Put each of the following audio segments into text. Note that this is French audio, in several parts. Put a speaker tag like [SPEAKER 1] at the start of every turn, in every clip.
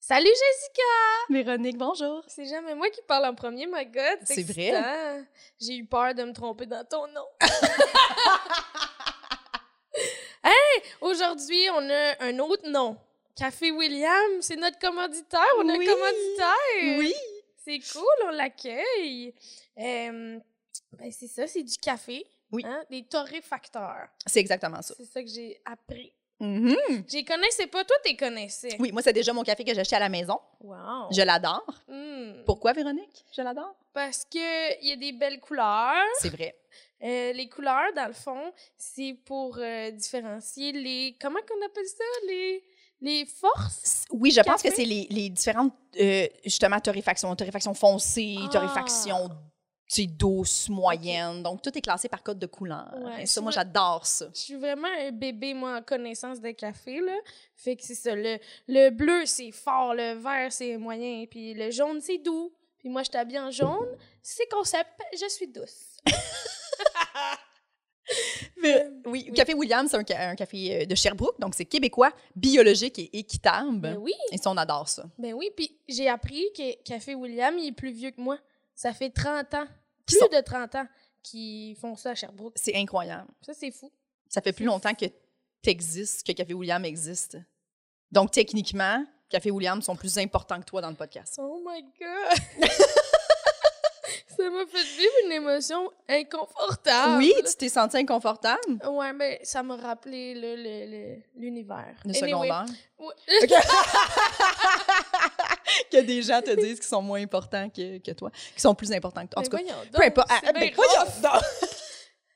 [SPEAKER 1] Salut Jessica!
[SPEAKER 2] Véronique, bonjour.
[SPEAKER 1] C'est jamais moi qui parle en premier, my God.
[SPEAKER 2] C'est vrai.
[SPEAKER 1] excitant. J'ai eu peur de me tromper dans ton nom. hey! Aujourd'hui, on a un autre nom. Café William, c'est notre commanditaire. On a
[SPEAKER 2] Oui.
[SPEAKER 1] un commanditaire.
[SPEAKER 2] Oui.
[SPEAKER 1] C'est cool, on l'accueille. Euh, ben c'est ça, c'est du café.
[SPEAKER 2] Oui.
[SPEAKER 1] hein, Des torréfacteurs.
[SPEAKER 2] C'est exactement ça.
[SPEAKER 1] C'est ça que j'ai appris.
[SPEAKER 2] Mhm.
[SPEAKER 1] Je les connaissais pas, toi, tu les connaissais.
[SPEAKER 2] Oui, moi, c'est déjà mon café que j'achète à la maison.
[SPEAKER 1] Wow.
[SPEAKER 2] Je l'adore.
[SPEAKER 1] Hmm.
[SPEAKER 2] Pourquoi, Véronique? Je l'adore.
[SPEAKER 1] Parce que il y a des belles couleurs.
[SPEAKER 2] C'est vrai.
[SPEAKER 1] Euh, les couleurs, dans le fond, c'est pour euh, différencier les. Comment qu'on appelle ça? Les, les forces?
[SPEAKER 2] S- Oui, je pense
[SPEAKER 1] Café?
[SPEAKER 2] que c'est les, les différentes, euh, justement, torréfactions. Torréfaction foncée,
[SPEAKER 1] Ah.
[SPEAKER 2] torréfaction tu sais, douce, moyenne. Donc, tout est classé par code de couleur.
[SPEAKER 1] Ouais,
[SPEAKER 2] Et
[SPEAKER 1] tu
[SPEAKER 2] ça, moi,
[SPEAKER 1] vois-
[SPEAKER 2] j'adore ça.
[SPEAKER 1] Je suis vraiment un bébé, moi, en connaissance de café, là. Fait que c'est ça. Le, le bleu, c'est fort. Le vert, c'est moyen. Puis le jaune, c'est doux. Puis moi, je t'habille en jaune. C'est concept. Je suis douce. Euh,
[SPEAKER 2] Mais- oui,
[SPEAKER 1] oui.
[SPEAKER 2] Café William, c'est un, ca- un café euh, de Sherbrooke. Donc, c'est québécois, biologique et équitable.
[SPEAKER 1] Ben oui,
[SPEAKER 2] Et ça, on adore ça.
[SPEAKER 1] ben oui. Puis j'ai appris que Café William, il est plus vieux que moi. Ça fait 30 ans.
[SPEAKER 2] Qui
[SPEAKER 1] Plus
[SPEAKER 2] sont-
[SPEAKER 1] de 30 ans qu'ils font ça à Sherbrooke.
[SPEAKER 2] C'est incroyable.
[SPEAKER 1] Ça, c'est fou.
[SPEAKER 2] ça fait plus longtemps que t'existes que Café William existe. Donc, techniquement, Café William sont plus importants que toi dans le podcast.
[SPEAKER 1] Oh my god! ça m'a fait vivre une émotion inconfortable.
[SPEAKER 2] oui, tu t'es senti inconfortable
[SPEAKER 1] Ouais, mais ça m'a rappelé là, le- le- l'univers.
[SPEAKER 2] de
[SPEAKER 1] Anyway,
[SPEAKER 2] secondaire.
[SPEAKER 1] ouais.
[SPEAKER 2] Que des gens te disent qu'ils sont moins importants que, que toi, qu'ils sont plus importants que toi. En
[SPEAKER 1] Mais
[SPEAKER 2] tout cas,
[SPEAKER 1] voyons donc,
[SPEAKER 2] peu importe.
[SPEAKER 1] c'est
[SPEAKER 2] Ah,
[SPEAKER 1] bien
[SPEAKER 2] ben,
[SPEAKER 1] rough.
[SPEAKER 2] voyons donc.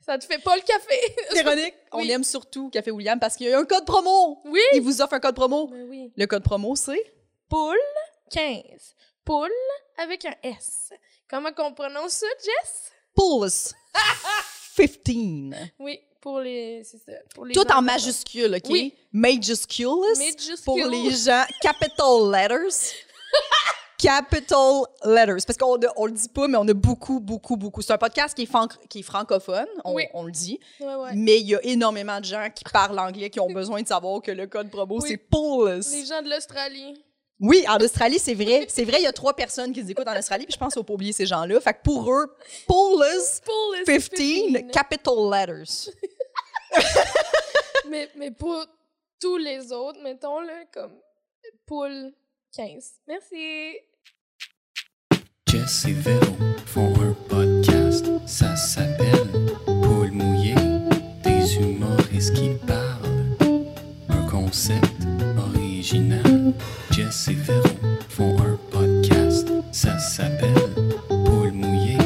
[SPEAKER 1] Ça te fait pas le café!
[SPEAKER 2] Véronique, on
[SPEAKER 1] Oui.
[SPEAKER 2] aime surtout Café William parce qu'il y a un code promo.
[SPEAKER 1] Oui!
[SPEAKER 2] Il vous offre un code promo.
[SPEAKER 1] Ben oui.
[SPEAKER 2] Le code promo, c'est
[SPEAKER 1] Poule 15. Poule avec un S. Comment qu'on prononce ça, Jess?
[SPEAKER 2] Pulse 15.
[SPEAKER 1] Oui, pour les. C'est ça. Pour les
[SPEAKER 2] Tout en
[SPEAKER 1] enfants.
[SPEAKER 2] majuscule, OK?
[SPEAKER 1] Oui.
[SPEAKER 2] Majusculous.
[SPEAKER 1] Majuscule.
[SPEAKER 2] pour les gens. Capital letters. Capital letters. Parce qu'on ne- on le dit pas, mais on a beaucoup, beaucoup, beaucoup. C'est un podcast qui est, fan- qui est francophone, on,
[SPEAKER 1] Oui.
[SPEAKER 2] on le dit.
[SPEAKER 1] Ouais, ouais.
[SPEAKER 2] Mais il y a énormément de gens qui parlent anglais, qui ont besoin de savoir que le code promo,
[SPEAKER 1] Oui.
[SPEAKER 2] c'est PULS.
[SPEAKER 1] Les gens de l'Australie.
[SPEAKER 2] Oui, en Australie, c'est vrai. C'est vrai, il y a trois personnes qui nous écoutent en Australie, puis je pense qu'il faut pas oublier ces gens-là. Fait que pour eux, PULS
[SPEAKER 1] Poule
[SPEAKER 2] 15, capital letters.
[SPEAKER 1] mais, mais pour tous les autres, mettons, là, comme poule 15. Merci.
[SPEAKER 3] Jess et Véro font un podcast, ça s'appelle Paul Mouillé, des humoristes qui parlent. Un concept original. Jess et Véro font un podcast, ça s'appelle Paul Mouillé,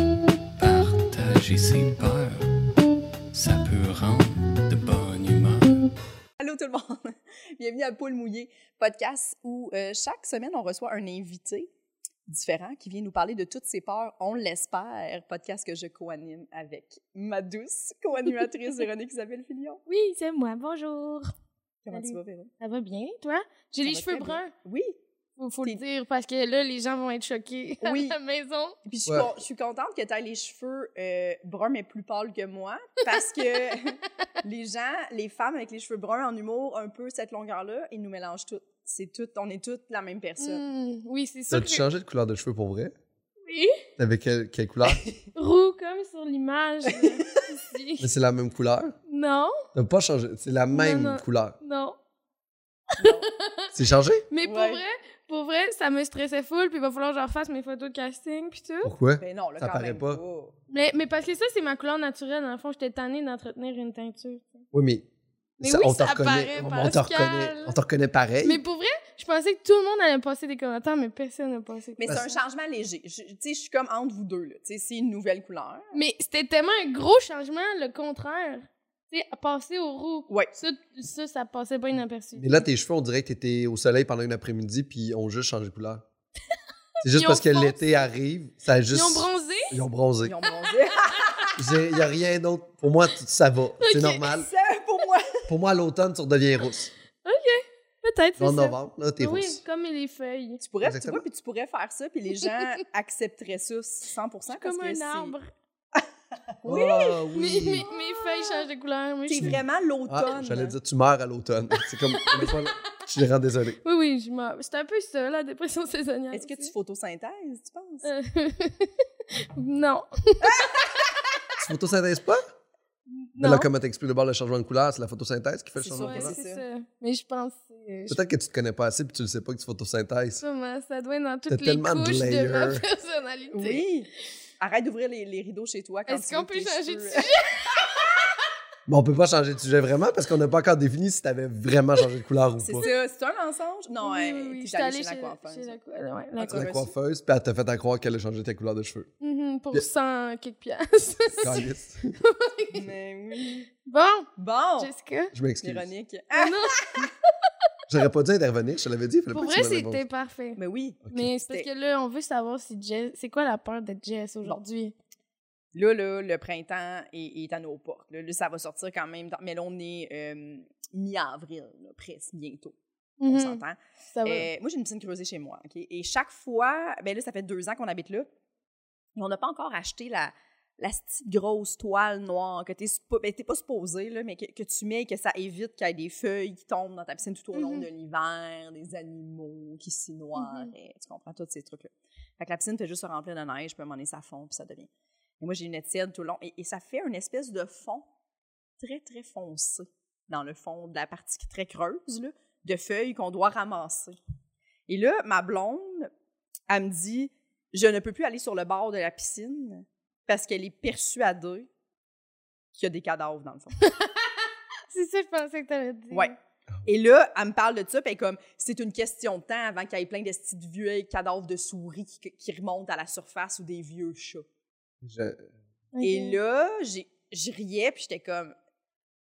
[SPEAKER 3] partager ses peurs, ça peut rendre de bonne humeur.
[SPEAKER 2] Allô tout le monde! Bienvenue à Poule Mouillé, podcast où euh, chaque semaine on reçoit un invité différent qui vient nous parler de toutes ses peurs, on l'espère, podcast que je co-anime avec ma douce co-animatrice Véronique Isabelle Fillon.
[SPEAKER 1] Oui, c'est moi. Bonjour.
[SPEAKER 2] Comment
[SPEAKER 1] Salut.
[SPEAKER 2] tu vas, Véronique?
[SPEAKER 1] Ça va bien, toi? J'ai
[SPEAKER 2] Ça
[SPEAKER 1] les
[SPEAKER 2] va
[SPEAKER 1] cheveux
[SPEAKER 2] très bien.
[SPEAKER 1] bruns.
[SPEAKER 2] Oui!
[SPEAKER 1] Faut, faut le
[SPEAKER 2] T'es-
[SPEAKER 1] dire parce que là, les gens vont être choqués
[SPEAKER 2] Oui.
[SPEAKER 1] à la maison.
[SPEAKER 2] Et Puis je suis,
[SPEAKER 4] Ouais.
[SPEAKER 2] con- je suis contente que tu aies les cheveux euh, bruns, mais plus pâles que moi, parce que les gens, les femmes avec les cheveux bruns en humour, un peu cette longueur-là, ils nous mélangent toutes. C'est tout, on est toutes la même personne.
[SPEAKER 1] Hmm, oui, c'est sûr.
[SPEAKER 4] T'as-tu
[SPEAKER 1] Que...
[SPEAKER 4] changé de couleur de cheveux pour vrai?
[SPEAKER 1] Oui,
[SPEAKER 4] Avec quelle, quelle couleur?
[SPEAKER 1] roux comme sur l'image. là,
[SPEAKER 4] Mais
[SPEAKER 1] ici.
[SPEAKER 4] c'est la même couleur?
[SPEAKER 1] non,
[SPEAKER 4] T'as pas changé, c'est la même
[SPEAKER 1] non.
[SPEAKER 4] couleur.
[SPEAKER 1] non.
[SPEAKER 4] C'est changé?
[SPEAKER 1] Mais pour
[SPEAKER 2] Ouais.
[SPEAKER 1] vrai, pour vrai, ça me stressait full, puis il va falloir que je refasse mes photos de casting, puis tout.
[SPEAKER 4] Pourquoi?
[SPEAKER 2] Ben non, là,
[SPEAKER 4] Ça
[SPEAKER 2] quand
[SPEAKER 4] paraît
[SPEAKER 2] même Oh.
[SPEAKER 4] pas.
[SPEAKER 1] Mais, mais parce que ça, c'est ma couleur naturelle. Dans le fond, j'étais tannée d'entretenir une teinture.
[SPEAKER 4] Oui, mais,
[SPEAKER 1] Mais oui, ça
[SPEAKER 4] reconnaît, on,
[SPEAKER 1] apparaît,
[SPEAKER 4] on te
[SPEAKER 1] Pascal.
[SPEAKER 4] reconnaît. On te reconnaît pareil.
[SPEAKER 1] Mais pour vrai, je pensais que tout le monde allait passer des commentaires, mais personne n'a passé.
[SPEAKER 2] Mais c'est
[SPEAKER 4] Parce-
[SPEAKER 2] un changement léger. Je- Tu sais, je suis comme entre vous deux. là. Tu sais, c'est une nouvelle couleur.
[SPEAKER 1] Mais c'était tellement un gros changement, le contraire. Tu sais, passer au roux.
[SPEAKER 2] Ouais.
[SPEAKER 1] Ça, ça, ça passait pas inaperçu.
[SPEAKER 4] Mais là, tes cheveux, on dirait que t'étais au soleil pendant une après-midi, puis ils ont juste changé de couleur. C'est juste
[SPEAKER 1] Ils
[SPEAKER 4] parce
[SPEAKER 1] ont
[SPEAKER 4] que
[SPEAKER 1] foncé.
[SPEAKER 4] l'été arrive, ça a juste.
[SPEAKER 1] Ils ont bronzé?
[SPEAKER 4] Ils ont bronzé.
[SPEAKER 2] Ils ont bronzé.
[SPEAKER 4] J'ai- Il y a rien d'autre. Pour moi, t- ça va. C'est normal.
[SPEAKER 2] C'est pour moi.
[SPEAKER 4] Pour moi, à l'automne, tu redeviens rousse.
[SPEAKER 1] Peut-être, c'est
[SPEAKER 4] En
[SPEAKER 1] ça. Ah
[SPEAKER 4] novembre, là, t'es
[SPEAKER 1] oui,
[SPEAKER 4] rousse.
[SPEAKER 1] comme les feuilles.
[SPEAKER 2] Tu pourrais, tu
[SPEAKER 4] Exactement.
[SPEAKER 2] vois, puis tu pourrais faire ça, puis les gens accepteraient ça 100 parce
[SPEAKER 1] Comme
[SPEAKER 2] que
[SPEAKER 1] un
[SPEAKER 2] c'est-
[SPEAKER 1] arbre.
[SPEAKER 2] Oui.
[SPEAKER 4] Ah,
[SPEAKER 1] Mes,
[SPEAKER 4] oui.
[SPEAKER 1] mes, mes feuilles changent de couleur. mais
[SPEAKER 2] C'est
[SPEAKER 1] je-
[SPEAKER 2] vraiment
[SPEAKER 4] Ah,
[SPEAKER 2] l'automne.
[SPEAKER 4] j'allais dire tu meurs à l'automne. C'est comme on est pas, Je suis vraiment désolé.
[SPEAKER 1] Oui, oui, je m'en- c'est un peu ça, la dépression saisonnière.
[SPEAKER 2] Est-ce que tu photosynthèses, tu penses?
[SPEAKER 1] Euh, non.
[SPEAKER 4] Tu photosynthèses pas? Mais
[SPEAKER 1] Non.
[SPEAKER 4] là, comment t'expliques d'abord le changement de couleur? C'est la photosynthèse qui fait le
[SPEAKER 2] C'est
[SPEAKER 4] changement
[SPEAKER 2] sûr,
[SPEAKER 4] de
[SPEAKER 1] Ouais, c'est
[SPEAKER 2] c'est
[SPEAKER 4] couleur?
[SPEAKER 1] ça.
[SPEAKER 2] ça.
[SPEAKER 1] Mais je pense que
[SPEAKER 4] Peut-être que tu te connais pas assez puis tu le sais pas que tu photosynthèses.
[SPEAKER 1] sûrement, ça doit être dans
[SPEAKER 4] T'as
[SPEAKER 1] toutes les
[SPEAKER 4] tellement de
[SPEAKER 1] couches de, ma
[SPEAKER 4] layers.
[SPEAKER 1] personnalité.
[SPEAKER 2] Oui! Arrête d'ouvrir les, les rideaux chez toi quand
[SPEAKER 1] Est-ce
[SPEAKER 2] tu
[SPEAKER 1] qu'on
[SPEAKER 2] veux
[SPEAKER 1] peut
[SPEAKER 2] tes
[SPEAKER 1] changer de
[SPEAKER 2] cheveux.
[SPEAKER 1] sujet?
[SPEAKER 4] Mais on peut pas changer de sujet vraiment parce qu'on n'a pas encore défini si t'avais vraiment changé de couleur ou
[SPEAKER 2] C'est
[SPEAKER 4] pas.
[SPEAKER 2] ça, c'est un mensonge? Non,
[SPEAKER 1] Oui,
[SPEAKER 2] hein,
[SPEAKER 1] oui, oui,
[SPEAKER 2] t'es
[SPEAKER 1] j'étais
[SPEAKER 2] allée
[SPEAKER 1] allée
[SPEAKER 2] chez la
[SPEAKER 1] chez
[SPEAKER 2] coiffeuse.
[SPEAKER 1] la cou- euh, ouais, la
[SPEAKER 2] Ah, tu
[SPEAKER 1] coiffeuse.
[SPEAKER 4] La
[SPEAKER 2] reçu.
[SPEAKER 4] coiffeuse, puis elle t'a fait à croire qu'elle a changé ta couleur de cheveux.
[SPEAKER 1] Mhm, pour
[SPEAKER 4] Yep.
[SPEAKER 1] 100 quelques piastres.
[SPEAKER 4] Calisse.
[SPEAKER 2] Mais oui.
[SPEAKER 1] bon,
[SPEAKER 2] Bon!
[SPEAKER 1] Jessica.
[SPEAKER 4] Je m'excuse.
[SPEAKER 2] Véronique. Ah!
[SPEAKER 1] Ah, non,
[SPEAKER 4] J'aurais pas dû intervenir, je te l'avais dit. il fallait
[SPEAKER 1] pour
[SPEAKER 4] pas que
[SPEAKER 1] vrai,
[SPEAKER 4] tu me répondes.
[SPEAKER 1] c'était parfait.
[SPEAKER 2] Mais oui.
[SPEAKER 4] Ok.
[SPEAKER 1] Mais c'est parce
[SPEAKER 2] C'était-
[SPEAKER 1] que là, on veut savoir si Jess. C'est quoi la peur de Jess aujourd'hui?
[SPEAKER 2] Là, là, le printemps est, est à nos portes. Là, Là, ça va sortir quand même. dans- Mais là, on est euh, mi-avril, là, presque, bientôt. On
[SPEAKER 1] Mhm,
[SPEAKER 2] s'entend.
[SPEAKER 1] Ça va.
[SPEAKER 2] Euh, moi, j'ai une piscine creusée chez moi. ok? Et chaque fois, ben là, ça fait deux ans qu'on habite là. Et on n'a pas encore acheté la, la petite grosse toile noire que tu n'es pas supposé, là, mais que, que tu mets et que ça évite qu'il y ait des feuilles qui tombent dans ta piscine tout au long
[SPEAKER 1] Mhm.
[SPEAKER 2] de l'hiver, des animaux qui s'y noient.
[SPEAKER 1] Mhm.
[SPEAKER 2] et Tu comprends tous ces trucs-là. Fait que la piscine fait juste se remplir de neige, puis à un moment donné, ça fond, puis ça devient. Et moi, j'ai une étienne tout le long. Et, et ça fait une espèce de fond très, très foncé dans le fond de la partie qui est très creuse, là, de feuilles qu'on doit ramasser. Et là, ma blonde, elle me dit Je ne peux plus aller sur le bord de la piscine parce qu'elle est persuadée qu'il y a des cadavres dans le fond.
[SPEAKER 1] C'est ça, je pensais que t'avais dit.
[SPEAKER 2] Ouais. Et là, elle me parle de ça, puis elle est comme c'est une question de temps avant qu'il y ait plein de petits vieux cadavres de souris qui, qui remontent à la surface ou des vieux chats.
[SPEAKER 4] Je-
[SPEAKER 1] Ok.
[SPEAKER 2] Et là, j'ai- je riais, puis j'étais comme,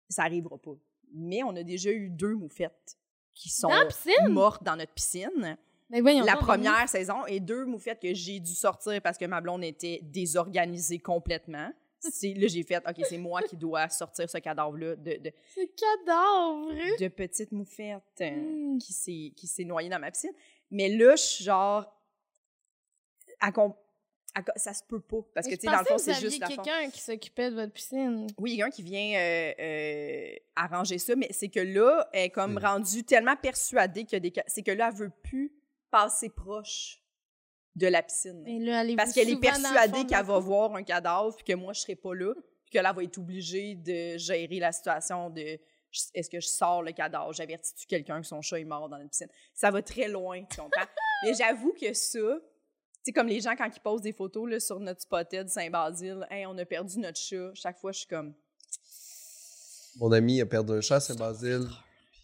[SPEAKER 2] ça arrivera pas. Mais on a déjà eu deux moufettes qui sont
[SPEAKER 1] Dans la piscine?
[SPEAKER 2] mortes dans notre piscine.
[SPEAKER 1] Mais voyons
[SPEAKER 2] La
[SPEAKER 1] donc,
[SPEAKER 2] première saison et deux moufettes que j'ai dû sortir parce que ma blonde était désorganisée complètement. C'est- Là, j'ai fait, OK, c'est moi qui dois sortir ce cadavre-là de, de,
[SPEAKER 1] C'est cadavre!
[SPEAKER 2] de petite moufette euh,
[SPEAKER 1] Mm.
[SPEAKER 2] qui s'est qui s'est noyée dans ma piscine. Mais là, je suis genre, à com- à co- ça se peut pas. Parce que,
[SPEAKER 1] Mais
[SPEAKER 2] tu
[SPEAKER 1] je
[SPEAKER 2] sais, dans le
[SPEAKER 1] pensais
[SPEAKER 2] fond,
[SPEAKER 1] que
[SPEAKER 2] c'est
[SPEAKER 1] vous
[SPEAKER 2] juste
[SPEAKER 1] aviez
[SPEAKER 2] la fond.
[SPEAKER 1] quelqu'un qui s'occupait de votre piscine.
[SPEAKER 2] Oui, il y a un qui vient euh, euh, arranger ça, mais c'est que là, elle est comme
[SPEAKER 4] Mm.
[SPEAKER 2] rendue tellement persuadée qu'il y a des... ca- C'est que là, elle veut plus passer proche de la piscine.
[SPEAKER 1] Et là, allez-vous
[SPEAKER 2] parce qu'elle est
[SPEAKER 1] souvent dans le fond
[SPEAKER 2] persuadée
[SPEAKER 1] de
[SPEAKER 2] qu'elle
[SPEAKER 1] la
[SPEAKER 2] va voir un cadavre, puis que moi, je serai pas là, puis que là, elle va être obligée de gérer la situation de... je- Est-ce que je sors le cadavre? J'avertis-tu quelqu'un que son chat est mort dans la piscine? Ça va très loin, tu comprends? mais j'avoue que ça... C'est comme les gens quand ils posent des photos là, sur notre spotted Saint-Basile, hey, on a perdu notre chat. Chaque fois, je suis comme
[SPEAKER 4] Mon ami a perdu un chat, c'est Basile.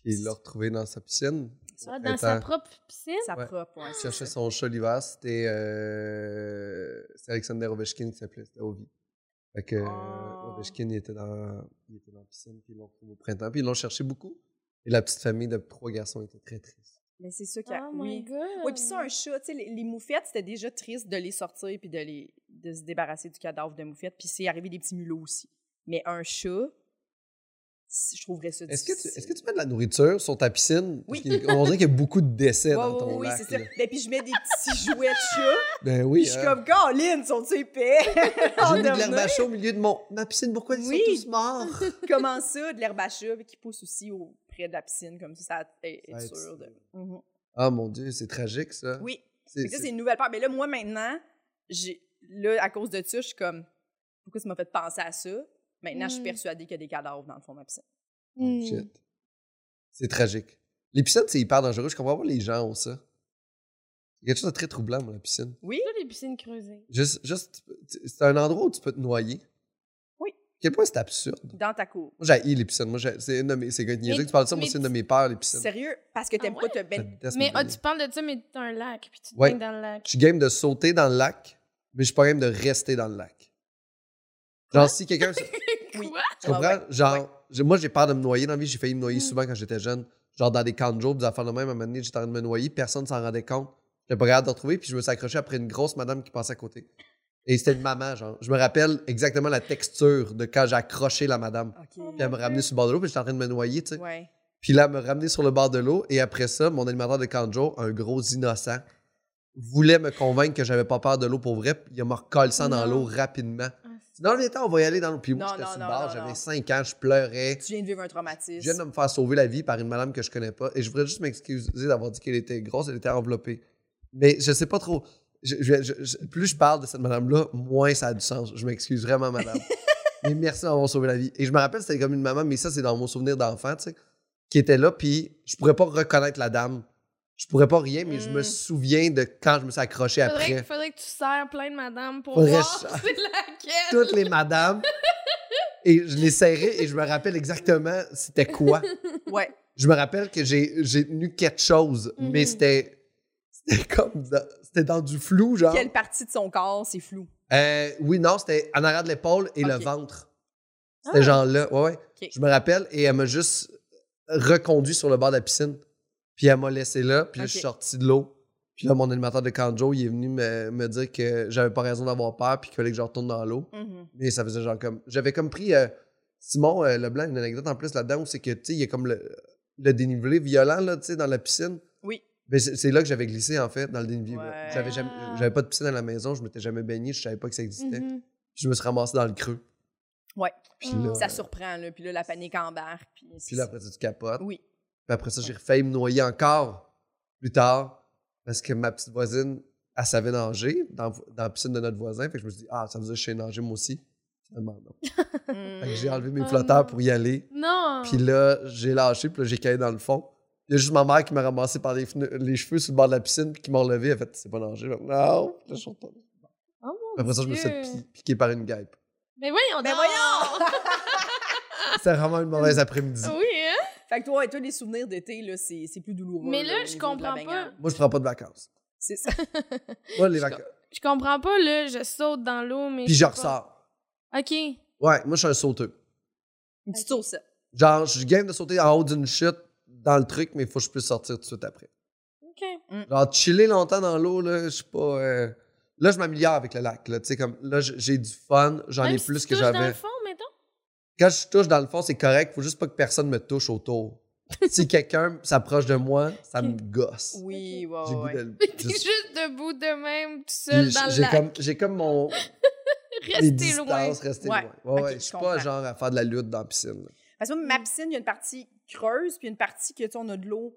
[SPEAKER 4] puis Il l'a retrouvé dans sa piscine.
[SPEAKER 1] Ah, dans sa
[SPEAKER 4] Attends.
[SPEAKER 1] propre piscine?
[SPEAKER 2] sa
[SPEAKER 4] Ouais.
[SPEAKER 2] propre. ouais,
[SPEAKER 4] Il
[SPEAKER 2] c'est
[SPEAKER 4] cherchait
[SPEAKER 2] ça.
[SPEAKER 4] son chat l'hiver. C'était euh, c'était Alexander Ovechkin qui s'appelait. C'était Ovi. Fait que
[SPEAKER 2] Ah.
[SPEAKER 4] euh, Ovechkin, il était, dans, il était dans la piscine. Puis ils l'ont retrouvé au printemps. Puis ils l'ont cherché beaucoup. Et la petite famille de trois garçons était très triste.
[SPEAKER 2] Mais c'est ça qu'il y a.
[SPEAKER 1] Oh my
[SPEAKER 2] oui.
[SPEAKER 1] god!
[SPEAKER 2] Oui, puis ça, un chat, tu sais, les, les moufettes, c'était déjà triste de les sortir puis de, les, de se débarrasser du cadavre de moufette. Puis c'est arrivé des petits mulots aussi. Mais un chat, c- je trouverais ça
[SPEAKER 4] Est-ce que, tu,
[SPEAKER 2] difficile.
[SPEAKER 4] est-ce que tu mets de la nourriture sur ta piscine?
[SPEAKER 2] Oui.
[SPEAKER 4] Parce qu'il- On dirait qu'il y a beaucoup de décès
[SPEAKER 2] Ouais,
[SPEAKER 4] dans
[SPEAKER 2] ouais,
[SPEAKER 4] ton
[SPEAKER 2] ouais, oui,
[SPEAKER 4] lac.
[SPEAKER 2] c'est ça.
[SPEAKER 4] là.
[SPEAKER 2] Ben, puis je mets des petits jouets de chat.
[SPEAKER 4] Ben
[SPEAKER 2] puis
[SPEAKER 4] oui.
[SPEAKER 2] je suis
[SPEAKER 4] hein.
[SPEAKER 2] comme, Caroline, sont-ils épais?
[SPEAKER 4] J'ai mis de
[SPEAKER 2] Endormais.
[SPEAKER 4] l'herbe à chat au milieu de mon, ma piscine. Pourquoi ils
[SPEAKER 2] Oui.
[SPEAKER 4] sont tous morts?
[SPEAKER 2] Comment ça, de l'herbe à chat puis qui pousse aussi auprès de la piscine, comme ça, ça est, est
[SPEAKER 4] Ça aide,
[SPEAKER 2] sûr de. Mhm.
[SPEAKER 4] Ah mon Dieu, c'est tragique ça.
[SPEAKER 2] Oui.
[SPEAKER 4] C'est-
[SPEAKER 2] Fait que ça,
[SPEAKER 4] c'est-
[SPEAKER 2] c'est une nouvelle peur. Mais là, moi, maintenant, j'ai là, à cause de ça, je suis comme, pourquoi ça m'a fait penser à ça? Maintenant, je suis
[SPEAKER 1] Mm.
[SPEAKER 2] persuadée qu'il y a des cadavres dans le fond de ma piscine.
[SPEAKER 1] Hmm.
[SPEAKER 4] Oh, Shit. C'est tragique. Les piscines, c'est hyper dangereux. Je comprends pas les gens ont ça. Il y a quelque chose de très troublant, moi, la piscine.
[SPEAKER 1] Là, les piscines creusées.
[SPEAKER 4] Juste, juste tu- c'est un endroit où tu peux te noyer.
[SPEAKER 2] Oui.
[SPEAKER 4] À quel point c'est absurde.
[SPEAKER 2] Dans ta cour.
[SPEAKER 4] Moi, j'ai les piscines. Moi, j'ai- c'est une de mes. C'est niaiseux
[SPEAKER 1] Mais-
[SPEAKER 4] que tu parles de ça. Moi,
[SPEAKER 1] mais
[SPEAKER 4] c'est une
[SPEAKER 1] tu-
[SPEAKER 4] de mes peurs, les piscines.
[SPEAKER 2] Sérieux? Parce que t'aimes
[SPEAKER 1] Ah
[SPEAKER 2] pas te
[SPEAKER 4] Je
[SPEAKER 2] ben...
[SPEAKER 4] déteste
[SPEAKER 1] Mais
[SPEAKER 4] me
[SPEAKER 1] ah,
[SPEAKER 4] baigner.
[SPEAKER 1] tu parles de ça, mais t'as un lac, puis tu te
[SPEAKER 4] Ouais.
[SPEAKER 1] baignes dans le lac.
[SPEAKER 4] Je suis game de sauter dans le lac, mais je suis pas game de rester dans le lac. Genre, si quelqu'un. se-
[SPEAKER 2] Oui.
[SPEAKER 1] Quoi? Ah,
[SPEAKER 4] Tu comprends?
[SPEAKER 2] Ah Ouais, ouais.
[SPEAKER 4] Genre, j'ai- moi, j'ai peur de me noyer dans la vie. J'ai failli me noyer
[SPEAKER 1] Mm.
[SPEAKER 4] souvent quand j'étais jeune. Genre, dans des camps de jour, des affaires de même, à un moment donné, j'étais en train de me noyer. Personne s'en rendait compte. J'étais pas capable de retrouver, puis je me suis accroché après une grosse madame qui passait à côté. Et c'était une maman, genre. Je me rappelle exactement la texture de quand j'ai accroché la madame.
[SPEAKER 2] OK.
[SPEAKER 1] Oh
[SPEAKER 4] Puis elle me ramenait sur le bord de l'eau, puis j'étais en train de me noyer, tu sais.
[SPEAKER 2] Ouais.
[SPEAKER 4] Puis là, elle me ramener sur le bord de l'eau. Et après ça, mon animateur de camp de jour, un gros innocent, voulait me convaincre que j'avais pas peur de l'eau pour vrai. puis Il m'a recalçant dans
[SPEAKER 1] Non.
[SPEAKER 4] l'eau rapidement.
[SPEAKER 1] Ah,
[SPEAKER 4] Non, viens on va y aller dans le. Puis moi,
[SPEAKER 2] Non,
[SPEAKER 4] j'étais
[SPEAKER 2] non,
[SPEAKER 4] sur le
[SPEAKER 2] non,
[SPEAKER 4] bar,
[SPEAKER 2] non, non.
[SPEAKER 4] j'avais 5 ans, je pleurais.
[SPEAKER 2] Tu viens de vivre un
[SPEAKER 4] Je
[SPEAKER 2] traumatisme.
[SPEAKER 4] viens de me faire sauver la vie par une madame que je connais pas. Et je voudrais juste m'excuser d'avoir dit qu'elle était grosse, elle était enveloppée. Mais je sais pas trop. Je- je- je- je- plus je parle de cette madame-là, moins ça a du sens. Je m'excuse vraiment, madame. Mais merci d'avoir sauvé la vie. Et je me rappelle, c'était comme une maman, mais ça, c'est dans mon souvenir d'enfant, tu sais, qui était là, puis je pourrais pas reconnaître la dame. Je pourrais pas rien, mais je me
[SPEAKER 2] Mm.
[SPEAKER 4] souviens de quand je me suis accroché
[SPEAKER 1] Faudrait,
[SPEAKER 4] après.
[SPEAKER 1] faudrait que tu sers plein de madame pour
[SPEAKER 4] Faudrait
[SPEAKER 1] voir
[SPEAKER 4] que
[SPEAKER 1] c'est laquelle. Mhm.
[SPEAKER 4] Toutes les madames. Et je les serrais et je me rappelle exactement c'était quoi.
[SPEAKER 2] Ouais.
[SPEAKER 4] Je me rappelle que j'ai j'ai tenu quelque chose,
[SPEAKER 1] Mhm.
[SPEAKER 4] mais c'était. C'était comme. dans- C'était dans du flou, genre.
[SPEAKER 2] Quelle partie de son corps, c'est flou.
[SPEAKER 4] Euh, oui, non, c'était en arrière de l'épaule et le
[SPEAKER 2] Ok. Ah.
[SPEAKER 4] ventre. C'était genre-là. Ouais, ouais.
[SPEAKER 2] Ok.
[SPEAKER 4] Je me rappelle et elle m'a juste reconduit sur le bord de la piscine. Puis elle m'a laissé là, puis là, je suis
[SPEAKER 2] Ok.
[SPEAKER 4] sorti de l'eau. Puis là, mon animateur de Kanjo, il est venu me, me dire que j'avais pas raison d'avoir peur, puis qu'il fallait que je retourne dans l'eau.
[SPEAKER 2] Mhm.
[SPEAKER 4] Mais ça faisait genre comme. J'avais comme pris. euh, Simon euh, Leblanc, une anecdote en plus là-dedans, où c'est que, tu sais, il y a comme le, le dénivelé violent, là, tu sais, dans la piscine.
[SPEAKER 2] Oui.
[SPEAKER 4] Mais c'est c'est là que j'avais glissé, en fait, dans le dénivelé. là.
[SPEAKER 2] Ouais.
[SPEAKER 4] J'avais jamais-
[SPEAKER 1] Ah.
[SPEAKER 4] j'avais pas de piscine à la maison, je m'étais jamais baigné, je savais pas que ça existait.
[SPEAKER 1] Mhm.
[SPEAKER 4] Je me suis ramassé dans le creux.
[SPEAKER 2] Mm-hmm. Ouais.
[SPEAKER 4] Puis
[SPEAKER 1] Mm.
[SPEAKER 4] là, euh,
[SPEAKER 2] Ça surprend, là. Puis là, la panique embarque. Puis,
[SPEAKER 4] puis là, après ça, tu capotes.
[SPEAKER 2] Oui.
[SPEAKER 4] Puis après ça, j'ai failli me noyer encore plus tard parce que ma petite voisine, elle savait nager dans, dans la piscine de notre voisin. Fait que je me suis dit, ah, ça veut dire que je sais nager moi aussi. Finalement, non. Fait
[SPEAKER 2] Mhm.
[SPEAKER 4] que j'ai enlevé mes
[SPEAKER 1] Oh
[SPEAKER 4] flotteurs
[SPEAKER 1] non.
[SPEAKER 4] pour y aller.
[SPEAKER 1] Non.
[SPEAKER 4] Puis là, j'ai lâché, puis là, j'ai caillé dans le fond. Il y a juste ma mère qui m'a ramassé par les, fene- les cheveux sur le bord de la piscine, puis qui m'a enlevé. Elle a fait, c'est pas nager. Fait que, non, Puis là, je suis retourné.
[SPEAKER 1] Oh
[SPEAKER 4] Après ça, je me suis fait
[SPEAKER 1] Dieu.
[SPEAKER 4] pi- piquer par une guêpe.
[SPEAKER 1] Mais Ben voyons
[SPEAKER 2] Mais
[SPEAKER 1] donc.
[SPEAKER 2] Ben voyons!
[SPEAKER 4] C'était vraiment une mauvaise après-midi.
[SPEAKER 1] Oui, hein?
[SPEAKER 2] fait que toi, et toi, les souvenirs d'été, là, c'est c'est plus douloureux.
[SPEAKER 1] Mais là,
[SPEAKER 2] au
[SPEAKER 1] je
[SPEAKER 2] niveau de la
[SPEAKER 1] comprends
[SPEAKER 2] baignade.
[SPEAKER 4] Moi, je prends pas de vacances.
[SPEAKER 2] C'est ça.
[SPEAKER 4] Moi, les
[SPEAKER 1] Je
[SPEAKER 4] vacances.
[SPEAKER 1] Je comprends pas, là. Je saute dans l'eau, mais.
[SPEAKER 4] Puis je
[SPEAKER 1] sais pas.
[SPEAKER 4] ressors.
[SPEAKER 1] OK.
[SPEAKER 4] Ouais, moi, je suis un sauteur.
[SPEAKER 2] Une petite sauce.
[SPEAKER 4] Genre, je suis game de sauter en haut d'une chute dans le truc, mais il faut que je puisse sortir tout de suite après.
[SPEAKER 1] OK. Mm.
[SPEAKER 4] Genre, chiller longtemps dans l'eau, là, je suis pas. euh, Là, je m'améliore avec le lac. Là, Tu sais, comme, là j- j'ai du fun, j'en ai
[SPEAKER 1] Même si
[SPEAKER 4] plus
[SPEAKER 1] tu
[SPEAKER 4] que
[SPEAKER 1] touches dans le
[SPEAKER 4] j'avais.
[SPEAKER 1] fond, mettons.
[SPEAKER 4] Quand je touche dans le fond, c'est correct, faut juste pas que personne me touche autour. si quelqu'un s'approche de moi, ça me gosse.
[SPEAKER 2] Oui, ouais, ouais,
[SPEAKER 4] J'ai goût
[SPEAKER 2] ouais.
[SPEAKER 4] de-
[SPEAKER 1] T'es
[SPEAKER 4] juste-
[SPEAKER 1] juste debout de même, tout seul
[SPEAKER 4] Puis
[SPEAKER 1] dans le
[SPEAKER 4] J'ai
[SPEAKER 1] lac.
[SPEAKER 4] comme, j'ai comme mon. mes
[SPEAKER 1] Rester loin.
[SPEAKER 4] distances, rester
[SPEAKER 2] Ouais.
[SPEAKER 4] loin. Ouais,
[SPEAKER 2] Ok,
[SPEAKER 4] ouais,
[SPEAKER 2] je
[SPEAKER 4] je suis pas
[SPEAKER 2] comprends.
[SPEAKER 4] genre à faire de la lutte dans la piscine. là.
[SPEAKER 2] Parce que moi,
[SPEAKER 4] Mm.
[SPEAKER 2] ma piscine, il y a une partie creuse, puis une partie que, tu sais, on a de l'eau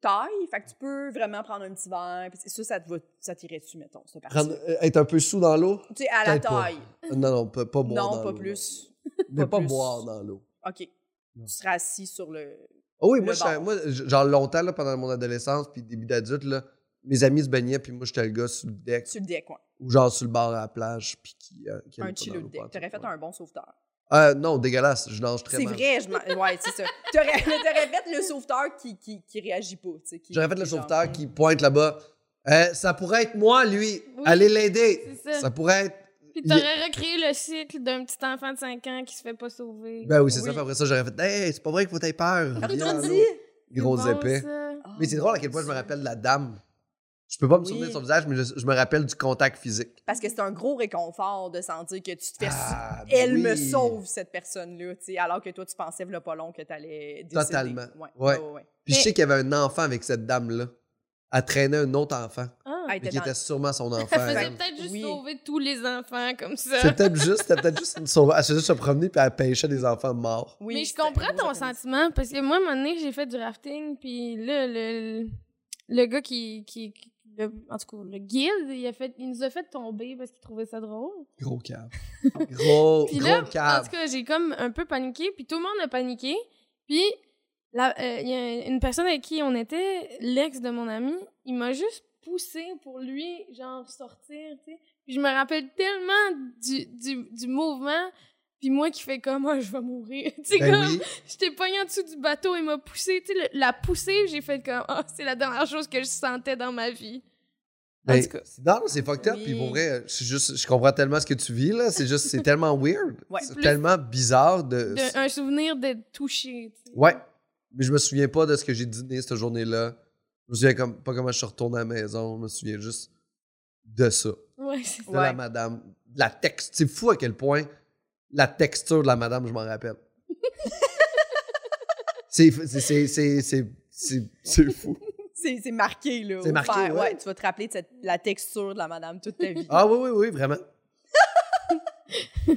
[SPEAKER 2] taille. Fait que tu peux vraiment prendre un petit verre. Puis ça, ça te va- ça tirait dessus, mettons, cette partie.
[SPEAKER 4] Prendre- euh, être un peu sous dans l'eau?
[SPEAKER 2] Tu sais, à la
[SPEAKER 4] Peut-être pas.
[SPEAKER 2] taille.
[SPEAKER 4] Non, non, pas, pas boire.
[SPEAKER 2] Non,
[SPEAKER 4] dans
[SPEAKER 2] pas
[SPEAKER 4] l'eau,
[SPEAKER 2] plus.
[SPEAKER 4] Mais
[SPEAKER 2] Pas
[SPEAKER 4] pas,
[SPEAKER 2] plus.
[SPEAKER 4] boire dans l'eau.
[SPEAKER 2] OK.
[SPEAKER 4] Non.
[SPEAKER 2] Tu seras assis sur le.
[SPEAKER 4] Ah oui,
[SPEAKER 2] Le
[SPEAKER 4] moi, je-
[SPEAKER 2] bord.
[SPEAKER 4] moi, je- genre longtemps, là, pendant mon adolescence, puis début d'adulte, là, mes amis se baignaient, puis moi, j'étais le gars sur le deck,
[SPEAKER 2] sur le deck, ouais. Un
[SPEAKER 4] ou genre sur le bord à la plage, puis qui. euh, qui allait
[SPEAKER 2] Un
[SPEAKER 4] pas
[SPEAKER 2] chilo
[SPEAKER 4] dans
[SPEAKER 2] de
[SPEAKER 4] l'eau, pas en
[SPEAKER 2] deck.
[SPEAKER 4] tout,
[SPEAKER 2] T'aurais fait
[SPEAKER 4] ouais.
[SPEAKER 2] un bon sauveteur.
[SPEAKER 4] Ah, non, dégueulasse, je nage très
[SPEAKER 2] C'est
[SPEAKER 4] mal.
[SPEAKER 2] vrai, je m'en- Ouais, c'est ça. T'aurais mais t'aurais fait le sauveteur qui, qui, qui réagit pas. tu sais, qui-
[SPEAKER 4] J'aurais fait le
[SPEAKER 2] qui genre,
[SPEAKER 4] sauveteur
[SPEAKER 2] hum.
[SPEAKER 4] qui pointe là-bas. Euh, ça pourrait être moi, lui.
[SPEAKER 1] Oui,
[SPEAKER 4] Allez l'aider.
[SPEAKER 1] c'est ça.
[SPEAKER 4] Ça pourrait être.
[SPEAKER 1] Puis t'aurais recréé le cycle d'un petit enfant de 5 ans qui se fait pas sauver.
[SPEAKER 4] Ben oui, c'est ça.
[SPEAKER 2] Oui.
[SPEAKER 4] Puis après ça, j'aurais fait. Hey, c'est pas vrai qu'il faut t'aies peur. Viens dans
[SPEAKER 2] Retourne-y.
[SPEAKER 4] l'eau. Gros
[SPEAKER 1] C'est bon,
[SPEAKER 4] épais.
[SPEAKER 1] ça.
[SPEAKER 2] Ah,
[SPEAKER 4] Mais c'est drôle à quel point je me rappelle la dame. Je peux pas me
[SPEAKER 2] Oui.
[SPEAKER 4] souvenir de son visage, mais je, je me rappelle du contact physique.
[SPEAKER 2] Parce que c'est un gros réconfort de sentir que tu te fais.
[SPEAKER 4] Ah, ben
[SPEAKER 2] Elle me
[SPEAKER 4] oui.
[SPEAKER 2] sauve, cette personne-là, tu sais, alors que toi, tu pensais, v'là pas long, que t'allais décéder.
[SPEAKER 4] Totalement.
[SPEAKER 2] Ouais.
[SPEAKER 4] Ouais.
[SPEAKER 2] ouais, ouais.
[SPEAKER 4] Puis je
[SPEAKER 1] Mais-
[SPEAKER 4] sais qu'il y avait un enfant avec cette dame-là. Elle traînait un autre enfant,
[SPEAKER 1] Ah. Elle
[SPEAKER 2] Ah, il
[SPEAKER 4] mais
[SPEAKER 2] était
[SPEAKER 4] qui
[SPEAKER 2] dans-
[SPEAKER 4] était sûrement son enfant. à
[SPEAKER 1] faisait
[SPEAKER 4] elle.
[SPEAKER 1] peut-être juste
[SPEAKER 2] ben, Oui.
[SPEAKER 1] sauver tous les enfants comme ça.
[SPEAKER 4] C'était peut-être juste, c'était peut-être juste une sauvage. Elle se faisait se promener puis elle pêchait des enfants morts.
[SPEAKER 2] Oui,
[SPEAKER 1] mais je
[SPEAKER 2] c'était un
[SPEAKER 1] comprends
[SPEAKER 2] gros
[SPEAKER 1] ton
[SPEAKER 2] organisme.
[SPEAKER 1] sentiment parce que moi, à un moment donné, j'ai fait du rafting, puis là, le, le, le gars qui. qui, qui- le- en tout cas, le guide, il, a fait, il nous a fait tomber parce qu'il trouvait ça drôle.
[SPEAKER 4] Gros cave. Gros,
[SPEAKER 1] Puis
[SPEAKER 4] gros
[SPEAKER 1] là, en
[SPEAKER 4] cave.
[SPEAKER 1] tout cas, j'ai comme un peu paniqué, puis tout le monde a paniqué. Puis la- euh, il y a une personne avec qui on était, l'ex de mon ami, il m'a juste poussé pour lui, genre, sortir, tu sais. Puis je me rappelle tellement du, du, du mouvement, puis moi qui fais comme, Ah, je vais mourir. tu sais,
[SPEAKER 4] Ben
[SPEAKER 1] comme,
[SPEAKER 4] oui.
[SPEAKER 1] j'étais pognée en dessous du bateau, il m'a poussé, tu sais, le- la poussée, j'ai fait comme, ah, c'est la dernière chose que je sentais dans ma vie. En
[SPEAKER 4] Ben,
[SPEAKER 1] tout cas.
[SPEAKER 4] Non, c'est fucked up.
[SPEAKER 2] Oui.
[SPEAKER 4] Puis pour vrai, je, suis juste, je comprends tellement ce que tu vis, là. C'est juste, c'est tellement weird.
[SPEAKER 2] Ouais.
[SPEAKER 4] C'est
[SPEAKER 1] Plus-
[SPEAKER 4] tellement bizarre de.
[SPEAKER 1] de- un souvenir d'être touché.
[SPEAKER 4] Ouais. Mais je me souviens pas de ce que j'ai dîné cette journée-là. Je me souviens comme, pas comment je suis retourné à la maison. Je me souviens juste de ça.
[SPEAKER 1] Ouais, c'est
[SPEAKER 4] De
[SPEAKER 2] Ouais.
[SPEAKER 4] la madame. De la texte. C'est fou à quel point la texture de la madame, je m'en rappelle. c'est, c'est, c'est, c'est, c'est, c'est- c'est fou.
[SPEAKER 2] C'est c'est marqué, là.
[SPEAKER 4] C'est
[SPEAKER 2] au
[SPEAKER 4] marqué,
[SPEAKER 2] fer.
[SPEAKER 4] ouais.
[SPEAKER 2] Tu vas te rappeler de cette- la texture de la madame toute ta vie.
[SPEAKER 4] Ah oui, oui, oui, vraiment.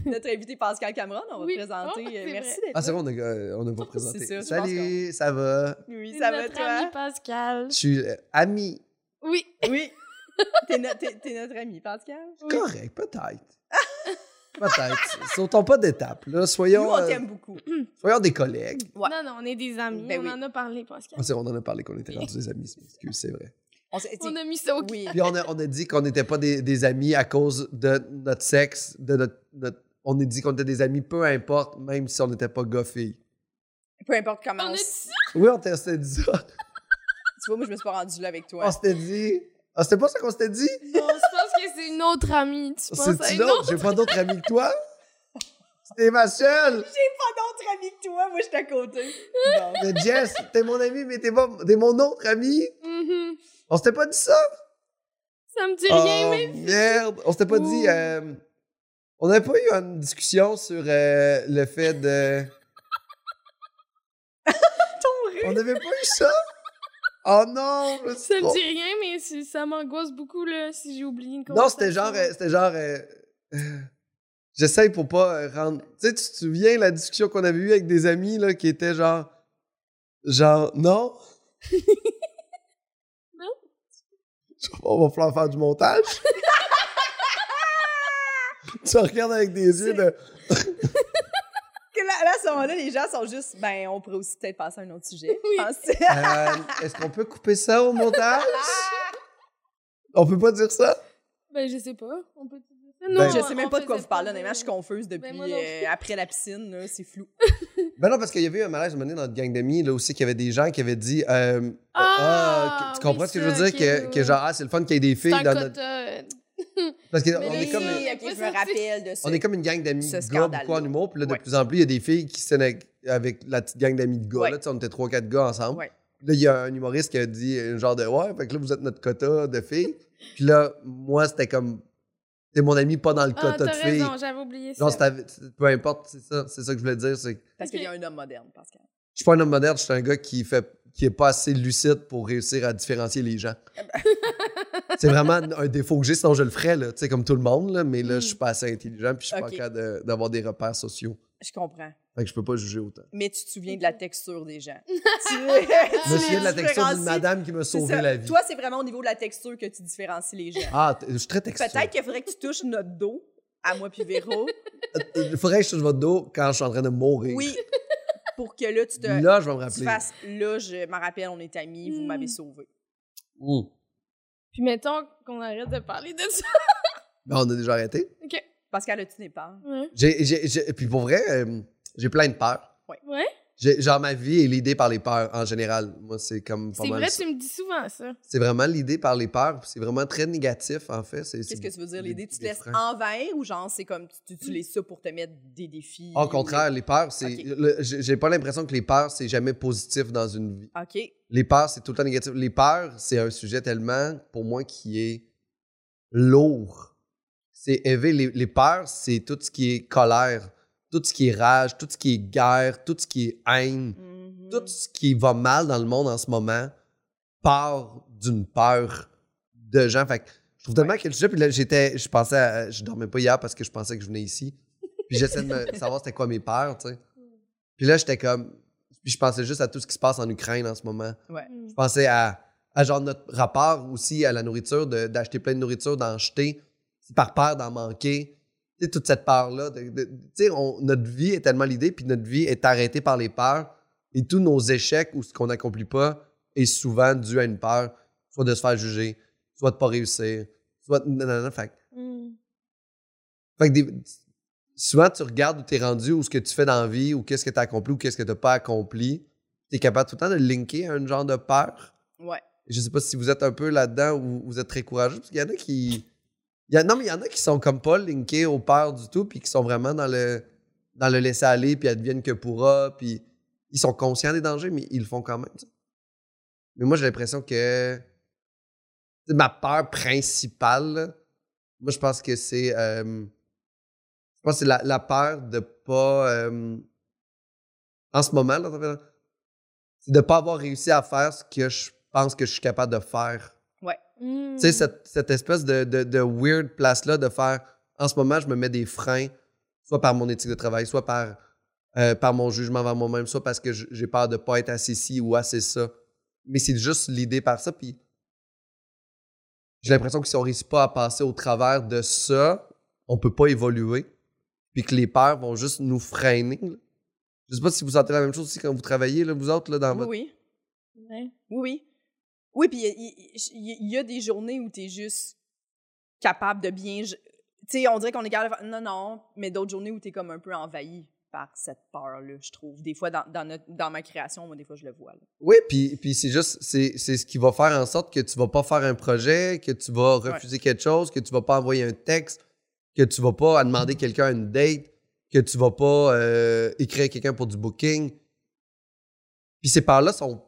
[SPEAKER 2] Notre invité Pascal Cameron, on va
[SPEAKER 1] Oui.
[SPEAKER 2] te présenter.
[SPEAKER 1] Oh, c'est
[SPEAKER 2] Euh, Merci d'être
[SPEAKER 4] Ah, c'est vrai, on a, euh, on a pas présenté.
[SPEAKER 2] ça, je pense
[SPEAKER 4] Salut, ça va?
[SPEAKER 2] là. Oui,
[SPEAKER 1] C'est
[SPEAKER 2] ça va
[SPEAKER 1] notre
[SPEAKER 2] toi?
[SPEAKER 1] ami Pascal.
[SPEAKER 4] Je suis euh, ami.
[SPEAKER 1] Oui.
[SPEAKER 2] Oui. T'es no- t'es- t'es notre ami, Pascal.
[SPEAKER 1] Oui.
[SPEAKER 4] Correct, peut-être. peut-être. Sautons pas d'étape, là. Soyons,
[SPEAKER 2] Nous, on
[SPEAKER 4] euh,
[SPEAKER 2] t'aime beaucoup.
[SPEAKER 4] soyons des collègues.
[SPEAKER 2] Ouais.
[SPEAKER 1] Non, non, on est des amis.
[SPEAKER 2] Ben
[SPEAKER 1] on
[SPEAKER 2] oui.
[SPEAKER 1] en a parlé, Pascal.
[SPEAKER 4] Ah, c'est vrai, on en a parlé qu'on était rendus des amis, c'est- excuse, c'est vrai.
[SPEAKER 2] On s'est-
[SPEAKER 1] On a mis ça au
[SPEAKER 2] Oui.
[SPEAKER 4] Puis on a, on a dit qu'on n'était pas des, des amis à cause de notre sexe, de notre. notre- on a dit qu'on était des amis, peu importe, même si on n'était pas gars-filles.
[SPEAKER 2] Peu importe comment
[SPEAKER 1] On
[SPEAKER 2] on,
[SPEAKER 1] a dit
[SPEAKER 2] s-
[SPEAKER 1] ça.
[SPEAKER 4] Oui, on t'a- on s'était dit ça.
[SPEAKER 2] Tu vois, moi, je me suis pas rendue là avec toi.
[SPEAKER 4] On s'était dit. Ah, c'était pas ça qu'on s'était dit?
[SPEAKER 1] Non, je pense que c'est une autre amie. Tu penses à
[SPEAKER 4] C'est-tu
[SPEAKER 1] une autre?
[SPEAKER 4] l'autre? J'ai pas d'autre ami que toi? C'était ma
[SPEAKER 2] pas
[SPEAKER 4] seule!
[SPEAKER 2] d'autre ami que toi, moi, je suis à côté. Bon.
[SPEAKER 4] Mais Jess, t'es mon ami, mais t'es, pas, t'es mon autre ami?
[SPEAKER 1] Mhm.
[SPEAKER 4] On s'était pas dit ça?
[SPEAKER 1] Ça me dit rien,
[SPEAKER 4] Oh,
[SPEAKER 1] mais.
[SPEAKER 4] merde! On s'était pas
[SPEAKER 1] Ouh.
[SPEAKER 4] dit. euh, on n'avait pas eu une discussion sur euh, le fait de. On n'avait pas eu ça? Oh non! je me suis
[SPEAKER 1] Ça me
[SPEAKER 4] trop-
[SPEAKER 1] dit rien, mais c'est- ça m'angoisse beaucoup, là, si j'ai oublié une
[SPEAKER 4] Non, c'était
[SPEAKER 1] conversation.
[SPEAKER 4] genre. euh, c'était genre. euh, euh, J'essaye pour pas euh, rendre. Tu sais, tu te souviens la discussion qu'on avait eue avec des amis, là, qui était genre. Genre, non?
[SPEAKER 1] Non.
[SPEAKER 4] On va falloir faire du montage. tu regardes avec des yeux de.
[SPEAKER 2] Que là, là, à ce moment-là, les gens sont juste, ben, on pourrait aussi peut-être passer à un autre sujet.
[SPEAKER 1] Oui.
[SPEAKER 2] Pensez-
[SPEAKER 4] Euh, Est-ce qu'on peut couper ça au montage? On peut pas dire ça?
[SPEAKER 1] Ben, je sais pas. On peut te dire ça.
[SPEAKER 4] Ben,
[SPEAKER 1] Nous,
[SPEAKER 2] je
[SPEAKER 1] on-
[SPEAKER 2] sais même
[SPEAKER 1] on
[SPEAKER 2] pas de quoi
[SPEAKER 1] faisait
[SPEAKER 2] vous parlez,
[SPEAKER 1] de- Ben,
[SPEAKER 2] honnêtement, je suis confuse depuis
[SPEAKER 1] moi non
[SPEAKER 2] euh,
[SPEAKER 1] plus.
[SPEAKER 2] après la piscine, là, c'est flou.
[SPEAKER 4] Ben non, parce qu'il y avait eu un malaise à un moment donné dans notre gang d'amis, là aussi, qu'il y avait des gens qui avaient dit. euh,
[SPEAKER 1] Ah,
[SPEAKER 4] ah, tu comprends
[SPEAKER 1] oui,
[SPEAKER 4] ce que je veux
[SPEAKER 1] ça, ok,
[SPEAKER 4] dire? que,
[SPEAKER 1] ouais,
[SPEAKER 4] que
[SPEAKER 1] ouais.
[SPEAKER 4] genre, ah, c'est le fun qu'il y ait des
[SPEAKER 1] C'est
[SPEAKER 4] filles
[SPEAKER 1] un
[SPEAKER 4] dans
[SPEAKER 1] quota. euh,
[SPEAKER 4] notre. Parce qu'on
[SPEAKER 1] Mais
[SPEAKER 4] on
[SPEAKER 1] là,
[SPEAKER 4] est
[SPEAKER 1] il-
[SPEAKER 4] comme.
[SPEAKER 1] il-
[SPEAKER 2] ok, je me rappelle de ça.
[SPEAKER 4] On est comme une gang d'amis
[SPEAKER 2] Ce
[SPEAKER 4] de gars,
[SPEAKER 2] scandale-là.
[SPEAKER 4] beaucoup en humour. Puis là, de
[SPEAKER 2] Ouais.
[SPEAKER 4] plus en plus, il y a des filles qui s'en avec- avec la petite gang d'amis de gars.
[SPEAKER 2] Ouais.
[SPEAKER 4] Là, tu sais, on était trois, quatre gars ensemble.
[SPEAKER 2] Ouais.
[SPEAKER 4] Là, il y a un humoriste qui a dit un genre de Ouais, fait que là, vous êtes notre quota de filles. Puis là, moi, c'était comme. T'es mon ami, pas dans le
[SPEAKER 1] Ah,
[SPEAKER 4] quota de
[SPEAKER 1] t'as
[SPEAKER 4] filles.
[SPEAKER 1] raison, j'avais oublié ça.
[SPEAKER 4] Genre, c'est avec- c'est- peu importe, c'est ça. C'est ça que je voulais dire. C'est que
[SPEAKER 2] Parce qu'il y a un homme moderne, Pascal.
[SPEAKER 4] je suis pas un homme moderne, je suis un gars qui fait qui est pas assez lucide pour réussir à différencier les gens. c'est vraiment un défaut que j'ai, sinon je le ferais, là, tu sais, comme tout le monde, là, mais là, je suis pas assez intelligent puis je suis
[SPEAKER 2] Ok.
[SPEAKER 4] pas capable de- d'avoir des repères sociaux.
[SPEAKER 2] Je comprends.
[SPEAKER 4] Fait que je peux pas juger autant.
[SPEAKER 2] Mais tu te souviens de la texture des gens. tu tu
[SPEAKER 4] Je me souviens de la
[SPEAKER 2] les
[SPEAKER 4] texture d'une
[SPEAKER 2] différencies.
[SPEAKER 4] madame qui m'a
[SPEAKER 2] C'est
[SPEAKER 4] sauvé
[SPEAKER 2] ça.
[SPEAKER 4] la vie.
[SPEAKER 2] Toi, c'est vraiment au niveau de la texture que tu différencies les gens.
[SPEAKER 4] Ah, t- je suis très texture.
[SPEAKER 2] Peut-être qu'il faudrait que tu touches notre dos, à moi puis Véro.
[SPEAKER 4] Euh, Il faudrait que je touche votre dos quand je suis en train de mourir.
[SPEAKER 2] oui. Pour que là, tu te
[SPEAKER 4] Là, je vais me
[SPEAKER 2] tu
[SPEAKER 4] rappeler.
[SPEAKER 2] fasses. Là, je m'en rappelle, on est amis, vous
[SPEAKER 1] Hmm.
[SPEAKER 2] m'avez sauvé.
[SPEAKER 4] Mm.
[SPEAKER 1] Puis mettons qu'on arrête de parler de ça.
[SPEAKER 4] Ben, on a déjà arrêté.
[SPEAKER 1] OK.
[SPEAKER 2] Pascal, as-tu des peurs?
[SPEAKER 1] Ouais.
[SPEAKER 4] J'ai, j'ai- j'ai- puis pour vrai, euh, j'ai plein de peurs.
[SPEAKER 1] Ouais.
[SPEAKER 4] J'ai- genre, ma vie est l'idée par les peurs en général. Moi, c'est comme pas
[SPEAKER 1] C'est
[SPEAKER 4] mal
[SPEAKER 1] vrai,
[SPEAKER 4] ça.
[SPEAKER 1] tu me dis souvent ça.
[SPEAKER 4] C'est vraiment l'idée par les peurs. puis C'est vraiment très négatif, en fait. C'est-
[SPEAKER 2] Qu'est-ce
[SPEAKER 4] c'est
[SPEAKER 2] que tu veux dire?
[SPEAKER 4] des-
[SPEAKER 2] Les dés, tu te
[SPEAKER 4] des
[SPEAKER 2] laisses
[SPEAKER 4] freins.
[SPEAKER 2] envers ou genre c'est comme tu tu utilises ça pour te mettre des défis?
[SPEAKER 4] Au contraire, les peurs, c'est.
[SPEAKER 2] Ok.
[SPEAKER 4] le- J'ai j'ai pas l'impression que les peurs, c'est jamais positif dans une vie.
[SPEAKER 2] OK.
[SPEAKER 4] Les peurs, c'est tout le temps négatif. Les peurs, c'est un sujet tellement, pour moi, qui est lourd. C'est élevé. Les, les peurs, c'est tout ce qui est colère, tout ce qui est rage, tout ce qui est guerre, tout ce qui est haine.
[SPEAKER 2] Mhm.
[SPEAKER 4] tout ce qui va mal dans le monde en ce moment part d'une peur de gens. Fait que je trouve tellement que le sujet, puis là, j'étais, je pensais, à- je dormais pas hier parce que je pensais que je venais ici. Puis j'essayais de me savoir c'était quoi mes peurs, tu sais. Puis là, j'étais comme, puis je pensais juste à tout ce qui se passe en Ukraine en ce moment.
[SPEAKER 2] Ouais.
[SPEAKER 4] Je pensais à, à genre notre rapport aussi à la nourriture, de- d'acheter plein de nourriture, d'en jeter, c'est par peur d'en manquer. Tu sais, toute cette peur-là. de- de- Tu sais, on- notre vie est tellement l'idée, puis notre vie est arrêtée par les peurs. Et tous nos échecs ou ce qu'on n'accomplit pas est souvent dû à une peur, soit de se faire juger, soit de pas réussir, soit. de- nanana. Fait, que-
[SPEAKER 1] Mm.
[SPEAKER 4] fait que des- souvent, tu regardes où tu es rendu, ou ce que tu fais dans la vie, ou qu'est-ce que tu as accompli, ou qu'est-ce que tu pas accompli. Tu es capable tout le temps de le linker à un genre de peur
[SPEAKER 2] Ouais.
[SPEAKER 4] je sais pas si vous êtes un peu là-dedans ou vous êtes très courageux, parce qu'il y en a qui. il y a- non, mais il y en a qui sont comme pas linkés aux peurs du tout, puis qui sont vraiment dans le, dans le laisser aller, puis adviennent que pourra, puis ils sont conscients des dangers, mais ils le font quand même. tu sais. Mais moi, j'ai l'impression que. c'est ma peur principale, là. moi, je pense que c'est. euh, je pense que c'est la, la peur de pas. euh, en ce moment, là, hein, c'est de pas avoir réussi à faire ce que je pense que je suis capable de faire.
[SPEAKER 1] Mm.
[SPEAKER 4] Tu sais, cette, cette espèce de, de- de weird place-là de faire en ce moment, je me mets des freins soit par mon éthique de travail, soit par, euh, par mon jugement envers moi-même, soit parce que j- j'ai peur de pas être assez ci ou assez ça. Mais c'est juste l'idée par ça. Puis j'ai l'impression que si on réussit pas à passer au travers de ça, on peut pas évoluer. Puis que les peurs vont juste nous freiner. là. Je sais pas si vous sentez la même chose aussi quand vous travaillez, là, vous autres, là, dans
[SPEAKER 5] Oui,
[SPEAKER 4] votre.
[SPEAKER 5] oui.
[SPEAKER 1] Ouais.
[SPEAKER 5] Oui, oui. Oui, puis il y- il il y, a des journées où tu es juste capable de bien. ge- Tu sais, on dirait qu'on est capable de faire non, non, mais d'autres journées où tu es comme un peu envahi par cette peur-là, je trouve. Des fois, dans, dans, notre- dans ma création, moi, des fois, je le vois. là.
[SPEAKER 4] Oui, puis, puis c'est juste, c'est, c'est ce qui va faire en sorte que tu vas pas faire un projet, que tu vas refuser quelque chose, que tu vas pas envoyer un texte, que tu vas pas demander quelqu'un à une date, que tu vas pas euh, écrire à quelqu'un pour du booking. Puis ces peurs-là sont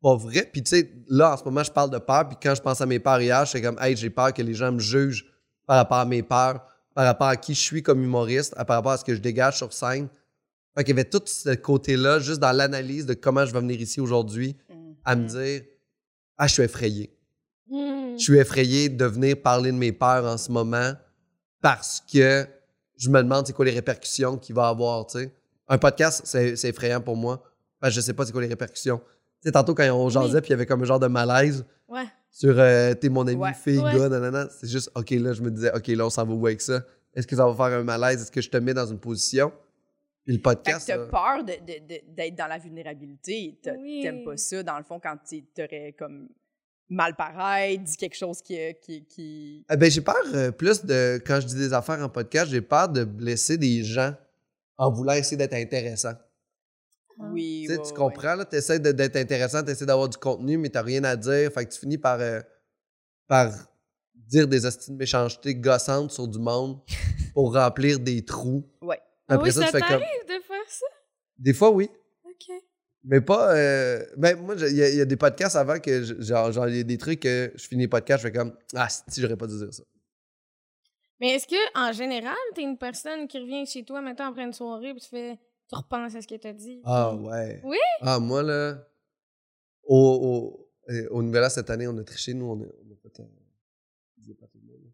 [SPEAKER 4] pas vraies. Puis tu sais, là, en ce moment, je parle de peur, puis quand je pense à mes peurs hier, je suis comme, hey, j'ai peur que les gens me jugent par rapport à mes peurs, par rapport à qui je suis comme humoriste, à- par rapport à ce que je dégage sur scène. Fait qu'il y avait tout ce côté-là, juste dans l'analyse de comment je vais venir ici aujourd'hui, à
[SPEAKER 1] Mm.
[SPEAKER 4] me dire Ah, je suis effrayé.
[SPEAKER 1] Hmm.
[SPEAKER 4] Je suis effrayé de venir parler de mes peurs en ce moment parce que je me demande c'est quoi les répercussions qu'il va avoir. tu sais. Un podcast, c'est c'est effrayant pour moi parce que je sais pas c'est quoi les répercussions. Tu sais, tantôt, quand on jasait, puis il y avait comme un genre de malaise
[SPEAKER 1] Ouais.
[SPEAKER 4] sur euh, T'es mon ami,
[SPEAKER 5] Ouais.
[SPEAKER 4] fille,
[SPEAKER 1] Ouais.
[SPEAKER 4] gars, nanana. C'est juste OK, là, je me disais OK, là, on s'en va où avec ça Est-ce que ça va faire un malaise Est-ce que je te mets dans une position Puis le
[SPEAKER 5] Fait que
[SPEAKER 4] podcast.
[SPEAKER 5] t'as
[SPEAKER 4] là-
[SPEAKER 5] peur de- de- de- d'être dans la vulnérabilité. T'a-
[SPEAKER 1] Oui.
[SPEAKER 5] T'aimes pas ça, dans le fond, quand tu t'aurais comme mal paraître, dit quelque chose qui. euh, qui, qui...
[SPEAKER 4] Eh ben, j'ai peur euh, plus de. Quand je dis des affaires en podcast, j'ai peur de blesser des gens en voulant essayer d'être intéressant.
[SPEAKER 1] Ah.
[SPEAKER 5] Oui,
[SPEAKER 4] Tu sais,
[SPEAKER 5] ouais,
[SPEAKER 4] tu
[SPEAKER 5] ouais.
[SPEAKER 4] comprends, là, t'essaies de- d'être intéressant, t'essaies d'avoir du contenu, mais t'as rien à dire. Fait que tu finis par, euh, par dire des astuces de méchanceté gossantes sur du monde pour remplir des trous.
[SPEAKER 5] Ouais.
[SPEAKER 1] Ah
[SPEAKER 4] Après
[SPEAKER 1] oui, ça
[SPEAKER 4] ça, tu fais comme.
[SPEAKER 1] t'arrive de faire ça?
[SPEAKER 4] Des fois, oui.
[SPEAKER 1] OK.
[SPEAKER 4] Mais pas. euh, Ben, moi, j'ai- il y, a- il y a des podcasts avant que. je- Genre, genre, il y a des trucs que je finis les podcasts, je fais comme. Ah, si, j'aurais pas dû dire ça.
[SPEAKER 1] Mais est-ce que en général, t'es une personne qui revient chez toi maintenant après une soirée puis tu fais tu repenses à ce que t'as dit?
[SPEAKER 4] Ah
[SPEAKER 1] Puis-
[SPEAKER 4] ouais.
[SPEAKER 1] Oui?
[SPEAKER 4] Ah moi là, au, au, euh, au Nouvel An cette année, on a triché, nous, on a, on a fait, euh, je dis pas tout le monde, là.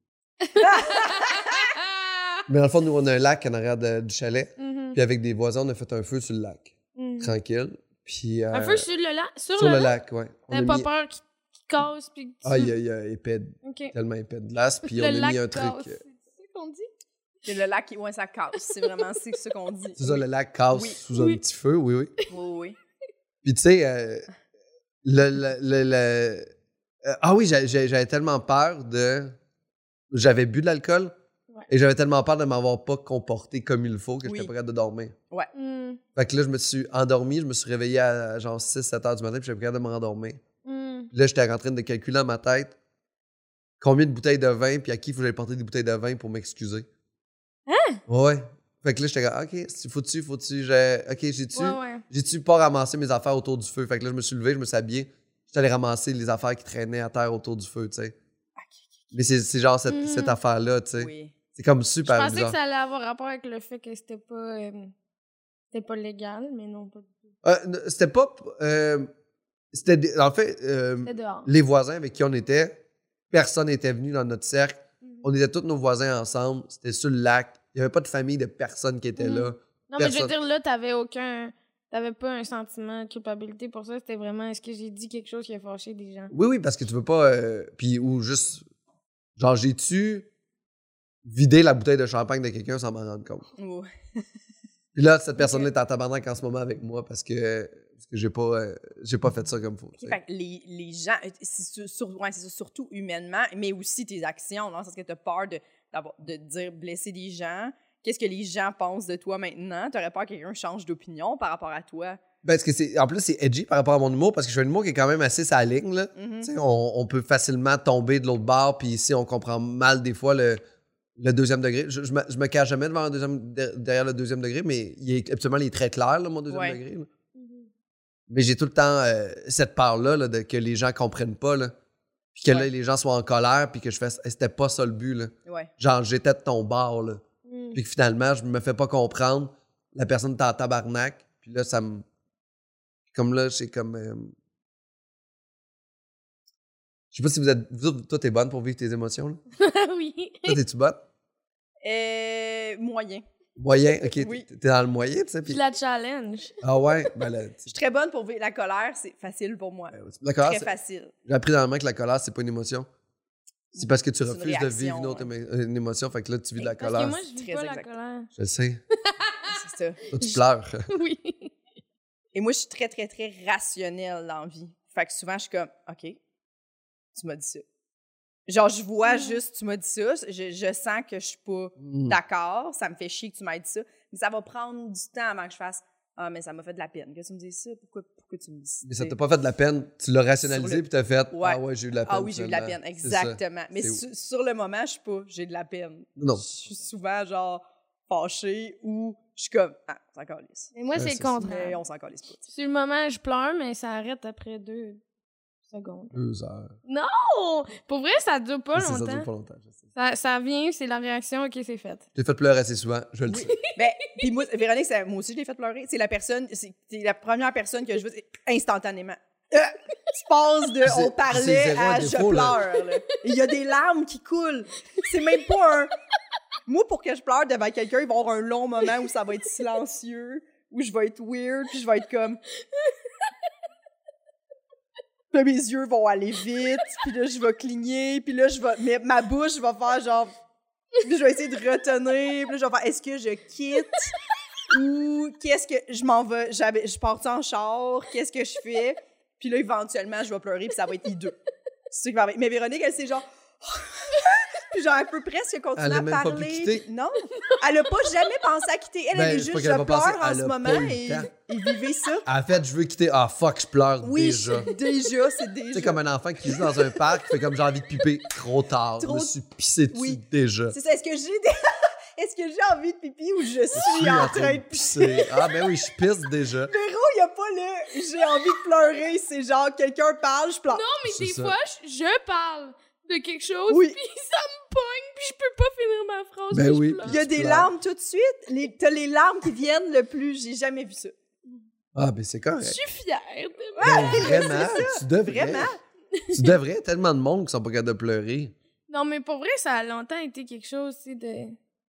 [SPEAKER 4] Mais dans le fond, nous, on a un lac en arrière de- du chalet,
[SPEAKER 1] Mhm.
[SPEAKER 4] puis avec des voisins, on a fait un feu sur le lac,
[SPEAKER 1] Mhm.
[SPEAKER 4] tranquille. Puis,
[SPEAKER 1] Un
[SPEAKER 4] euh,
[SPEAKER 1] peu sur le lac. Sur,
[SPEAKER 4] sur
[SPEAKER 1] le
[SPEAKER 4] le
[SPEAKER 1] lac.
[SPEAKER 4] lac, ouais. On a
[SPEAKER 1] T'as pas
[SPEAKER 4] mis- Ah,
[SPEAKER 1] peur qu'il qu'il casse puis que tu...
[SPEAKER 4] Aïe, aïe, aïe, épais, de-
[SPEAKER 1] OK.
[SPEAKER 4] tellement épais de glace, puis
[SPEAKER 1] Le
[SPEAKER 4] on a
[SPEAKER 1] lac
[SPEAKER 4] mis un truc.
[SPEAKER 1] casse.
[SPEAKER 4] euh,
[SPEAKER 1] C'est ça qu'on dit?
[SPEAKER 5] C'est le lac qui. Ouais, ça casse. C'est vraiment c'est ce qu'on dit.
[SPEAKER 4] C'est ça, le lac casse
[SPEAKER 5] Oui.
[SPEAKER 4] sous un
[SPEAKER 1] Oui.
[SPEAKER 4] petit feu, oui, oui.
[SPEAKER 5] Oui, oui.
[SPEAKER 4] Puis tu sais, euh, le, le, le- le- euh, ah oui, j'a- j'a- j'avais tellement peur de, j'avais bu de l'alcool
[SPEAKER 1] Ouais.
[SPEAKER 4] et j'avais tellement peur de m'avoir pas comporté comme il faut que
[SPEAKER 5] Oui.
[SPEAKER 4] j'étais pas capable de dormir.
[SPEAKER 1] Hmm.
[SPEAKER 4] Fait que là, je me suis endormi, je me suis réveillé à genre 6-7 heures du matin, puis j'étais pas capable de me rendormir.
[SPEAKER 1] Hmm.
[SPEAKER 4] Puis là, j'étais en train de calculer dans ma tête combien de bouteilles de vin, puis à qui il faut que j'aille porter des bouteilles de vin pour m'excuser. Hein? Ouais. Fait que là, j'étais comme, OK, si- faut-tu, faut-tu, j'ai- OK, j'ai-tu,
[SPEAKER 1] Ouais, ouais.
[SPEAKER 4] j'ai-tu pas ramassé mes affaires autour du feu? Fait que là, je me suis levé, je me suis habillé. J'étais allé ramasser les affaires qui traînaient à terre autour du feu, tu sais. Mais c'est, c'est genre cette,
[SPEAKER 1] Mhm.
[SPEAKER 4] cette affaire-là, tu sais.
[SPEAKER 5] Oui.
[SPEAKER 4] C'est comme
[SPEAKER 1] Je
[SPEAKER 4] super
[SPEAKER 1] pensais que
[SPEAKER 4] bizarre.
[SPEAKER 1] ça allait avoir rapport avec le fait que c'était pas... euh, C'était pas légal, mais non, pas du tout.
[SPEAKER 4] Euh, n- c'était pas. euh, c'était. des- En fait, euh,
[SPEAKER 1] C'était dehors.
[SPEAKER 4] les voisins avec qui on était, personne n'était venu dans notre cercle.
[SPEAKER 1] Mhm.
[SPEAKER 4] On était tous nos voisins ensemble. C'était sur le lac. Il n'y avait pas de famille de personne qui était
[SPEAKER 1] Mhm.
[SPEAKER 4] là.
[SPEAKER 1] Non, mais je veux
[SPEAKER 4] Personne.
[SPEAKER 1] dire, là, t'avais aucun. T'avais pas un sentiment de culpabilité pour ça. C'était vraiment est-ce que j'ai dit quelque chose qui a fâché des gens?
[SPEAKER 4] Oui, oui, parce que tu veux pas. euh, puis, ou juste. Genre, j'ai-tu vidé la bouteille de champagne de quelqu'un sans m'en rendre compte?
[SPEAKER 5] Oui.
[SPEAKER 4] Puis là, cette personne-là est en tabarnak en ce moment avec moi parce que, parce que j'ai pas, euh, j'ai pas fait ça comme faut. tu
[SPEAKER 5] Ok,
[SPEAKER 4] sais.
[SPEAKER 5] fait que les, les gens, euh, c'est sur- sur- ouais, c'est ça, surtout humainement, mais aussi tes actions, dans le sens que tu as peur de, d'avoir- de dire blesser des gens. Qu'est-ce que les gens pensent de toi maintenant? Tu aurais peur que quelqu'un change d'opinion par rapport à toi.
[SPEAKER 4] Ben, Parce que c'est, en plus, c'est edgy par rapport à mon humour parce que je fais un humour qui est quand même assez sa ligne, là.
[SPEAKER 5] Mhm.
[SPEAKER 4] Tu sais, on, on peut facilement tomber de l'autre bord, puis ici, on comprend mal des fois le, le deuxième degré. Je, je me, je me cache jamais devant un deuxième, de- derrière le deuxième degré, mais il est, absolument, il est très clair, là, mon deuxième
[SPEAKER 5] Ouais. Mm-hmm.
[SPEAKER 4] degré. là. Mais j'ai tout le temps euh, cette part-là là, de que les gens comprennent pas, là. puis que là,
[SPEAKER 5] Ouais.
[SPEAKER 4] les gens soient en colère, puis que je fasse, Hey, c'était pas ça le but. Là.
[SPEAKER 5] Ouais.
[SPEAKER 4] Genre, j'étais de ton bord, là.
[SPEAKER 1] Mm.
[SPEAKER 4] puis que finalement, je me fais pas comprendre. La personne est en tabarnak, puis là, ça me. Comme là, c'est comme. euh, Je sais pas si vous êtes. Vous, autres, toi, t'es bonne pour vivre tes émotions, là.
[SPEAKER 1] oui.
[SPEAKER 4] Toi, t'es-tu bonne?
[SPEAKER 5] Euh, moyen.
[SPEAKER 4] Moyen, ok,
[SPEAKER 2] Oui.
[SPEAKER 4] t'es t'es dans le moyen, tu sais.
[SPEAKER 1] Je
[SPEAKER 4] puis-
[SPEAKER 1] la challenge.
[SPEAKER 4] Ah ouais, ben là,
[SPEAKER 2] Je
[SPEAKER 4] tu-
[SPEAKER 2] suis très bonne pour vivre la colère, c'est facile pour moi.
[SPEAKER 4] euh, la colère,
[SPEAKER 2] très
[SPEAKER 4] c'est-
[SPEAKER 2] facile.
[SPEAKER 4] j'ai appris dans le moment que la colère, c'est pas une émotion. C'est parce que tu
[SPEAKER 2] C'est une
[SPEAKER 4] refuses de vivre
[SPEAKER 2] réaction,
[SPEAKER 4] une autre
[SPEAKER 2] ouais.
[SPEAKER 4] émo- une émotion, fait que là, tu vis de la
[SPEAKER 1] Parce
[SPEAKER 4] colère.
[SPEAKER 1] que moi, je
[SPEAKER 2] c'est
[SPEAKER 1] vis
[SPEAKER 2] très
[SPEAKER 1] pas la
[SPEAKER 2] exact.
[SPEAKER 1] colère.
[SPEAKER 4] Je le sais.
[SPEAKER 2] C'est ça.
[SPEAKER 4] Toi, tu pleures.
[SPEAKER 1] Oui.
[SPEAKER 2] Et moi, je suis très, très, très rationnelle dans la vie. Fait que souvent, je suis comme, OK, tu m'as dit ça. Genre, je vois
[SPEAKER 1] Ouais.
[SPEAKER 2] juste, tu m'as dit ça, je, je sens que je suis pas
[SPEAKER 4] Mm.
[SPEAKER 2] d'accord, ça me fait chier que tu m'aies dit ça, mais ça va prendre du temps avant que je fasse, ah, mais ça m'a fait de la peine que tu me dis ça, pourquoi, pourquoi tu me dis ça?
[SPEAKER 4] Mais ça t'a pas fait de la peine. Tu l'as rationalisé,
[SPEAKER 2] Sur le-
[SPEAKER 4] puis t'as fait
[SPEAKER 2] Ouais.
[SPEAKER 4] Ah ouais, j'ai eu de la peine.
[SPEAKER 2] Ah oui, j'ai eu de la peine,
[SPEAKER 4] finalement. C'est ça.
[SPEAKER 2] exactement. Mais
[SPEAKER 4] C'est
[SPEAKER 2] su- sur le moment, je suis pas, j'ai de la peine.
[SPEAKER 4] Non.
[SPEAKER 2] Je suis souvent, genre, fâchée ou je suis comme, ah, on s'en calisse.
[SPEAKER 1] Mais moi,
[SPEAKER 4] Ouais,
[SPEAKER 1] c'est
[SPEAKER 4] c'est
[SPEAKER 1] le
[SPEAKER 4] ça.
[SPEAKER 2] Mais
[SPEAKER 1] contraire.
[SPEAKER 2] on s'en calisse pas.
[SPEAKER 1] Sur le moment, je pleure, mais ça arrête après deux secondes.
[SPEAKER 4] Deux heures.
[SPEAKER 1] Oh! Pour vrai, ça dure pas
[SPEAKER 4] Mais c'est- Ça
[SPEAKER 1] longtemps.
[SPEAKER 4] dure pas longtemps. je sais.
[SPEAKER 1] Ça, ça vient, c'est la réaction, ok, c'est fait.
[SPEAKER 4] T'es fait pleurer assez souvent, je le sais.
[SPEAKER 2] Ben, puis moi, Véronique, ça- moi aussi, je l'ai fait pleurer. C'est la personne, c'est t'es la première personne que je veux, c'est instantanément. Euh, tu passes de
[SPEAKER 4] C'est-
[SPEAKER 2] on parlait
[SPEAKER 4] c'est zéro
[SPEAKER 2] à
[SPEAKER 4] un
[SPEAKER 2] je
[SPEAKER 4] défaut,
[SPEAKER 2] pleure.
[SPEAKER 4] là.
[SPEAKER 2] là. Il y a des larmes qui coulent. C'est même pas un. Moi, pour que je pleure devant quelqu'un, il va y avoir un long moment où ça va être silencieux, où je vais être weird, puis je vais être comme. Là, mes yeux vont aller vite, puis là, je vais cligner, puis là, je vais. Mais ma bouche va faire genre. Puis je vais essayer de retenir, puis là, je vais faire est-ce que je quitte ou qu'est-ce que je m'en vais, j'avais- je pars en char, qu'est-ce que je fais? Puis là, éventuellement, je vais pleurer, puis ça va être hideux. C'est ça qui va arriver. Mais Véronique, elle, c'est genre. puis genre, elle peut presque continuer
[SPEAKER 4] Elle a
[SPEAKER 2] à
[SPEAKER 4] même pas
[SPEAKER 2] parler.
[SPEAKER 4] pu quitter.
[SPEAKER 2] Non, elle n'a pas jamais pensé à quitter. Elle,
[SPEAKER 4] Ben,
[SPEAKER 2] elle est
[SPEAKER 4] c'est
[SPEAKER 2] juste,
[SPEAKER 4] pas
[SPEAKER 2] je
[SPEAKER 4] qu'elle a
[SPEAKER 2] pleure
[SPEAKER 4] pas pensé,
[SPEAKER 2] en
[SPEAKER 4] elle
[SPEAKER 2] ce
[SPEAKER 4] a pas
[SPEAKER 2] moment
[SPEAKER 4] eu le
[SPEAKER 2] et,
[SPEAKER 4] temps.
[SPEAKER 2] et vivez ça.
[SPEAKER 4] En fait, je veux quitter. Ah fuck, je pleure
[SPEAKER 2] Oui,
[SPEAKER 4] déjà.
[SPEAKER 2] je- déjà, c'est déjà.
[SPEAKER 4] C'est comme un enfant qui joue dans un parc, fait comme j'ai envie de piper. Trop tard.
[SPEAKER 2] Trop-
[SPEAKER 4] Je me suis pissé dessus
[SPEAKER 2] Oui.
[SPEAKER 4] déjà.
[SPEAKER 2] C'est ça, est-ce que j'ai des- est-ce que j'ai envie de pipi ou je
[SPEAKER 4] Je
[SPEAKER 2] suis en train de pisser?
[SPEAKER 4] pisser. Ah ben oui, je pisse déjà.
[SPEAKER 2] Véro, il n'y a pas le j'ai envie de pleurer, c'est genre quelqu'un parle, je pleure.
[SPEAKER 1] Non, mais
[SPEAKER 4] C'est
[SPEAKER 1] des
[SPEAKER 4] ça.
[SPEAKER 1] fois, je, je parle de quelque chose,
[SPEAKER 2] Oui.
[SPEAKER 1] puis ça me pogne, puis je peux pas finir ma phrase.
[SPEAKER 4] Ben
[SPEAKER 1] puis je
[SPEAKER 4] oui,
[SPEAKER 1] pleure.
[SPEAKER 2] Il y a
[SPEAKER 4] Tu
[SPEAKER 2] des
[SPEAKER 4] pleures.
[SPEAKER 2] larmes tout de suite. Les, t'as les larmes qui viennent le plus. J'ai jamais vu ça.
[SPEAKER 4] Ah ben c'est
[SPEAKER 1] Je
[SPEAKER 4] correct.
[SPEAKER 1] suis fière de moi.
[SPEAKER 4] Ben, vraiment, tu devrais.
[SPEAKER 2] Vraiment.
[SPEAKER 4] Tu devrais. Tellement de monde qui sont pas capables de pleurer.
[SPEAKER 1] Non, mais pour vrai, ça a longtemps été quelque chose, tu sais, de...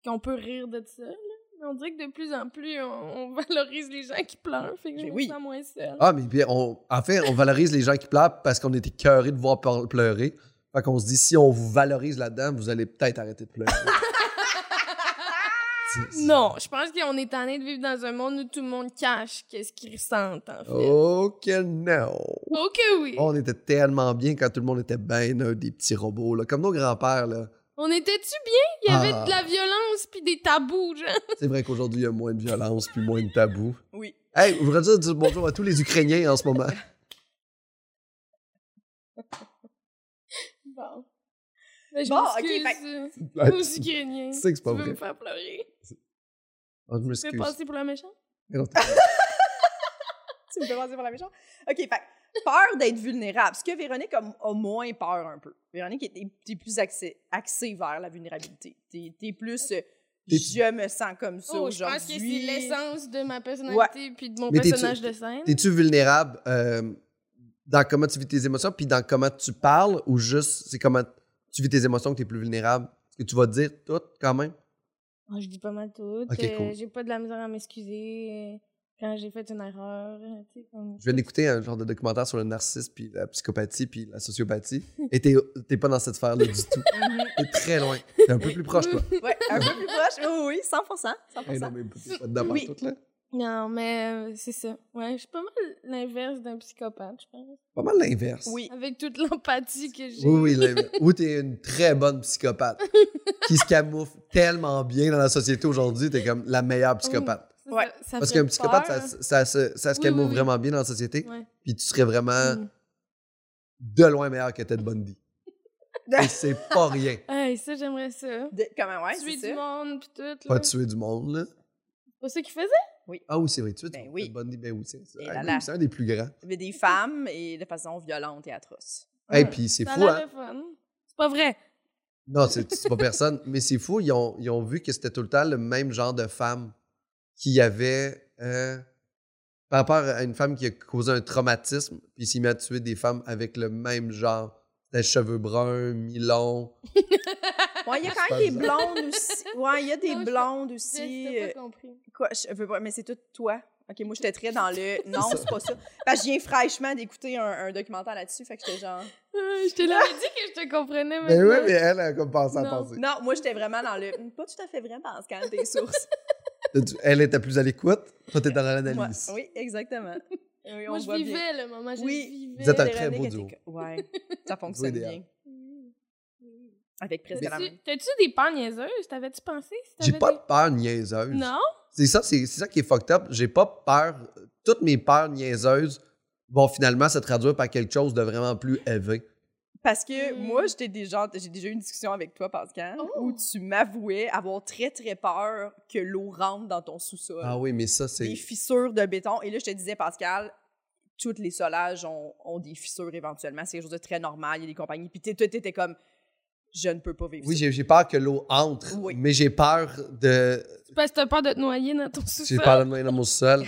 [SPEAKER 1] qu'on peut rire de ça. là. Mais on dirait que de plus en plus, on, on valorise les gens qui pleurent, fait que je
[SPEAKER 2] Mais
[SPEAKER 1] me
[SPEAKER 2] oui.
[SPEAKER 1] sens moins seule.
[SPEAKER 4] Ah, mais bien, on, en fait, on valorise les gens qui pleurent parce qu'on était cœurés de voir pleur- pleurer. Fait qu'on se dit, si on vous valorise là-dedans, vous allez peut-être arrêter de pleurer. C'est- c'est-
[SPEAKER 1] Non, je pense qu'on est tanné de vivre dans un monde où tout le monde cache qu'est-ce qu'il ressent, en fait. Oh,
[SPEAKER 4] Oh que non!
[SPEAKER 1] que oui!
[SPEAKER 4] On était tellement bien quand tout le monde était ben un des petits robots, là. comme nos grands-pères. là.
[SPEAKER 1] On était-tu bien? Il y avait
[SPEAKER 4] Ah.
[SPEAKER 1] de la violence puis des tabous, genre.
[SPEAKER 4] C'est vrai qu'aujourd'hui, il y a moins de violence puis moins de tabous.
[SPEAKER 2] Oui.
[SPEAKER 4] Hey, je voudrais dire dire bonjour à tous les Ukrainiens en ce moment.
[SPEAKER 1] Bon. Ben, je
[SPEAKER 2] Bon,
[SPEAKER 1] m'excuse,
[SPEAKER 2] ok,
[SPEAKER 1] euh,
[SPEAKER 4] Ah,
[SPEAKER 1] aux
[SPEAKER 4] tu-
[SPEAKER 1] Ukrainiens.
[SPEAKER 4] tu sais que c'est pas
[SPEAKER 1] Tu veux
[SPEAKER 4] vrai.
[SPEAKER 1] me faire pleurer.
[SPEAKER 4] Ah, je
[SPEAKER 1] Tu veux
[SPEAKER 4] m'excuse.
[SPEAKER 1] passer pour la méchante?
[SPEAKER 4] Non,
[SPEAKER 2] Tu me fais penser pour la méchante? OK, fait que peur d'être vulnérable. Ce que Véronique a, a moins peur un peu. Véronique, t'es, t'es plus axée, axée vers la vulnérabilité. T'es, t'es plus euh,
[SPEAKER 4] T'es-
[SPEAKER 2] je me sens comme ça
[SPEAKER 1] Oh, je
[SPEAKER 2] aujourd'hui.
[SPEAKER 1] pense que c'est l'essence de ma personnalité puis de mon
[SPEAKER 4] Mais t'es-tu-
[SPEAKER 1] personnage de scène.
[SPEAKER 4] T'es-tu vulnérable euh, dans comment tu vis tes émotions, puis dans comment tu parles, ou juste c'est comment tu vis tes émotions que t'es plus vulnérable? Est-ce que tu vas dire tout quand même?
[SPEAKER 1] Ah, je dis pas mal tout.
[SPEAKER 4] Ok,
[SPEAKER 1] euh,
[SPEAKER 4] cool.
[SPEAKER 1] J'ai pas de la misère à m'excuser euh, quand j'ai fait une erreur. euh, tu sais, comme-
[SPEAKER 4] Je viens d'écouter un genre de documentaire sur le narcissisme, puis la psychopathie, puis la sociopathie, et t'es t'es pas dans cette sphère-là du tout.
[SPEAKER 1] Mhm.
[SPEAKER 4] T'es très loin. T'es un peu plus proche, toi.
[SPEAKER 2] Ouais, un peu plus proche. Oui, oui, 100 100
[SPEAKER 4] Hey, non, mais t'es pas dedans
[SPEAKER 2] Oui.
[SPEAKER 4] partout, là.
[SPEAKER 1] Non, mais euh, c'est ça. Ouais, je suis pas mal l'inverse d'un psychopathe, je pense.
[SPEAKER 4] Pas mal l'inverse.
[SPEAKER 2] Oui.
[SPEAKER 1] Avec toute l'empathie que j'ai.
[SPEAKER 4] Oui, oui, l'inverse. Ou t'es une très bonne psychopathe qui se camoufle tellement bien dans la société aujourd'hui, t'es comme la meilleure psychopathe.
[SPEAKER 1] Ça,
[SPEAKER 2] Ouais,
[SPEAKER 1] ça- ça
[SPEAKER 4] Parce
[SPEAKER 1] fait
[SPEAKER 4] qu'un psychopathe, ça,
[SPEAKER 1] peur.
[SPEAKER 4] se- ça se, ça se
[SPEAKER 1] Oui,
[SPEAKER 4] camoufle
[SPEAKER 1] oui, oui.
[SPEAKER 4] vraiment bien dans la société.
[SPEAKER 1] Ouais.
[SPEAKER 4] Puis tu serais vraiment
[SPEAKER 1] Mm.
[SPEAKER 4] de loin meilleur que Ted Bundy. Et c'est pas rien.
[SPEAKER 1] Hey, ça, j'aimerais ça.
[SPEAKER 2] De- comment, ouais,
[SPEAKER 1] Tuer
[SPEAKER 2] c'est
[SPEAKER 1] du
[SPEAKER 2] ça?
[SPEAKER 1] monde, puis tout.
[SPEAKER 4] Pas
[SPEAKER 1] Là.
[SPEAKER 4] tuer du monde, là.
[SPEAKER 1] C'est pas ça qu'il faisait?
[SPEAKER 4] Ah oui, c'est vrai, tu es
[SPEAKER 2] Ben
[SPEAKER 4] Ted
[SPEAKER 2] oui.
[SPEAKER 4] Bundy, ben oui, c'est ça.
[SPEAKER 2] Et
[SPEAKER 4] Ah,
[SPEAKER 2] là
[SPEAKER 4] oui,
[SPEAKER 2] là.
[SPEAKER 4] C'est un des plus grands.
[SPEAKER 2] Il y avait des femmes et de façon violente et atroce.
[SPEAKER 4] Et
[SPEAKER 1] Ouais.
[SPEAKER 4] puis c'est
[SPEAKER 1] Ça a
[SPEAKER 4] fou,
[SPEAKER 1] l'air
[SPEAKER 4] hein?
[SPEAKER 1] le fun. C'est pas vrai.
[SPEAKER 4] Non, c'est c'est pas personne. Mais c'est fou, ils ont, ils ont vu que c'était tout le temps le même genre de femme qui avait. euh, par rapport à une femme qui a causé un traumatisme, puis il s'est mis à tuer des femmes avec le même genre. des cheveux bruns, mi-longs.
[SPEAKER 2] Ouais, il y a
[SPEAKER 4] C'est
[SPEAKER 2] quand
[SPEAKER 4] pas
[SPEAKER 2] même des
[SPEAKER 4] bizarre.
[SPEAKER 2] blondes aussi. Ouais, il y a des
[SPEAKER 1] Non, je-
[SPEAKER 2] blondes
[SPEAKER 1] J'ai-
[SPEAKER 2] aussi.
[SPEAKER 1] j'ai
[SPEAKER 2] euh,
[SPEAKER 1] pas compris.
[SPEAKER 2] Quoi, je veux pas, mais c'est tout toi. OK, moi, j'étais très dans le... Non, c'est pas ça. Parce que je viens fraîchement d'écouter un, un documentaire là-dessus, fait que j'étais genre...
[SPEAKER 1] Euh, je te l'avais dit que je te comprenais
[SPEAKER 4] Mais
[SPEAKER 1] maintenant.
[SPEAKER 4] Ben ouais, mais elle a comme pensé à
[SPEAKER 1] Non.
[SPEAKER 4] penser.
[SPEAKER 2] Non, moi, j'étais vraiment dans le... Hum, Pas tout à fait vrai, parce quand des sources.
[SPEAKER 4] Elle était plus à l'écoute, toi t'es dans
[SPEAKER 2] Moi,
[SPEAKER 4] l'analyse.
[SPEAKER 2] oui, exactement. Oui, on
[SPEAKER 1] Moi, je
[SPEAKER 2] voit bien.
[SPEAKER 1] vivais le moment. Je
[SPEAKER 2] Oui.
[SPEAKER 1] le vivais.
[SPEAKER 4] Vous êtes un
[SPEAKER 2] Véronique
[SPEAKER 4] très beau
[SPEAKER 2] était
[SPEAKER 4] duo.
[SPEAKER 2] co- Ouais, ça fonctionne
[SPEAKER 4] idéal.
[SPEAKER 2] bien. Avec presque la
[SPEAKER 1] T'as-tu
[SPEAKER 2] même.
[SPEAKER 1] t'as-tu des pans niaiseuses? T'avais-tu pensé? si
[SPEAKER 4] J'ai
[SPEAKER 1] t'avais
[SPEAKER 4] pas
[SPEAKER 1] des-
[SPEAKER 4] de peur niaiseuse.
[SPEAKER 1] Non?
[SPEAKER 4] C'est ça, c'est c'est ça qui est fucked up. J'ai pas peur. Toutes mes peurs niaiseuses vont finalement se traduire par quelque chose de vraiment plus élevé.
[SPEAKER 2] Parce que
[SPEAKER 1] Hmm.
[SPEAKER 2] moi, j'étais déjà, j'ai déjà eu une discussion avec toi, Pascal,
[SPEAKER 1] Oh.
[SPEAKER 2] où tu m'avouais avoir très, très peur que l'eau rentre dans ton sous-sol.
[SPEAKER 4] Ah oui, mais ça,
[SPEAKER 2] Des
[SPEAKER 4] c'est.
[SPEAKER 2] fissures de béton. Et là, je te disais, Pascal, toutes les solages ont, ont des fissures éventuellement. C'est quelque chose de très normal. Il y a des compagnies. Puis t'es- toi, t'étais comme, je ne peux pas vivre
[SPEAKER 4] Oui,
[SPEAKER 2] ça.
[SPEAKER 4] j'ai j'ai peur que l'eau entre,
[SPEAKER 2] Oui.
[SPEAKER 4] mais j'ai peur de.
[SPEAKER 1] Parce que t'as peur de te noyer dans ton
[SPEAKER 4] J'ai
[SPEAKER 1] sous-sol.
[SPEAKER 4] peur de me noyer dans mon sol.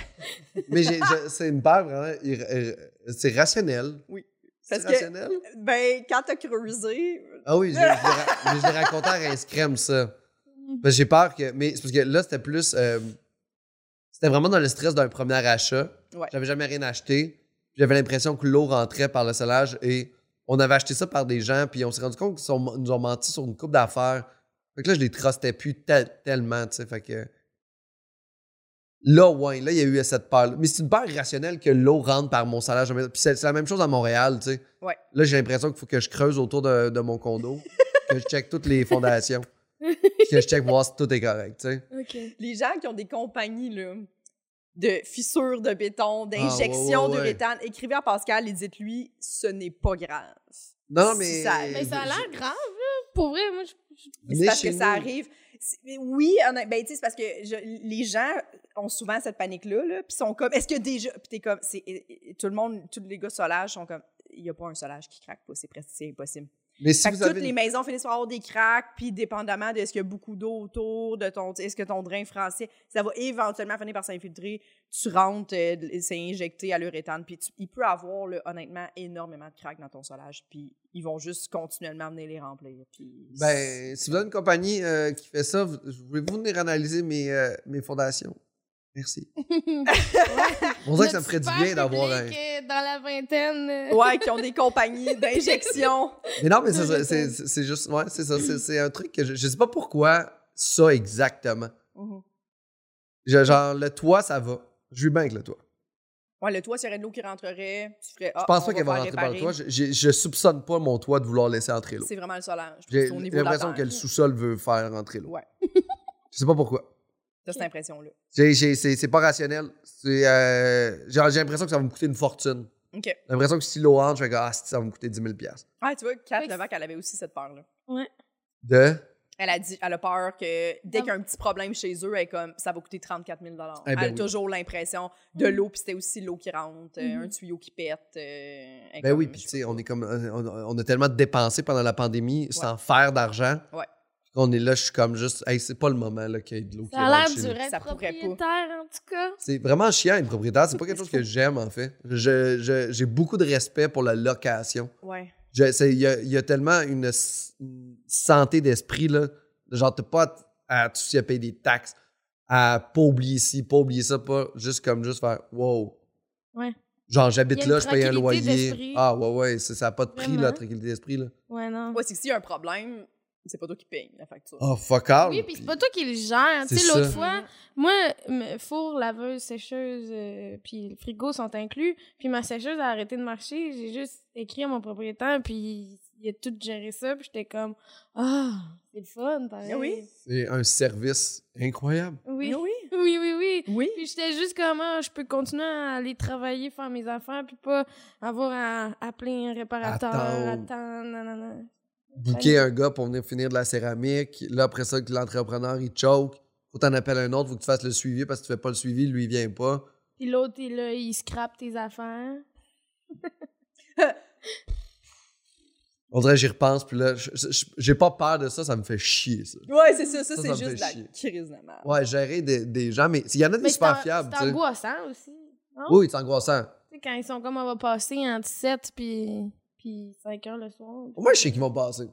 [SPEAKER 4] mais j'ai- je- c'est une peur vraiment. ir- ir- C'est rationnel.
[SPEAKER 2] Oui.
[SPEAKER 4] C'est
[SPEAKER 2] Parce que-
[SPEAKER 4] rationnel?
[SPEAKER 2] Ben, quand t'as creusé,
[SPEAKER 4] Ah oui, je, je l'ai ra- mais je l'ai raconté à Rince Crème, ça. Parce que j'ai peur que. Mais c'est parce que là, c'était plus. euh, c'était vraiment dans le stress d'un premier achat.
[SPEAKER 2] Ouais.
[SPEAKER 4] J'avais jamais rien acheté. J'avais l'impression que l'eau rentrait par le solage et on avait acheté ça par des gens, puis on s'est rendu compte qu'ils sont- nous ont menti sur une coupe d'affaires. Fait que là, je les trustais plus tel- tellement, tu sais. Fait que. Là, ouais, là, il y a eu cette peur Mais c'est une peur irrationnelle que l'eau rentre par mon salage. Puis c'est c'est la même chose à Montréal, tu sais.
[SPEAKER 2] Ouais.
[SPEAKER 4] Là, j'ai l'impression qu'il faut que je creuse autour de, de mon condo, que je check toutes les fondations, que je check pour voir si tout est correct, tu sais.
[SPEAKER 1] OK.
[SPEAKER 2] les gens qui ont des compagnies là, de fissures de béton,
[SPEAKER 4] Ah, ouais,
[SPEAKER 2] d'injections
[SPEAKER 4] ouais,
[SPEAKER 2] de
[SPEAKER 4] ouais.
[SPEAKER 2] méthane, écrivez à Pascal et dites-lui, ce n'est pas grave.
[SPEAKER 4] Non, non,
[SPEAKER 2] Si
[SPEAKER 4] mais.
[SPEAKER 2] ça-
[SPEAKER 1] Mais ça a l'air grave, là. Pour vrai, moi, je...
[SPEAKER 2] Mais
[SPEAKER 4] Venez
[SPEAKER 2] C'est parce que
[SPEAKER 4] chez
[SPEAKER 2] ça
[SPEAKER 4] nous.
[SPEAKER 2] arrive. C'est- mais Oui, honnêt- ben, tu sais, c'est parce que je- les gens ont souvent cette panique-là, là, puis sont comme, est-ce que déjà. Puis t'es comme, c'est- et- et- tout le monde, tous les gars solages sont comme, il n'y a pas un solage qui craque pas, c'est presque c'est impossible.
[SPEAKER 4] Mais si
[SPEAKER 2] Fait que
[SPEAKER 4] vous
[SPEAKER 2] toutes
[SPEAKER 4] avez.
[SPEAKER 2] les maisons finissent par avoir des cracks, puis dépendamment de est-ce qu'il y a beaucoup d'eau autour, de ton, est-ce que ton drain français, ça va éventuellement finir par s'infiltrer, tu rentres, euh, de- c'est injecté à l'urétane, puis tu- il peut avoir, là, honnêtement, énormément de cracks dans ton solage, puis ils vont juste continuellement venir les remplir. Puis
[SPEAKER 4] Ben, si vous avez une compagnie euh, qui fait ça, vous- voulez-vous venir analyser mes, euh, mes fondations? Merci. On dirait que ça me ferait du bien d'avoir un.
[SPEAKER 1] Dans la vingtaine. euh,
[SPEAKER 2] Ouais, qui ont des compagnies d'injection.
[SPEAKER 4] Mais non, mais ça serait- c'est c'est- c'est juste. Ouais, c'est ça. C'est c'est un truc que je, je sais pas pourquoi ça exactement. Mhm. Je- genre, le toit, ça va. Je vis bien avec le toit.
[SPEAKER 2] Ouais, le toit, s'il y aurait de l'eau qui rentrerait, tu ferais. ah,
[SPEAKER 4] Je pense pas qu'elle va rentrer par le toit. Je, je- je soupçonne pas mon toit de vouloir laisser entrer l'eau.
[SPEAKER 2] C'est vraiment le solage.
[SPEAKER 4] J'ai
[SPEAKER 2] C'est au niveau de la
[SPEAKER 4] l'impression que
[SPEAKER 2] terre.
[SPEAKER 4] le sous-sol veut faire rentrer l'eau.
[SPEAKER 2] Ouais.
[SPEAKER 4] je sais pas pourquoi.
[SPEAKER 2] T'as cette impression-là.
[SPEAKER 4] J'ai- j'ai- C'est c'est pas rationnel. C'est, euh, genre, J'ai l'impression que ça va me coûter une fortune.
[SPEAKER 2] OK.
[SPEAKER 4] J'ai l'impression que si l'eau entre, je vais dire, ah, c'est- ça va me coûter 10 000
[SPEAKER 2] Ah, tu vois, Kat
[SPEAKER 1] Fait que-
[SPEAKER 2] Levac, elle avait aussi cette peur-là.
[SPEAKER 4] De.
[SPEAKER 2] Elle a dit, elle a peur que dès
[SPEAKER 1] Ah.
[SPEAKER 2] qu'il y a un petit problème chez eux, elle est comme, ça va coûter 34 000
[SPEAKER 4] Eh ben
[SPEAKER 2] Elle a
[SPEAKER 4] oui.
[SPEAKER 2] toujours l'impression de l'eau, puis c'était aussi l'eau qui rentre, euh,
[SPEAKER 1] Mhm.
[SPEAKER 2] un tuyau qui pète. euh, elle est
[SPEAKER 4] Ben
[SPEAKER 2] comme,
[SPEAKER 4] oui, puis
[SPEAKER 2] je-
[SPEAKER 4] tu sais, on est comme. On, on a tellement dépensé pendant la pandémie sans faire d'argent.
[SPEAKER 2] Ouais.
[SPEAKER 4] Qu'on est là, je suis comme juste. Hey, c'est pas le moment là, qu'il y ait de l'eau qui
[SPEAKER 1] Ça a
[SPEAKER 4] rentre
[SPEAKER 1] l'air
[SPEAKER 4] chez nous.
[SPEAKER 1] du rêve
[SPEAKER 2] Ça pourrait pas.
[SPEAKER 1] propriétaire, en tout cas.
[SPEAKER 4] C'est vraiment chiant, une propriétaire. C'est pas quelque chose que j'aime, en fait. Je- je- J'ai beaucoup de respect pour la location.
[SPEAKER 2] Ouais.
[SPEAKER 4] Je- c'est- Il y a, il y a tellement une, s- une santé d'esprit, là. Genre, t'as pas à, à te soucier à payer des taxes, à pas oublier ci, pas oublier ça, pas juste comme juste faire wow.
[SPEAKER 1] Ouais.
[SPEAKER 4] Genre,
[SPEAKER 1] Il y
[SPEAKER 4] j'habite
[SPEAKER 1] a une
[SPEAKER 4] là, je paye un
[SPEAKER 1] tranquillité
[SPEAKER 4] loyer.
[SPEAKER 1] d'esprit.
[SPEAKER 4] Ah, ouais, ouais, c'est- ça n'a pas de prix,
[SPEAKER 1] Vraiment.
[SPEAKER 4] la tranquillité d'esprit, là.
[SPEAKER 1] Ouais, non.
[SPEAKER 2] Ouais, c'est que s'il y a un problème, c'est pas toi qui paye la facture.
[SPEAKER 4] Oh, fuck all.
[SPEAKER 1] Oui, puis c'est pas toi qui le gère. Tu
[SPEAKER 4] C'est
[SPEAKER 1] sais, l'autre
[SPEAKER 4] ça.
[SPEAKER 1] fois, moi, m- four, laveuse, sécheuse, euh, puis le frigo sont inclus. Puis ma sécheuse a arrêté de marcher. J'ai juste écrit à mon propriétaire, puis il a tout géré ça. Puis j'étais comme, ah, c'est le fun, pareil.
[SPEAKER 2] Ah oui?
[SPEAKER 4] C'est un service incroyable.
[SPEAKER 1] Oui,
[SPEAKER 2] Ah
[SPEAKER 1] oui,
[SPEAKER 2] oui?
[SPEAKER 1] oui, oui. oui.
[SPEAKER 2] Oui.
[SPEAKER 1] Puis j'étais juste comme, ah, je peux continuer à aller travailler, faire mes affaires, puis pas avoir à appeler un réparateur,
[SPEAKER 4] Attendre.
[SPEAKER 1] attendre, nanana.
[SPEAKER 4] Booker un gars pour venir finir de la céramique. Là, après ça, que l'entrepreneur, il choke. Faut t'en appeler un autre, faut que tu fasses le suivi parce que tu fais pas le suivi, lui, il vient pas.
[SPEAKER 1] Puis l'autre, il, est là, il scrape tes affaires.
[SPEAKER 4] On dirait que j'y repense, puis là, je- je- j'ai pas peur de ça, ça me fait chier, ça.
[SPEAKER 2] Ouais, c'est ça, ça,
[SPEAKER 4] Ça,
[SPEAKER 2] c'est
[SPEAKER 4] ça me fait
[SPEAKER 2] juste la
[SPEAKER 4] chier.
[SPEAKER 2] crise de merde.
[SPEAKER 4] Ouais, gérer des, des gens, mais il y en a des
[SPEAKER 1] Mais c'est
[SPEAKER 4] super
[SPEAKER 1] an-
[SPEAKER 4] fiables, tu
[SPEAKER 1] C'est
[SPEAKER 4] sais.
[SPEAKER 1] angoissant aussi.
[SPEAKER 4] Oui, c'est angoissant.
[SPEAKER 1] Tu sais, quand ils sont comme on va passer en 17, puis puis 5 heures le soir. puis-
[SPEAKER 4] Moi, je sais qu'ils vont passer.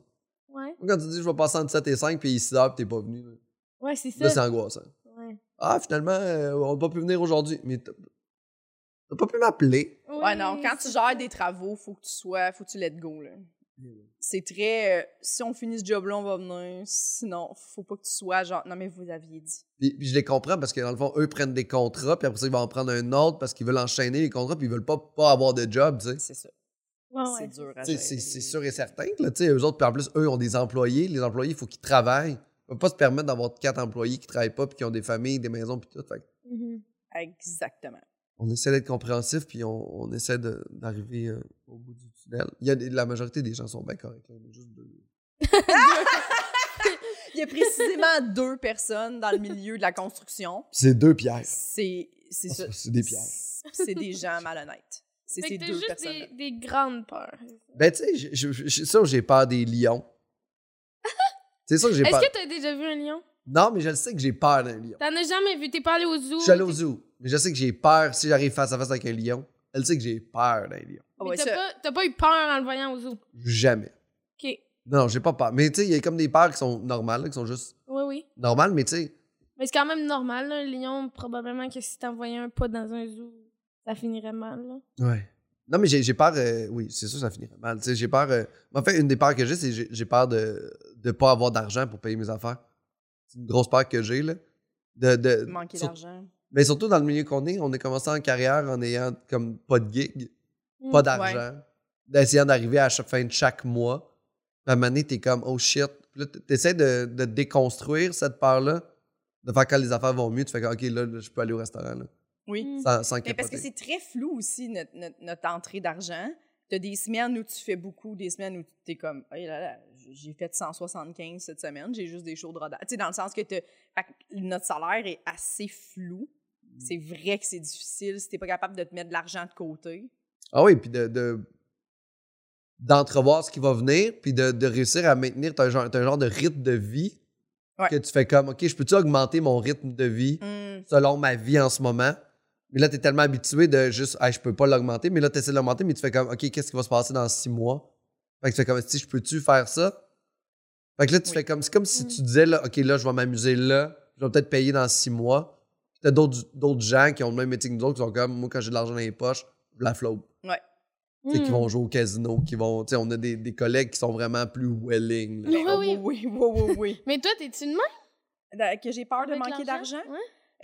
[SPEAKER 1] Ouais,
[SPEAKER 4] Quand tu dis je vais passer entre 7 et 5 puis 6 heures, puis t'es pas venu. Là,
[SPEAKER 1] ouais c'est
[SPEAKER 4] Là, c'est
[SPEAKER 1] ça.
[SPEAKER 4] angoissant.
[SPEAKER 1] Ouais.
[SPEAKER 4] Ah, finalement, euh, on n'a pas pu venir aujourd'hui. Mais t'as t'as pas pu m'appeler.
[SPEAKER 2] Ouais, non, quand tu
[SPEAKER 1] c'est
[SPEAKER 2] gères
[SPEAKER 1] ça.
[SPEAKER 2] des travaux, faut que tu sois, faut que tu let go, là.
[SPEAKER 4] Eh
[SPEAKER 2] C'est très, euh, si on finit ce job-là, on va venir, sinon, faut pas que tu sois genre, non, mais vous aviez dit.
[SPEAKER 4] Puis, puis je les comprends parce que dans le fond, eux prennent des contrats, puis après ça, ils vont en prendre un autre parce qu'ils veulent enchaîner les contrats, puis ils veulent pas, pas avoir de job, tu sais.
[SPEAKER 2] C'est ça.
[SPEAKER 1] Ouais, Ah ouais.
[SPEAKER 2] c'est dur à
[SPEAKER 4] Tu sais,
[SPEAKER 2] gérer.
[SPEAKER 4] C'est c'est sûr et certain, que, là, tu sais, eux autres, puis en plus, eux ont des employés. Les employés, il faut qu'ils travaillent. Ils peuvent pas se permettre d'avoir quatre employés qui travaillent pas, puis qui ont des familles, des maisons, puis tout. Fait que
[SPEAKER 1] Mhm.
[SPEAKER 2] Exactement.
[SPEAKER 4] on essaie d'être compréhensif, puis on, on essaie de- d'arriver euh, au bout du tunnel. Il y a, des- la majorité des gens sont bien corrects. là, il y a juste deux.
[SPEAKER 2] Il y a précisément deux personnes dans le milieu de la construction.
[SPEAKER 4] C'est deux pierres.
[SPEAKER 2] C'est, c'est ça.
[SPEAKER 4] C'est des pierres.
[SPEAKER 2] C'est des gens malhonnêtes. C'est
[SPEAKER 1] Fait
[SPEAKER 2] ces
[SPEAKER 1] que t'as
[SPEAKER 2] deux
[SPEAKER 1] juste
[SPEAKER 2] personnes.
[SPEAKER 1] des, des grandes peurs.
[SPEAKER 4] Ben, tu sais, je- je- je- c'est sûr que j'ai peur des lions. c'est sûr que j'ai
[SPEAKER 1] Est-ce
[SPEAKER 4] peur.
[SPEAKER 1] que t'as déjà vu un lion?
[SPEAKER 4] Non, mais je le sais que j'ai peur d'un lion.
[SPEAKER 1] T'en as jamais vu? T'es pas allé au zoo?
[SPEAKER 4] Je suis allé au
[SPEAKER 1] t'es-
[SPEAKER 4] zoo, mais je sais que j'ai peur si j'arrive face à face avec un lion. Elle sait que j'ai peur d'un lion.
[SPEAKER 2] Ah
[SPEAKER 1] mais
[SPEAKER 2] ouais,
[SPEAKER 1] t'as
[SPEAKER 2] ça-
[SPEAKER 1] pas- T'as pas eu peur en le voyant au zoo?
[SPEAKER 4] Jamais.
[SPEAKER 1] OK.
[SPEAKER 4] Non, j'ai pas peur. Mais tu sais, il y a comme des peurs qui sont normales, là, qui sont juste
[SPEAKER 1] Oui, oui.
[SPEAKER 4] normales, mais tu sais,
[SPEAKER 1] Mais c'est quand même normal, là, un lion. Probablement que si t'envoyais un pas dans un zoo, ça finirait mal. Là.
[SPEAKER 4] Ouais. Non, mais j'ai j'ai peur. euh, oui, c'est sûr, ça finirait mal. Tu sais, j'ai peur. euh, en fait, une des peurs que j'ai, c'est j'ai j'ai peur de ne pas avoir d'argent pour payer mes affaires. C'est une grosse peur que j'ai, là. De, de,
[SPEAKER 2] Manquer
[SPEAKER 4] Euh, sur-
[SPEAKER 1] Hmm.
[SPEAKER 2] d'argent.
[SPEAKER 4] Mais surtout dans le milieu qu'on est, on a commencé en carrière en ayant comme pas de gig,
[SPEAKER 1] Mm.
[SPEAKER 4] pas
[SPEAKER 2] Mmh,
[SPEAKER 4] d'argent, d'essayant d'arriver à chaque fin de chaque mois. Puis à un moment donné, t'es comme, oh shit. Puis là, t'essaies de, de déconstruire cette peur-là, de faire quand les affaires vont mieux, tu fais comme, ok, là, là, je peux aller au restaurant, là.
[SPEAKER 2] Oui.
[SPEAKER 1] Mm.
[SPEAKER 4] Sans, sans
[SPEAKER 2] Mmh. Mais parce que
[SPEAKER 4] capoter.
[SPEAKER 2] c'est très flou aussi, notre, notre- notre entrée d'argent. Tu as des semaines où tu fais beaucoup, des semaines où tu es comme, hey là là, j'ai fait 175 cette semaine, j'ai juste des shows de rodage. Tu sais, dans le sens que, t'as- fait que notre salaire est assez flou.
[SPEAKER 4] Mm.
[SPEAKER 2] C'est vrai que c'est difficile si tu pas capable de te mettre de l'argent de côté.
[SPEAKER 4] Ah oui, puis de, de- d'entrevoir ce qui va venir, puis de, de réussir à maintenir ton genre, ton genre de rythme de vie
[SPEAKER 2] Ouais.
[SPEAKER 4] que tu fais comme, OK, je peux-tu augmenter mon rythme de vie selon ma vie en ce moment? Mais là, tu es tellement habitué de juste, hey, je peux pas l'augmenter, mais là, tu essaies de l'augmenter, mais tu fais comme, OK, qu'est-ce qui va se passer dans six mois? Fait que tu fais comme, si je peux-tu faire ça? Fait que là, tu
[SPEAKER 2] Oui.
[SPEAKER 4] fais comme, c'est comme si
[SPEAKER 1] Mm.
[SPEAKER 4] tu disais, là, OK, là, je vais m'amuser là, je vais peut-être payer dans six mois. Puis t'as d'autres, d'autres gens qui ont le même métier que nous autres qui sont comme, moi, quand j'ai de l'argent dans les poches, je la flotte tu sais, qui
[SPEAKER 1] Mm.
[SPEAKER 4] vont jouer au casino, qui vont. Tu sais, on a des, des collègues qui sont vraiment plus welling. là.
[SPEAKER 1] Oui, oui, oui.
[SPEAKER 2] oh, oui, oui, oui.
[SPEAKER 1] Mais toi, t'es-tu de même?
[SPEAKER 2] Da- que j'ai peur de
[SPEAKER 1] avec
[SPEAKER 2] manquer d'argent.
[SPEAKER 1] Ouais.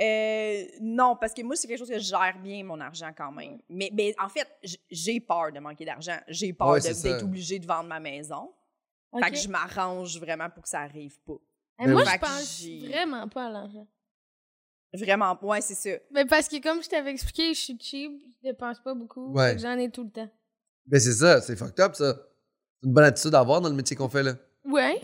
[SPEAKER 2] Euh, non, parce que moi, c'est quelque chose que je gère bien, mon argent, quand même. Mais, mais en fait, j- j'ai peur de manquer d'argent. J'ai peur
[SPEAKER 4] Ouais,
[SPEAKER 2] de-
[SPEAKER 4] c'est ça.
[SPEAKER 2] d'être obligée de vendre ma maison. Fait
[SPEAKER 1] Ok.
[SPEAKER 2] que je m'arrange vraiment pour que ça arrive pas.
[SPEAKER 1] Eh, moi, je
[SPEAKER 4] Ben
[SPEAKER 2] oui.
[SPEAKER 1] pense
[SPEAKER 2] Fait que j'ai-
[SPEAKER 1] vraiment pas à l'argent.
[SPEAKER 2] Vraiment, ouais, c'est ça.
[SPEAKER 1] Mais parce que, comme je t'avais expliqué, je suis cheap, je dépense pas beaucoup.
[SPEAKER 4] Ouais.
[SPEAKER 1] fait que J'en ai tout le temps.
[SPEAKER 4] Mais c'est ça, c'est fucked up, ça. C'est une bonne attitude à avoir dans le métier qu'on fait, là.
[SPEAKER 1] Ouais.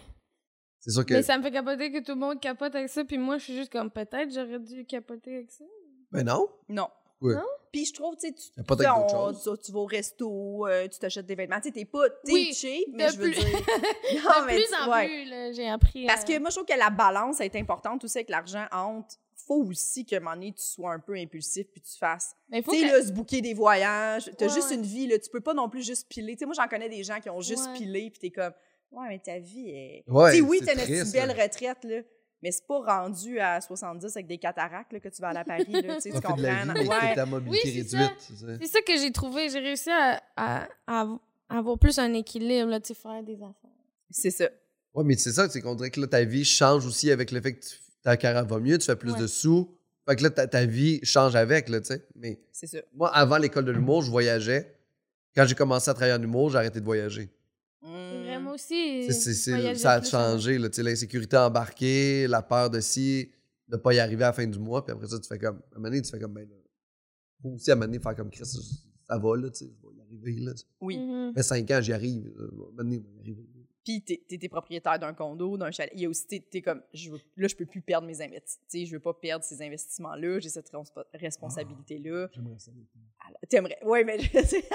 [SPEAKER 4] C'est sûr que.
[SPEAKER 1] Mais ça me fait capoter que tout le monde capote avec ça. Puis moi, je suis juste comme peut-être j'aurais dû capoter avec ça.
[SPEAKER 4] Ben non.
[SPEAKER 2] Non.
[SPEAKER 4] Oui.
[SPEAKER 1] Non?
[SPEAKER 2] Puis je trouve, tu sais, tu,
[SPEAKER 4] Y a pas d'autre
[SPEAKER 2] on-
[SPEAKER 4] chose.
[SPEAKER 2] tu- tu vas au resto, euh, tu t'achètes des vêtements. Tu sais, t'es pas t'es
[SPEAKER 1] Oui,
[SPEAKER 2] cheap, mais
[SPEAKER 1] de
[SPEAKER 2] je veux
[SPEAKER 1] plus-
[SPEAKER 2] dire.
[SPEAKER 1] De
[SPEAKER 2] Non, Ah, mais
[SPEAKER 1] plus
[SPEAKER 2] tu-
[SPEAKER 1] en
[SPEAKER 2] ouais.
[SPEAKER 1] plus, euh. là, j'ai appris.
[SPEAKER 2] Parce
[SPEAKER 1] à-
[SPEAKER 2] que moi, je trouve que la balance est importante aussi avec l'argent entre. Faut aussi que, un moment donné, tu sois un peu impulsif puis tu fasses.
[SPEAKER 1] Mais faut
[SPEAKER 2] Tu sais,
[SPEAKER 1] que-
[SPEAKER 2] là, se bouquer des voyages. T'as
[SPEAKER 1] Ouais,
[SPEAKER 2] juste
[SPEAKER 1] ouais.
[SPEAKER 2] une vie, là. Tu peux pas non plus juste piler. Tu sais, moi, j'en connais des gens qui ont juste
[SPEAKER 1] Ouais.
[SPEAKER 2] pilé puis t'es comme, ouais, mais ta vie est.
[SPEAKER 4] Ouais,
[SPEAKER 2] tu sais, oui,
[SPEAKER 4] c'est
[SPEAKER 2] t'as une
[SPEAKER 4] triste,
[SPEAKER 2] petite belle
[SPEAKER 4] là.
[SPEAKER 2] retraite, là. Mais c'est pas rendu à 70 avec des cataractes là, que tu vas aller à Paris, là, tu sais, tu
[SPEAKER 4] Profite de la
[SPEAKER 2] comprends?
[SPEAKER 4] vie, mais
[SPEAKER 2] Ouais.
[SPEAKER 4] c'est ta mobilité
[SPEAKER 1] Oui, c'est
[SPEAKER 4] réduite. tu sais.
[SPEAKER 1] C'est ça que j'ai trouvé. J'ai réussi à, à- à av- avoir plus un équilibre, là, tu sais, faire des affaires.
[SPEAKER 2] C'est ça.
[SPEAKER 4] Ouais, mais c'est ça, c'est qu'on dirait que là, ta vie change aussi avec le fait que tu- ta carrière va mieux, tu fais plus
[SPEAKER 1] Ouais.
[SPEAKER 4] de sous. Fait que là, ta, ta vie change avec, là, tu sais. Mais
[SPEAKER 2] C'est ça.
[SPEAKER 4] moi, avant l'école de l'humour, je voyageais. Quand j'ai commencé à travailler en humour, j'ai arrêté de voyager.
[SPEAKER 2] Mm.
[SPEAKER 1] Vraiment aussi.
[SPEAKER 4] C'est- c'est- c'est-
[SPEAKER 1] voyager
[SPEAKER 4] ça a
[SPEAKER 1] plus,
[SPEAKER 4] changé. là, tu sais, L'insécurité embarquée, la peur de si, de pas y arriver à la fin du mois. Puis après ça, tu fais comme. À un moment donné, tu fais comme. Ben, là, faut aussi à un moment donné faire comme Chris, ça va, là, tu sais, je vais y arriver. Là. Ça
[SPEAKER 2] Oui.
[SPEAKER 1] Mhm.
[SPEAKER 4] fait cinq ans, j'y arrive. là, À un moment donné, je vais y arriver.
[SPEAKER 2] Puis t'es t'es- t'es propriétaire d'un condo, d'un chalet. Il y a aussi, t'es t'es comme, je veux- là, je peux plus perdre mes investissements. Tu sais, je veux pas perdre ces investissements-là. J'ai cette respons-
[SPEAKER 4] Ah.
[SPEAKER 2] responsabilité-là.
[SPEAKER 4] J'aimerais ça.
[SPEAKER 2] Alors, T'aimerais. Oui, mais je sais.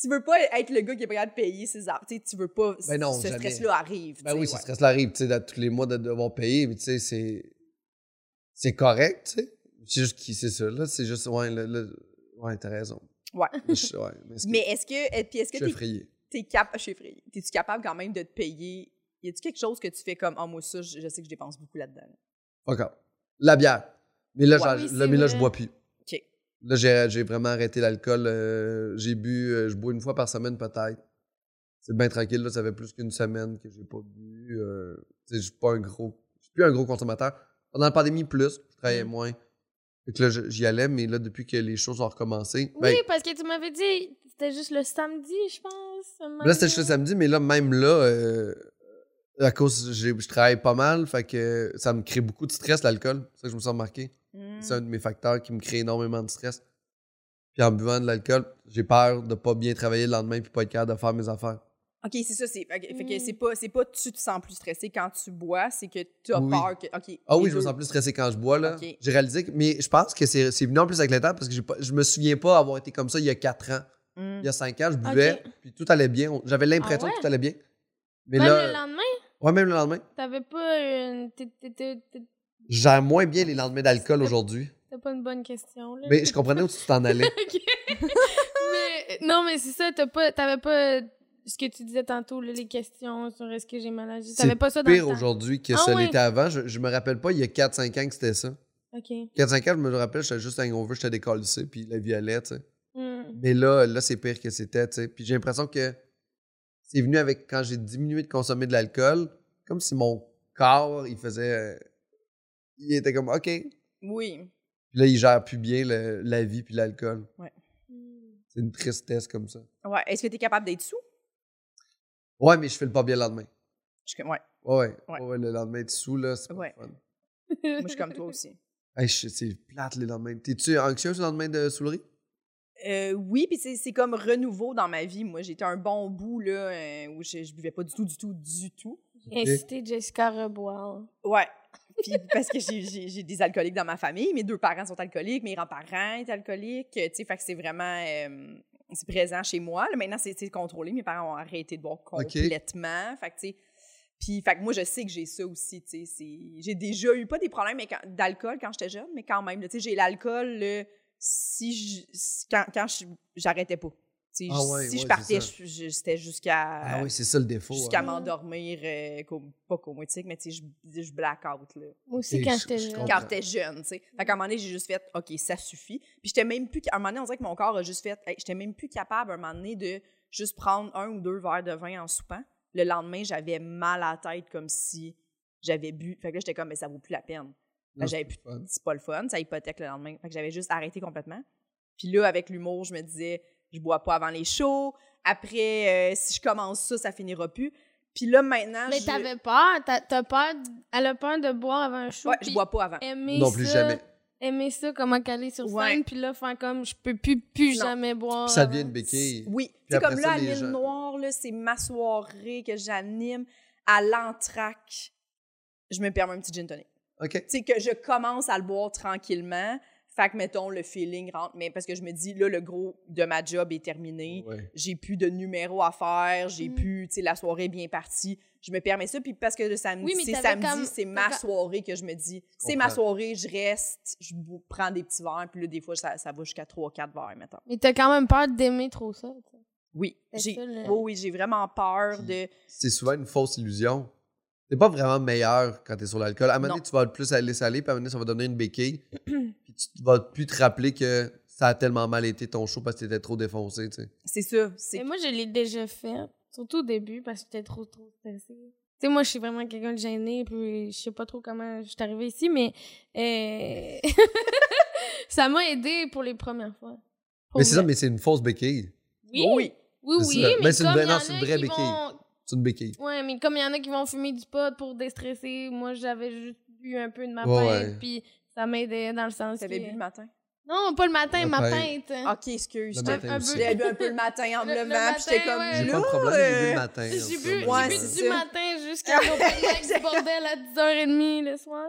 [SPEAKER 2] tu veux pas être le gars qui est pas capable de payer ses arbres. Tu sais, tu veux pas.
[SPEAKER 4] Ben non,
[SPEAKER 2] ce
[SPEAKER 4] jamais.
[SPEAKER 2] stress-là arrive.
[SPEAKER 4] Ben
[SPEAKER 2] tu
[SPEAKER 4] oui,
[SPEAKER 2] sais,
[SPEAKER 4] ça
[SPEAKER 2] ouais.
[SPEAKER 4] stress arrive, tu sais, d'être tous les mois de devoir payer, mais tu sais, c'est. C'est correct, tu sais. C'est juste qui, c'est ça, là. C'est juste, ouais, là. là- ouais, t'as raison.
[SPEAKER 2] Ouais.
[SPEAKER 4] Je- ouais, mais est-ce que
[SPEAKER 2] Mais est-ce que. et- Puis est-ce
[SPEAKER 4] je
[SPEAKER 2] que
[SPEAKER 4] suis
[SPEAKER 2] t'es
[SPEAKER 4] effrayé?
[SPEAKER 2] t'es capable, je suis effrayée, t'es-tu capable quand même de te payer? Y a-tu quelque chose que tu fais comme, ah, moi, ça, je, je sais que je dépense beaucoup là-dedans?
[SPEAKER 4] Encore. La bière. Mais là,
[SPEAKER 2] Ouais.
[SPEAKER 4] j'en-
[SPEAKER 1] Oui,
[SPEAKER 4] là,
[SPEAKER 1] c'est
[SPEAKER 4] mais là,
[SPEAKER 1] vrai.
[SPEAKER 4] je bois plus.
[SPEAKER 2] OK.
[SPEAKER 4] Là, j'ai j'ai vraiment arrêté l'alcool. euh, j'ai bu, euh, je bois une fois par semaine peut-être. C'est bien tranquille. Là, ça fait plus qu'une semaine que j'ai pas bu. euh, tu sais, je suis pas un gros, je suis plus un gros consommateur. Pendant la pandémie, plus, je travaillais moins. Fait que là, je- j'y allais, mais là, depuis que les choses ont recommencé, ben,
[SPEAKER 1] Oui, parce que tu m'avais dit, c'était juste le samedi, je pense. un moment
[SPEAKER 4] Là, c'était juste le
[SPEAKER 1] donné.
[SPEAKER 4] samedi, mais là, même là, euh, à cause, j'ai- je travaille pas mal, fait que ça me crée beaucoup de stress, l'alcool. C'est ça que je me suis remarqué.
[SPEAKER 1] Mm.
[SPEAKER 4] C'est un de mes facteurs qui me crée énormément de stress. Puis en buvant de l'alcool, j'ai peur de pas bien travailler le lendemain puis pas être capable de faire mes affaires.
[SPEAKER 2] OK, c'est ça. C'est, fait que- fait que
[SPEAKER 1] Mm.
[SPEAKER 2] c'est pas, c'est pas tu te sens plus stressé quand tu bois, c'est que tu as
[SPEAKER 4] Oui.
[SPEAKER 2] peur que. OK.
[SPEAKER 4] Ah
[SPEAKER 2] les
[SPEAKER 4] oui, je
[SPEAKER 2] deux-
[SPEAKER 4] me sens plus stressé quand je bois, là.
[SPEAKER 2] Ok.
[SPEAKER 4] J'ai réalisé que... Mais je pense que c'est c'est venu en plus avec le temps parce que j'ai pas- je me souviens pas avoir été comme ça il y a quatre ans.
[SPEAKER 2] Mm.
[SPEAKER 4] Il y a cinq ans, je buvais, puis tout allait bien. On- J'avais l'impression
[SPEAKER 1] Ah ouais?
[SPEAKER 4] que tout allait bien. Mais
[SPEAKER 1] Même
[SPEAKER 4] là...
[SPEAKER 1] le lendemain,
[SPEAKER 4] Ouais, même le lendemain.
[SPEAKER 1] t'avais pas une. t'é- t'é- t'é- t'é-
[SPEAKER 4] Gère moins bien les lendemains d'alcool aujourd'hui.
[SPEAKER 1] T'as pas une bonne question, là.
[SPEAKER 4] Mais je comprenais où tu t'en allais.
[SPEAKER 1] Ok. mais, non, mais c'est ça, t'as pas- t'avais pas, ce que tu disais tantôt, là, les questions sur est-ce que j'ai mal agi. T'avais
[SPEAKER 4] C'est
[SPEAKER 1] pas ça dans
[SPEAKER 4] Pire
[SPEAKER 1] le temps.
[SPEAKER 4] aujourd'hui que
[SPEAKER 1] Ah
[SPEAKER 4] ça
[SPEAKER 1] ouais.
[SPEAKER 4] l'était avant. Je, je me rappelle pas, il y a 4-5 ans que c'était ça.
[SPEAKER 1] OK.
[SPEAKER 4] 4-5 ans, je me le rappelle, j'étais juste hangover, j'étais décalissé, puis la vie allait, tu sais.
[SPEAKER 1] Mm.
[SPEAKER 4] Mais là, là c'est pire que c'était, tu sais. Puis j'ai l'impression que c'est venu avec quand j'ai diminué de consommer de l'alcool, comme si mon corps, il faisait. euh, il était comme, OK. Puis
[SPEAKER 2] Oui.
[SPEAKER 4] là, il gère plus bien le- la vie puis l'alcool.
[SPEAKER 1] Mm.
[SPEAKER 4] C'est une tristesse comme ça.
[SPEAKER 2] Ouais. Est-ce que tu es capable d'être sous?
[SPEAKER 4] Ouais, mais je fais le pas bien le lendemain.
[SPEAKER 2] Je, suis comme- ouais.
[SPEAKER 4] Ouais, ouais.
[SPEAKER 2] Ouais.
[SPEAKER 4] Ouais, le lendemain, tu sous, là, c'est pas
[SPEAKER 2] Ouais.
[SPEAKER 4] fun.
[SPEAKER 2] Moi, je suis
[SPEAKER 1] Mm.
[SPEAKER 2] comme toi aussi.
[SPEAKER 4] Hey, je- c'est plate les lendemains. T'es-tu anxieuse le lendemain de soulerie?
[SPEAKER 2] Euh, oui, puis c'est, c'est comme renouveau dans ma vie. Moi, j'étais un bon bout là, euh, où je, je buvais pas du tout, du tout, du tout.
[SPEAKER 1] Inciter Jessica à reboire.
[SPEAKER 2] Ouais. Puis parce que j'ai, j'ai- j'ai des alcooliques dans ma famille. Mes deux parents sont alcooliques, mes grands-parents étaient alcooliques. euh, Tu sais, fait que c'est vraiment... euh, c'est présent chez moi. Là, maintenant, c'est c'est contrôlé. Mes parents ont arrêté de boire
[SPEAKER 4] Ok.
[SPEAKER 2] complètement. Fait que, tu sais... Puis, fait que moi, je sais que j'ai ça aussi, tu sais. c'est- J'ai déjà eu pas des problèmes mais quand- d'alcool quand j'étais jeune, mais quand même, là, tu sais, j'ai l'alcool là, si je- si- quand, quand je- j'arrêtais pas. Tu sais,
[SPEAKER 4] Ah ouais,
[SPEAKER 2] si
[SPEAKER 4] ouais,
[SPEAKER 2] je
[SPEAKER 4] c'est
[SPEAKER 2] partais,
[SPEAKER 4] ça.
[SPEAKER 2] je- je- c'était jusqu'à
[SPEAKER 4] Ah oui, c'est ça le défaut.
[SPEAKER 2] Euh, jusqu'à
[SPEAKER 4] hein.
[SPEAKER 1] hein.
[SPEAKER 2] m'endormir, euh, qu'au- pas comotique, mais tu sais, je, je blackout, là.
[SPEAKER 1] Moi aussi,
[SPEAKER 4] Ok,
[SPEAKER 1] quand
[SPEAKER 4] je-
[SPEAKER 1] j'étais
[SPEAKER 4] je
[SPEAKER 1] jeune.
[SPEAKER 4] comprends.
[SPEAKER 2] Quand j'étais jeune, tu sais. Fait qu'à un moment donné, j'ai juste fait, OK, ça suffit. Puis j'étais même plus, à un moment donné, on dirait que mon corps a juste fait, hey, j'étais même plus capable, à un moment donné, de juste prendre un ou deux verres de vin en soupant. Le lendemain, j'avais mal à la tête comme si j'avais bu. Fait que là, j'étais comme, mais ça vaut plus la peine.
[SPEAKER 4] Non,
[SPEAKER 2] j'avais plus-
[SPEAKER 4] c'est fun.
[SPEAKER 2] C'est pas le fun, ça hypothèque le lendemain. Fait que j'avais juste arrêté complètement. Puis là, avec l'humour, je me disais, je bois pas avant les shows. Après, euh, si je commence ça, ça finira plus. Puis là, maintenant,
[SPEAKER 1] Mais
[SPEAKER 2] je...
[SPEAKER 1] t'avais peur, t'as t'as peur, d- elle a peur de boire avant un show.
[SPEAKER 2] Ouais, je
[SPEAKER 1] puis
[SPEAKER 2] bois pas avant.
[SPEAKER 1] Aimer
[SPEAKER 4] Non plus
[SPEAKER 1] ça,
[SPEAKER 4] jamais.
[SPEAKER 1] Aimer ça, comment caler sur scène,
[SPEAKER 2] Ouais.
[SPEAKER 1] puis là, faire comme, je peux plus, plus
[SPEAKER 2] Non.
[SPEAKER 1] jamais boire.
[SPEAKER 4] Puis ça
[SPEAKER 1] avant.
[SPEAKER 4] devient une béquille.
[SPEAKER 2] Oui.
[SPEAKER 4] Puis
[SPEAKER 2] C'est
[SPEAKER 4] après
[SPEAKER 2] comme
[SPEAKER 4] ça,
[SPEAKER 2] là, à
[SPEAKER 4] les
[SPEAKER 2] l'île
[SPEAKER 4] gens-
[SPEAKER 2] noire, là, c'est ma soirée que j'anime. À l'entraque, je me permets un petit gin tonic.
[SPEAKER 4] OK.
[SPEAKER 2] Tu sais, que je commence à le boire tranquillement. Fait que, mettons, le feeling rentre. Mais parce que je me dis, là, le gros de ma job est terminé.
[SPEAKER 4] Ouais.
[SPEAKER 2] J'ai plus de numéro à faire. J'ai
[SPEAKER 1] Mm.
[SPEAKER 2] plus, tu sais, la soirée est bien partie. Je me permets ça. Puis parce que le samedi,
[SPEAKER 1] Oui, mais
[SPEAKER 2] c'est
[SPEAKER 1] t'avais
[SPEAKER 2] samedi,
[SPEAKER 1] comme-
[SPEAKER 2] c'est ma
[SPEAKER 1] t'as-
[SPEAKER 2] soirée que je me dis, c'est ma
[SPEAKER 4] comprends.
[SPEAKER 2] soirée, je reste, je bou- prends des petits verres. Puis là, des fois, ça, ça va jusqu'à 3-4 verres, mettons.
[SPEAKER 1] Mais t'as quand même peur d'aimer trop ça. tu sais.
[SPEAKER 2] Oui,
[SPEAKER 1] C'est
[SPEAKER 2] j'ai
[SPEAKER 1] ça, le-
[SPEAKER 2] oui, oui, j'ai vraiment peur de
[SPEAKER 4] C'est souvent une fausse illusion. T'es pas vraiment meilleur quand t'es sur l'alcool. À un moment donné,
[SPEAKER 2] Non.
[SPEAKER 4] tu vas plus aller saler, puis à un moment donné, ça va donner une béquille. puis tu vas plus te rappeler que ça a tellement mal été ton show parce que t'étais trop défoncé, tu sais.
[SPEAKER 2] c'est ça, c'est
[SPEAKER 1] Mais moi, je l'ai déjà fait, surtout au début, parce que j'étais trop, trop stressée. Tu sais, moi, je suis vraiment quelqu'un de gêné, puis je sais pas trop comment je suis arrivée ici, mais euh, ça m'a aidé pour les premières fois. Pour
[SPEAKER 4] Mais c'est ça,
[SPEAKER 1] vrai.
[SPEAKER 4] mais c'est une fausse béquille.
[SPEAKER 1] Oui, oui, oui,
[SPEAKER 2] oui,
[SPEAKER 4] c'est ça.
[SPEAKER 1] mais,
[SPEAKER 4] Mais c'est
[SPEAKER 1] c'est
[SPEAKER 4] une
[SPEAKER 1] comme
[SPEAKER 4] vraie-
[SPEAKER 1] il y
[SPEAKER 4] non,
[SPEAKER 1] en
[SPEAKER 4] c'est une
[SPEAKER 1] a
[SPEAKER 4] vraie
[SPEAKER 1] qui vont...
[SPEAKER 4] C'est une béquille.
[SPEAKER 1] Ouais, mais comme il y en a qui vont fumer du pot pour déstresser, moi, j'avais juste bu un peu de ma
[SPEAKER 4] Ouais,
[SPEAKER 1] pinte,
[SPEAKER 4] ouais.
[SPEAKER 1] puis ça m'aidait dans le sens
[SPEAKER 2] tu avais
[SPEAKER 1] que-
[SPEAKER 2] bu le matin.
[SPEAKER 1] Non, pas le matin,
[SPEAKER 4] La
[SPEAKER 1] ma
[SPEAKER 4] pinte.
[SPEAKER 1] pinte.
[SPEAKER 2] OK, excuse,
[SPEAKER 4] Le
[SPEAKER 2] j'étais-
[SPEAKER 4] matin
[SPEAKER 1] un
[SPEAKER 4] aussi.
[SPEAKER 2] j'avais bu un peu le matin en me
[SPEAKER 1] Le- le
[SPEAKER 2] levant, puis j'étais
[SPEAKER 1] matin,
[SPEAKER 2] comme
[SPEAKER 1] ouais. euh,
[SPEAKER 4] J'ai
[SPEAKER 2] là,
[SPEAKER 4] pas de problème, j'ai bu le matin.
[SPEAKER 1] J'ai
[SPEAKER 4] hein,
[SPEAKER 1] bu,
[SPEAKER 4] ça,
[SPEAKER 2] Ouais,
[SPEAKER 1] j'ai bu
[SPEAKER 2] c'est
[SPEAKER 1] du
[SPEAKER 2] ça.
[SPEAKER 1] matin jusqu'à l'open du bordel à 10h30 le soir.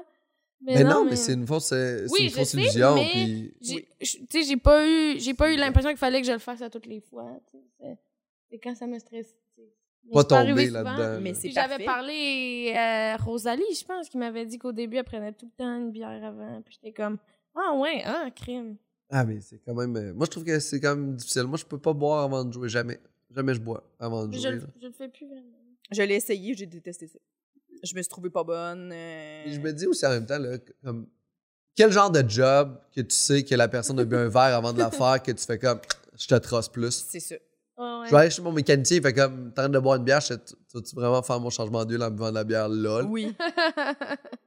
[SPEAKER 4] Mais non, mais c'est une fausse euh, c'est
[SPEAKER 1] Oui,
[SPEAKER 4] une
[SPEAKER 1] je
[SPEAKER 4] fausse
[SPEAKER 1] sais,
[SPEAKER 4] illusion.
[SPEAKER 1] mais-
[SPEAKER 4] puis-
[SPEAKER 1] j'ai- je- Tu sais, j'ai pas eu, j'ai pas eu l'impression qu'il fallait que je le fasse à toutes les fois. tu sais. C'est- C'est quand ça me stresse. tu sais. Mais
[SPEAKER 4] Pas
[SPEAKER 1] c'est arrivé
[SPEAKER 4] tomber
[SPEAKER 1] souvent.
[SPEAKER 4] là-dedans.
[SPEAKER 2] mais
[SPEAKER 4] là.
[SPEAKER 2] c'est
[SPEAKER 1] Puis j'avais
[SPEAKER 2] parfait.
[SPEAKER 1] parlé à Rosalie, je pense, qui m'avait dit qu'au début, elle prenait tout le temps une bière avant. Puis j'étais comme, ah ouais, ah, crime.
[SPEAKER 4] Ah, mais c'est quand même. euh, moi, je trouve que c'est quand même difficile. Moi, je peux pas boire avant de jouer jamais. Jamais je bois avant de
[SPEAKER 1] Je,
[SPEAKER 4] jouer.
[SPEAKER 1] le-
[SPEAKER 4] là.
[SPEAKER 1] je le fais plus vraiment.
[SPEAKER 2] Je l'ai essayé, j'ai détesté ça. Je me suis trouvée pas bonne. euh,
[SPEAKER 4] Et je me dis aussi en même temps, là, comme, quel genre de job que tu sais que la personne a bu un verre avant de la faire, que tu fais comme, je te trosse plus.
[SPEAKER 2] C'est ça.
[SPEAKER 1] Ah ouais.
[SPEAKER 4] Je vais aller chez mon mécanicien, il fait comme, t'es en train de boire une bière, je fais, tu vas-tu vraiment faire mon changement d'huile en buvant de la bière lol?
[SPEAKER 2] Oui.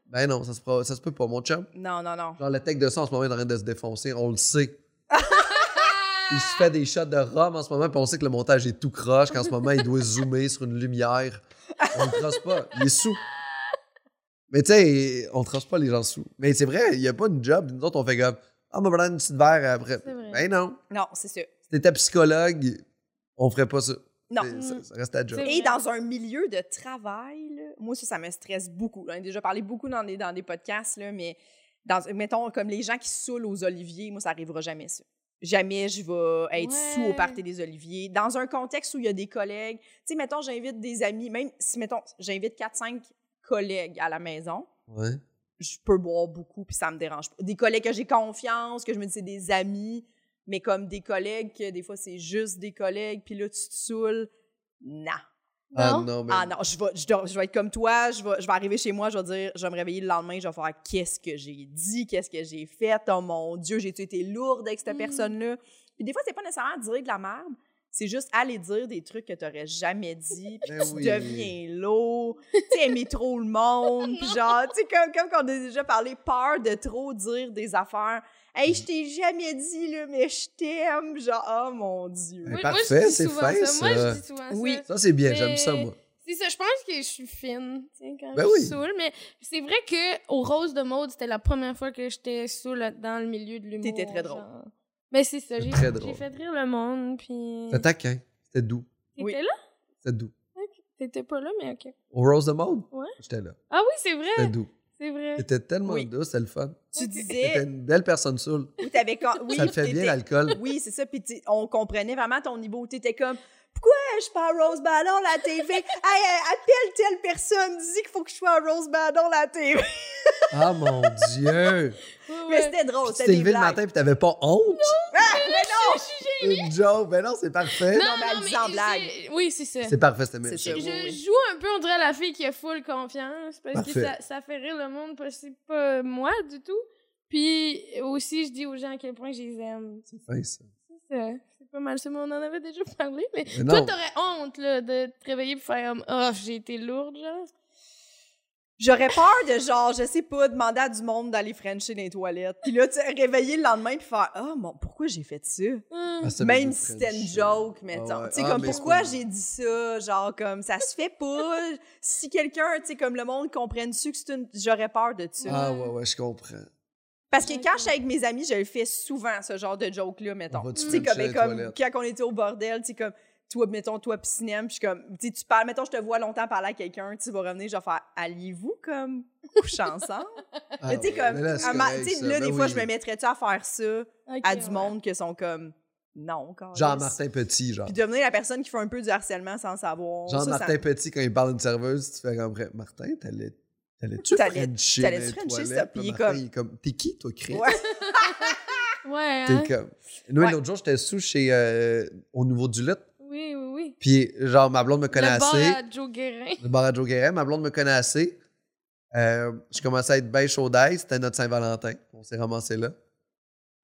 [SPEAKER 4] Ben non, ça se, fera- ça se peut pas, mon chum.
[SPEAKER 2] Non, non, non.
[SPEAKER 4] Genre, le tech de ça, en ce moment, il est en train de se défoncer, on le sait. il se fait des shots de rhum en ce moment, puis on sait que le montage est tout croche, qu'en ce moment, il doit zoomer sur une lumière. On le trosse pas, il est sous. Mais tu sais, on trosse pas les gens sous. Mais c'est vrai, il y a pas une job, nous autres, on fait comme Ah, on va prendre une petite verre après.
[SPEAKER 1] C'est vrai.
[SPEAKER 4] Ben non,
[SPEAKER 2] Non, c'est ça.
[SPEAKER 4] si t'étais psychologue, on ferait pas ça.
[SPEAKER 2] Non.
[SPEAKER 4] C'est- Ça, ça reste ta job.
[SPEAKER 1] C'est-
[SPEAKER 2] Et
[SPEAKER 1] vrai.
[SPEAKER 2] dans un milieu de travail, là, moi, ça, ça me stresse beaucoup. J'en ai déjà parlé beaucoup dans des, dans des podcasts, là, mais dans, mettons, comme les gens qui saoulent aux oliviers, moi, ça arrivera jamais, ça. Jamais je vais être
[SPEAKER 1] Ouais.
[SPEAKER 2] sous au party des oliviers. Dans un contexte où il y a des collègues, tu sais, mettons, j'invite des amis, même si, mettons, j'invite 4-5 collègues à la maison,
[SPEAKER 4] Ouais.
[SPEAKER 2] je peux boire beaucoup, puis ça me dérange pas. Des collègues que j'ai confiance, que je me dis c'est des amis, mais comme des collègues que des fois, c'est juste des collègues, puis là, tu te saoules, non.
[SPEAKER 4] Ah
[SPEAKER 1] Non?
[SPEAKER 4] non, mais.
[SPEAKER 2] Ah non, je vais, je, dois- je vais être comme toi, je vais, je vais arriver chez moi, je vais dire, je vais me réveiller le lendemain, je vais faire qu'est-ce que j'ai dit, qu'est-ce que j'ai fait, oh mon Dieu, j'ai-tu été lourde avec cette
[SPEAKER 1] Mm.
[SPEAKER 2] personne-là. Puis des fois, c'est pas nécessairement dire de la merde, c'est juste aller dire des trucs que t'aurais jamais dit, puis
[SPEAKER 4] Ben
[SPEAKER 2] tu
[SPEAKER 4] oui.
[SPEAKER 2] deviens lourd, tu sais, aimer trop le monde, puis genre, tu sais, comme, comme qu'on a déjà parlé, peur de trop dire des affaires. Hey, je t'ai jamais dit, là, mais je t'aime, genre, oh mon Dieu.
[SPEAKER 4] Ben,
[SPEAKER 1] Oui,
[SPEAKER 4] parfait,
[SPEAKER 1] moi, je dis
[SPEAKER 4] c'est
[SPEAKER 1] souvent
[SPEAKER 4] fin,
[SPEAKER 1] ça. Moi,
[SPEAKER 4] ça.
[SPEAKER 1] je dis souvent
[SPEAKER 2] Oui.
[SPEAKER 1] ça.
[SPEAKER 4] Ça, c'est bien,
[SPEAKER 1] Mais-
[SPEAKER 4] j'aime ça, moi.
[SPEAKER 1] C'est ça, je pense que je suis fine tu sais, quand
[SPEAKER 4] Ben
[SPEAKER 1] je suis
[SPEAKER 4] oui.
[SPEAKER 1] saoule, mais c'est vrai que au Rose de Maude, c'était la première fois que j'étais saoule dans le milieu de l'humour.
[SPEAKER 2] T'étais très drôle.
[SPEAKER 1] genre. Mais c'est ça, j'ai
[SPEAKER 4] Très drôle.
[SPEAKER 1] j'ai fait rire le monde, puis...
[SPEAKER 4] C'était taquin. C'était doux.
[SPEAKER 1] T'étais
[SPEAKER 2] Oui.
[SPEAKER 1] là?
[SPEAKER 4] C'était doux.
[SPEAKER 1] T'étais pas là, mais OK.
[SPEAKER 4] Au Rose de Mode?
[SPEAKER 1] Ouais.
[SPEAKER 4] J'étais là.
[SPEAKER 1] Ah oui, c'est
[SPEAKER 4] C'était
[SPEAKER 1] vrai,
[SPEAKER 4] doux.
[SPEAKER 1] c'est vrai.
[SPEAKER 4] T'étais tellement
[SPEAKER 2] Oui.
[SPEAKER 4] douce, c'était le fun.
[SPEAKER 2] Tu
[SPEAKER 1] Ok.
[SPEAKER 4] T'étais
[SPEAKER 2] disais,
[SPEAKER 4] une belle personne saoule.
[SPEAKER 2] ou t'avais quand- oui,
[SPEAKER 4] Ben, ça te fait bien
[SPEAKER 2] t'étais-
[SPEAKER 4] l'alcool.
[SPEAKER 2] Oui, c'est ça. Puis tu- on comprenait vraiment ton niveau. Tu étais comme, pourquoi je parle Rose Ballon à la TV? Hey, euh, appelle telle personne, dis qu'il faut que je sois à Rose Ballon à la TV.
[SPEAKER 4] Ah mon Dieu!
[SPEAKER 1] Ouais,
[SPEAKER 2] Mais
[SPEAKER 1] ouais.
[SPEAKER 2] c'était drôle,
[SPEAKER 4] Puis tu
[SPEAKER 2] c'était
[SPEAKER 4] t'es
[SPEAKER 2] Oh, des
[SPEAKER 4] levé le
[SPEAKER 2] blagues.
[SPEAKER 4] matin et t'avais pas honte? Une joke! Ben non, c'est parfait!
[SPEAKER 2] Non, mais elle disait en
[SPEAKER 1] j'ai-
[SPEAKER 2] blague.
[SPEAKER 1] Oui, c'est ça.
[SPEAKER 4] C'est parfait, c'était
[SPEAKER 2] C'est
[SPEAKER 4] même
[SPEAKER 2] ça.
[SPEAKER 1] Je
[SPEAKER 2] oui, oui.
[SPEAKER 1] joue un peu, on dirait la fille qui a full confiance, parce que
[SPEAKER 4] Parfait.
[SPEAKER 1] ça, ça fait rire le monde, parce que c'est pas moi du tout. Puis aussi, je dis aux gens à quel point je les aime.
[SPEAKER 4] C'est fin, ça.
[SPEAKER 1] Ça, C'est pas mal ça, mais on en avait déjà parlé. Mais
[SPEAKER 4] Mais
[SPEAKER 1] toi,
[SPEAKER 4] non,
[SPEAKER 1] t'aurais honte là, de te réveiller pour faire comme Oh, j'ai été lourde, genre.
[SPEAKER 2] J'aurais peur de genre, je sais pas, demander à du monde d'aller frencher dans les toilettes. Puis là, tu sais, réveiller le lendemain puis faire, ah, mon, pourquoi j'ai fait ça?
[SPEAKER 1] Hum.
[SPEAKER 4] Ah, ça me
[SPEAKER 2] Même
[SPEAKER 4] dit
[SPEAKER 2] si c'était une
[SPEAKER 4] French.
[SPEAKER 2] joke, mettons.
[SPEAKER 4] Ah ouais.
[SPEAKER 2] Tu sais,
[SPEAKER 4] Ah,
[SPEAKER 2] comme
[SPEAKER 4] mais c'est
[SPEAKER 2] pourquoi
[SPEAKER 4] pas-
[SPEAKER 2] j'ai dit ça? Genre, comme ça se fait pas. si quelqu'un, tu sais, comme le monde comprenne-tu que c'est une. J'aurais peur de ça.
[SPEAKER 4] Ah ouais, ouais, je comprends.
[SPEAKER 2] Parce que
[SPEAKER 1] Ouais,
[SPEAKER 2] quand
[SPEAKER 1] ouais.
[SPEAKER 2] je suis avec mes amis, je le fais souvent, ce genre de joke-là, mettons.
[SPEAKER 4] va te
[SPEAKER 2] Tu sais,
[SPEAKER 4] frencher
[SPEAKER 2] comme, ben,
[SPEAKER 4] les
[SPEAKER 2] comme
[SPEAKER 4] toilettes.
[SPEAKER 2] quand on était au bordel, tu sais, comme, toi, mettons, toi, pis cinéma, puis je suis comme, tu sais, tu parles, mettons, je te vois longtemps parler à quelqu'un, tu vas revenir, je vais faire, alliez-vous comme coucher ensemble?
[SPEAKER 4] Ah
[SPEAKER 2] Mais tu sais,
[SPEAKER 4] ouais,
[SPEAKER 2] comme,
[SPEAKER 4] mais là, c'est
[SPEAKER 2] un ma-
[SPEAKER 4] correct,
[SPEAKER 2] tu sais,
[SPEAKER 4] ça.
[SPEAKER 2] là,
[SPEAKER 4] Ben
[SPEAKER 2] des fois,
[SPEAKER 4] oui.
[SPEAKER 2] je me mettrais-tu à faire ça
[SPEAKER 1] Ok,
[SPEAKER 2] à du
[SPEAKER 1] ouais.
[SPEAKER 2] monde qui sont comme, non, quand
[SPEAKER 4] Jean-Martin Petit, genre.
[SPEAKER 2] Puis devenir la personne qui fait un peu du harcèlement sans savoir. ça, ça-
[SPEAKER 4] Jean-Martin Petit, quand il parle d'une serveuse, tu fais comme vrai, Martin, t'allais. T'allais-tu
[SPEAKER 2] T'allais-
[SPEAKER 4] frencher?
[SPEAKER 2] t'allais-tu
[SPEAKER 4] dans les
[SPEAKER 2] frencher ça?
[SPEAKER 4] toilettes?
[SPEAKER 2] Puis
[SPEAKER 4] Là,
[SPEAKER 2] il est
[SPEAKER 4] Martin,
[SPEAKER 2] comme-
[SPEAKER 4] il est comme. T'es qui, toi, Chris?
[SPEAKER 2] Ouais.
[SPEAKER 1] Ouais, hein?
[SPEAKER 4] T'es comme. Nous,
[SPEAKER 2] Ouais.
[SPEAKER 4] l'autre jour, j'étais sous chez. euh, au niveau du lit.
[SPEAKER 1] Oui, oui, oui.
[SPEAKER 4] Puis, genre, ma blonde me connaît
[SPEAKER 1] Le bar
[SPEAKER 4] assez.
[SPEAKER 1] à Joe Guérin.
[SPEAKER 4] Le bar à Joe Guérin, ma blonde me connaît assez. Euh, je commençais à être bien chaud d'ail. C'était notre Saint-Valentin. On s'est ramassé là.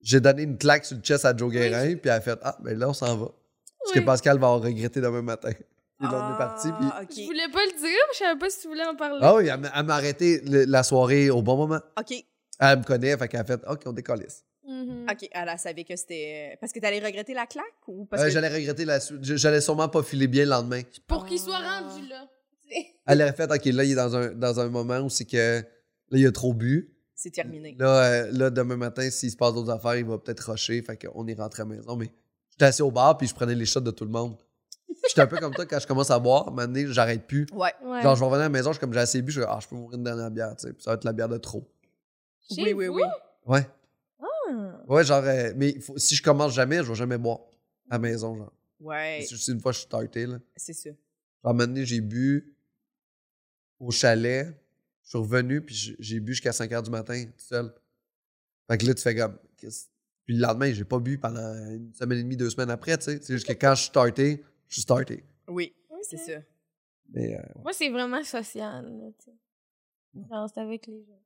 [SPEAKER 4] J'ai donné une claque sur le chest à Joe Guérin. Puis, elle a fait Ah, ben là, on s'en va. Parce que
[SPEAKER 1] Oui.
[SPEAKER 4] Pascal va en regretter demain matin. Puis, là, on est
[SPEAKER 2] Ah,
[SPEAKER 4] parti. Puis.
[SPEAKER 1] Je
[SPEAKER 2] ok.
[SPEAKER 1] voulais pas le dire, je savais pas si tu voulais en parler.
[SPEAKER 4] Ah oui, elle m'a- elle m'a arrêté le- la soirée au bon moment.
[SPEAKER 2] Ok,
[SPEAKER 4] Elle me connaît, fait qu'elle a fait OK, on décalisse.
[SPEAKER 1] Mhm.
[SPEAKER 2] ok. Ah, Elle elle savait que c'était. Parce que t'allais regretter la claque ou parce
[SPEAKER 4] Euh,
[SPEAKER 2] que.
[SPEAKER 4] J'allais regretter la suite. Je- J'allais sûrement pas filer bien le lendemain.
[SPEAKER 1] Pour qu'il soit
[SPEAKER 2] Ah.
[SPEAKER 1] rendu là.
[SPEAKER 4] Elle aurait fait OK, là, il est dans un, dans un moment où c'est que là, il a trop bu.
[SPEAKER 2] C'est terminé.
[SPEAKER 4] Là, euh, là, demain matin, s'il se passe d'autres affaires, il va peut-être rusher. Fait qu'on est rentré à la maison. Mais j'étais assis au bar puis je prenais les shots de tout le monde. J'étais un peu comme toi quand je commence à boire. Maintenant, j'arrête plus.
[SPEAKER 2] Ouais.
[SPEAKER 1] Ouais.
[SPEAKER 4] Genre, je vais revenir à la maison, je suis comme j'ai assez bu, je suis comme, ah, je peux m'ouvrir une dernière bière, tu sais. Puis ça va être la bière de trop.
[SPEAKER 1] Chez
[SPEAKER 2] oui, oui,
[SPEAKER 1] vous?
[SPEAKER 2] oui.
[SPEAKER 4] Ouais. Ouais, genre, euh, mais faut- si je commence jamais, je vais jamais boire à la maison, genre.
[SPEAKER 2] Ouais,
[SPEAKER 4] C'est juste une fois que je suis starté, là.
[SPEAKER 2] c'est ça.
[SPEAKER 4] Genre, Ah, un moment donné, j'ai bu au chalet. Je suis revenu, puis j'ai- j'ai bu jusqu'à 5 h du matin, tout seul. Fait que là, tu fais comme. qu'est-ce- Puis le lendemain, j'ai pas bu pendant une semaine et demie, deux semaines après, tu sais. C'est juste que quand je suis starté, je je suis starté.
[SPEAKER 2] Oui,
[SPEAKER 1] Ok.
[SPEAKER 2] c'est ça.
[SPEAKER 4] Mais euh,
[SPEAKER 1] Moi, c'est vraiment social. Là, tu sais. Genre, c'est avec les gens.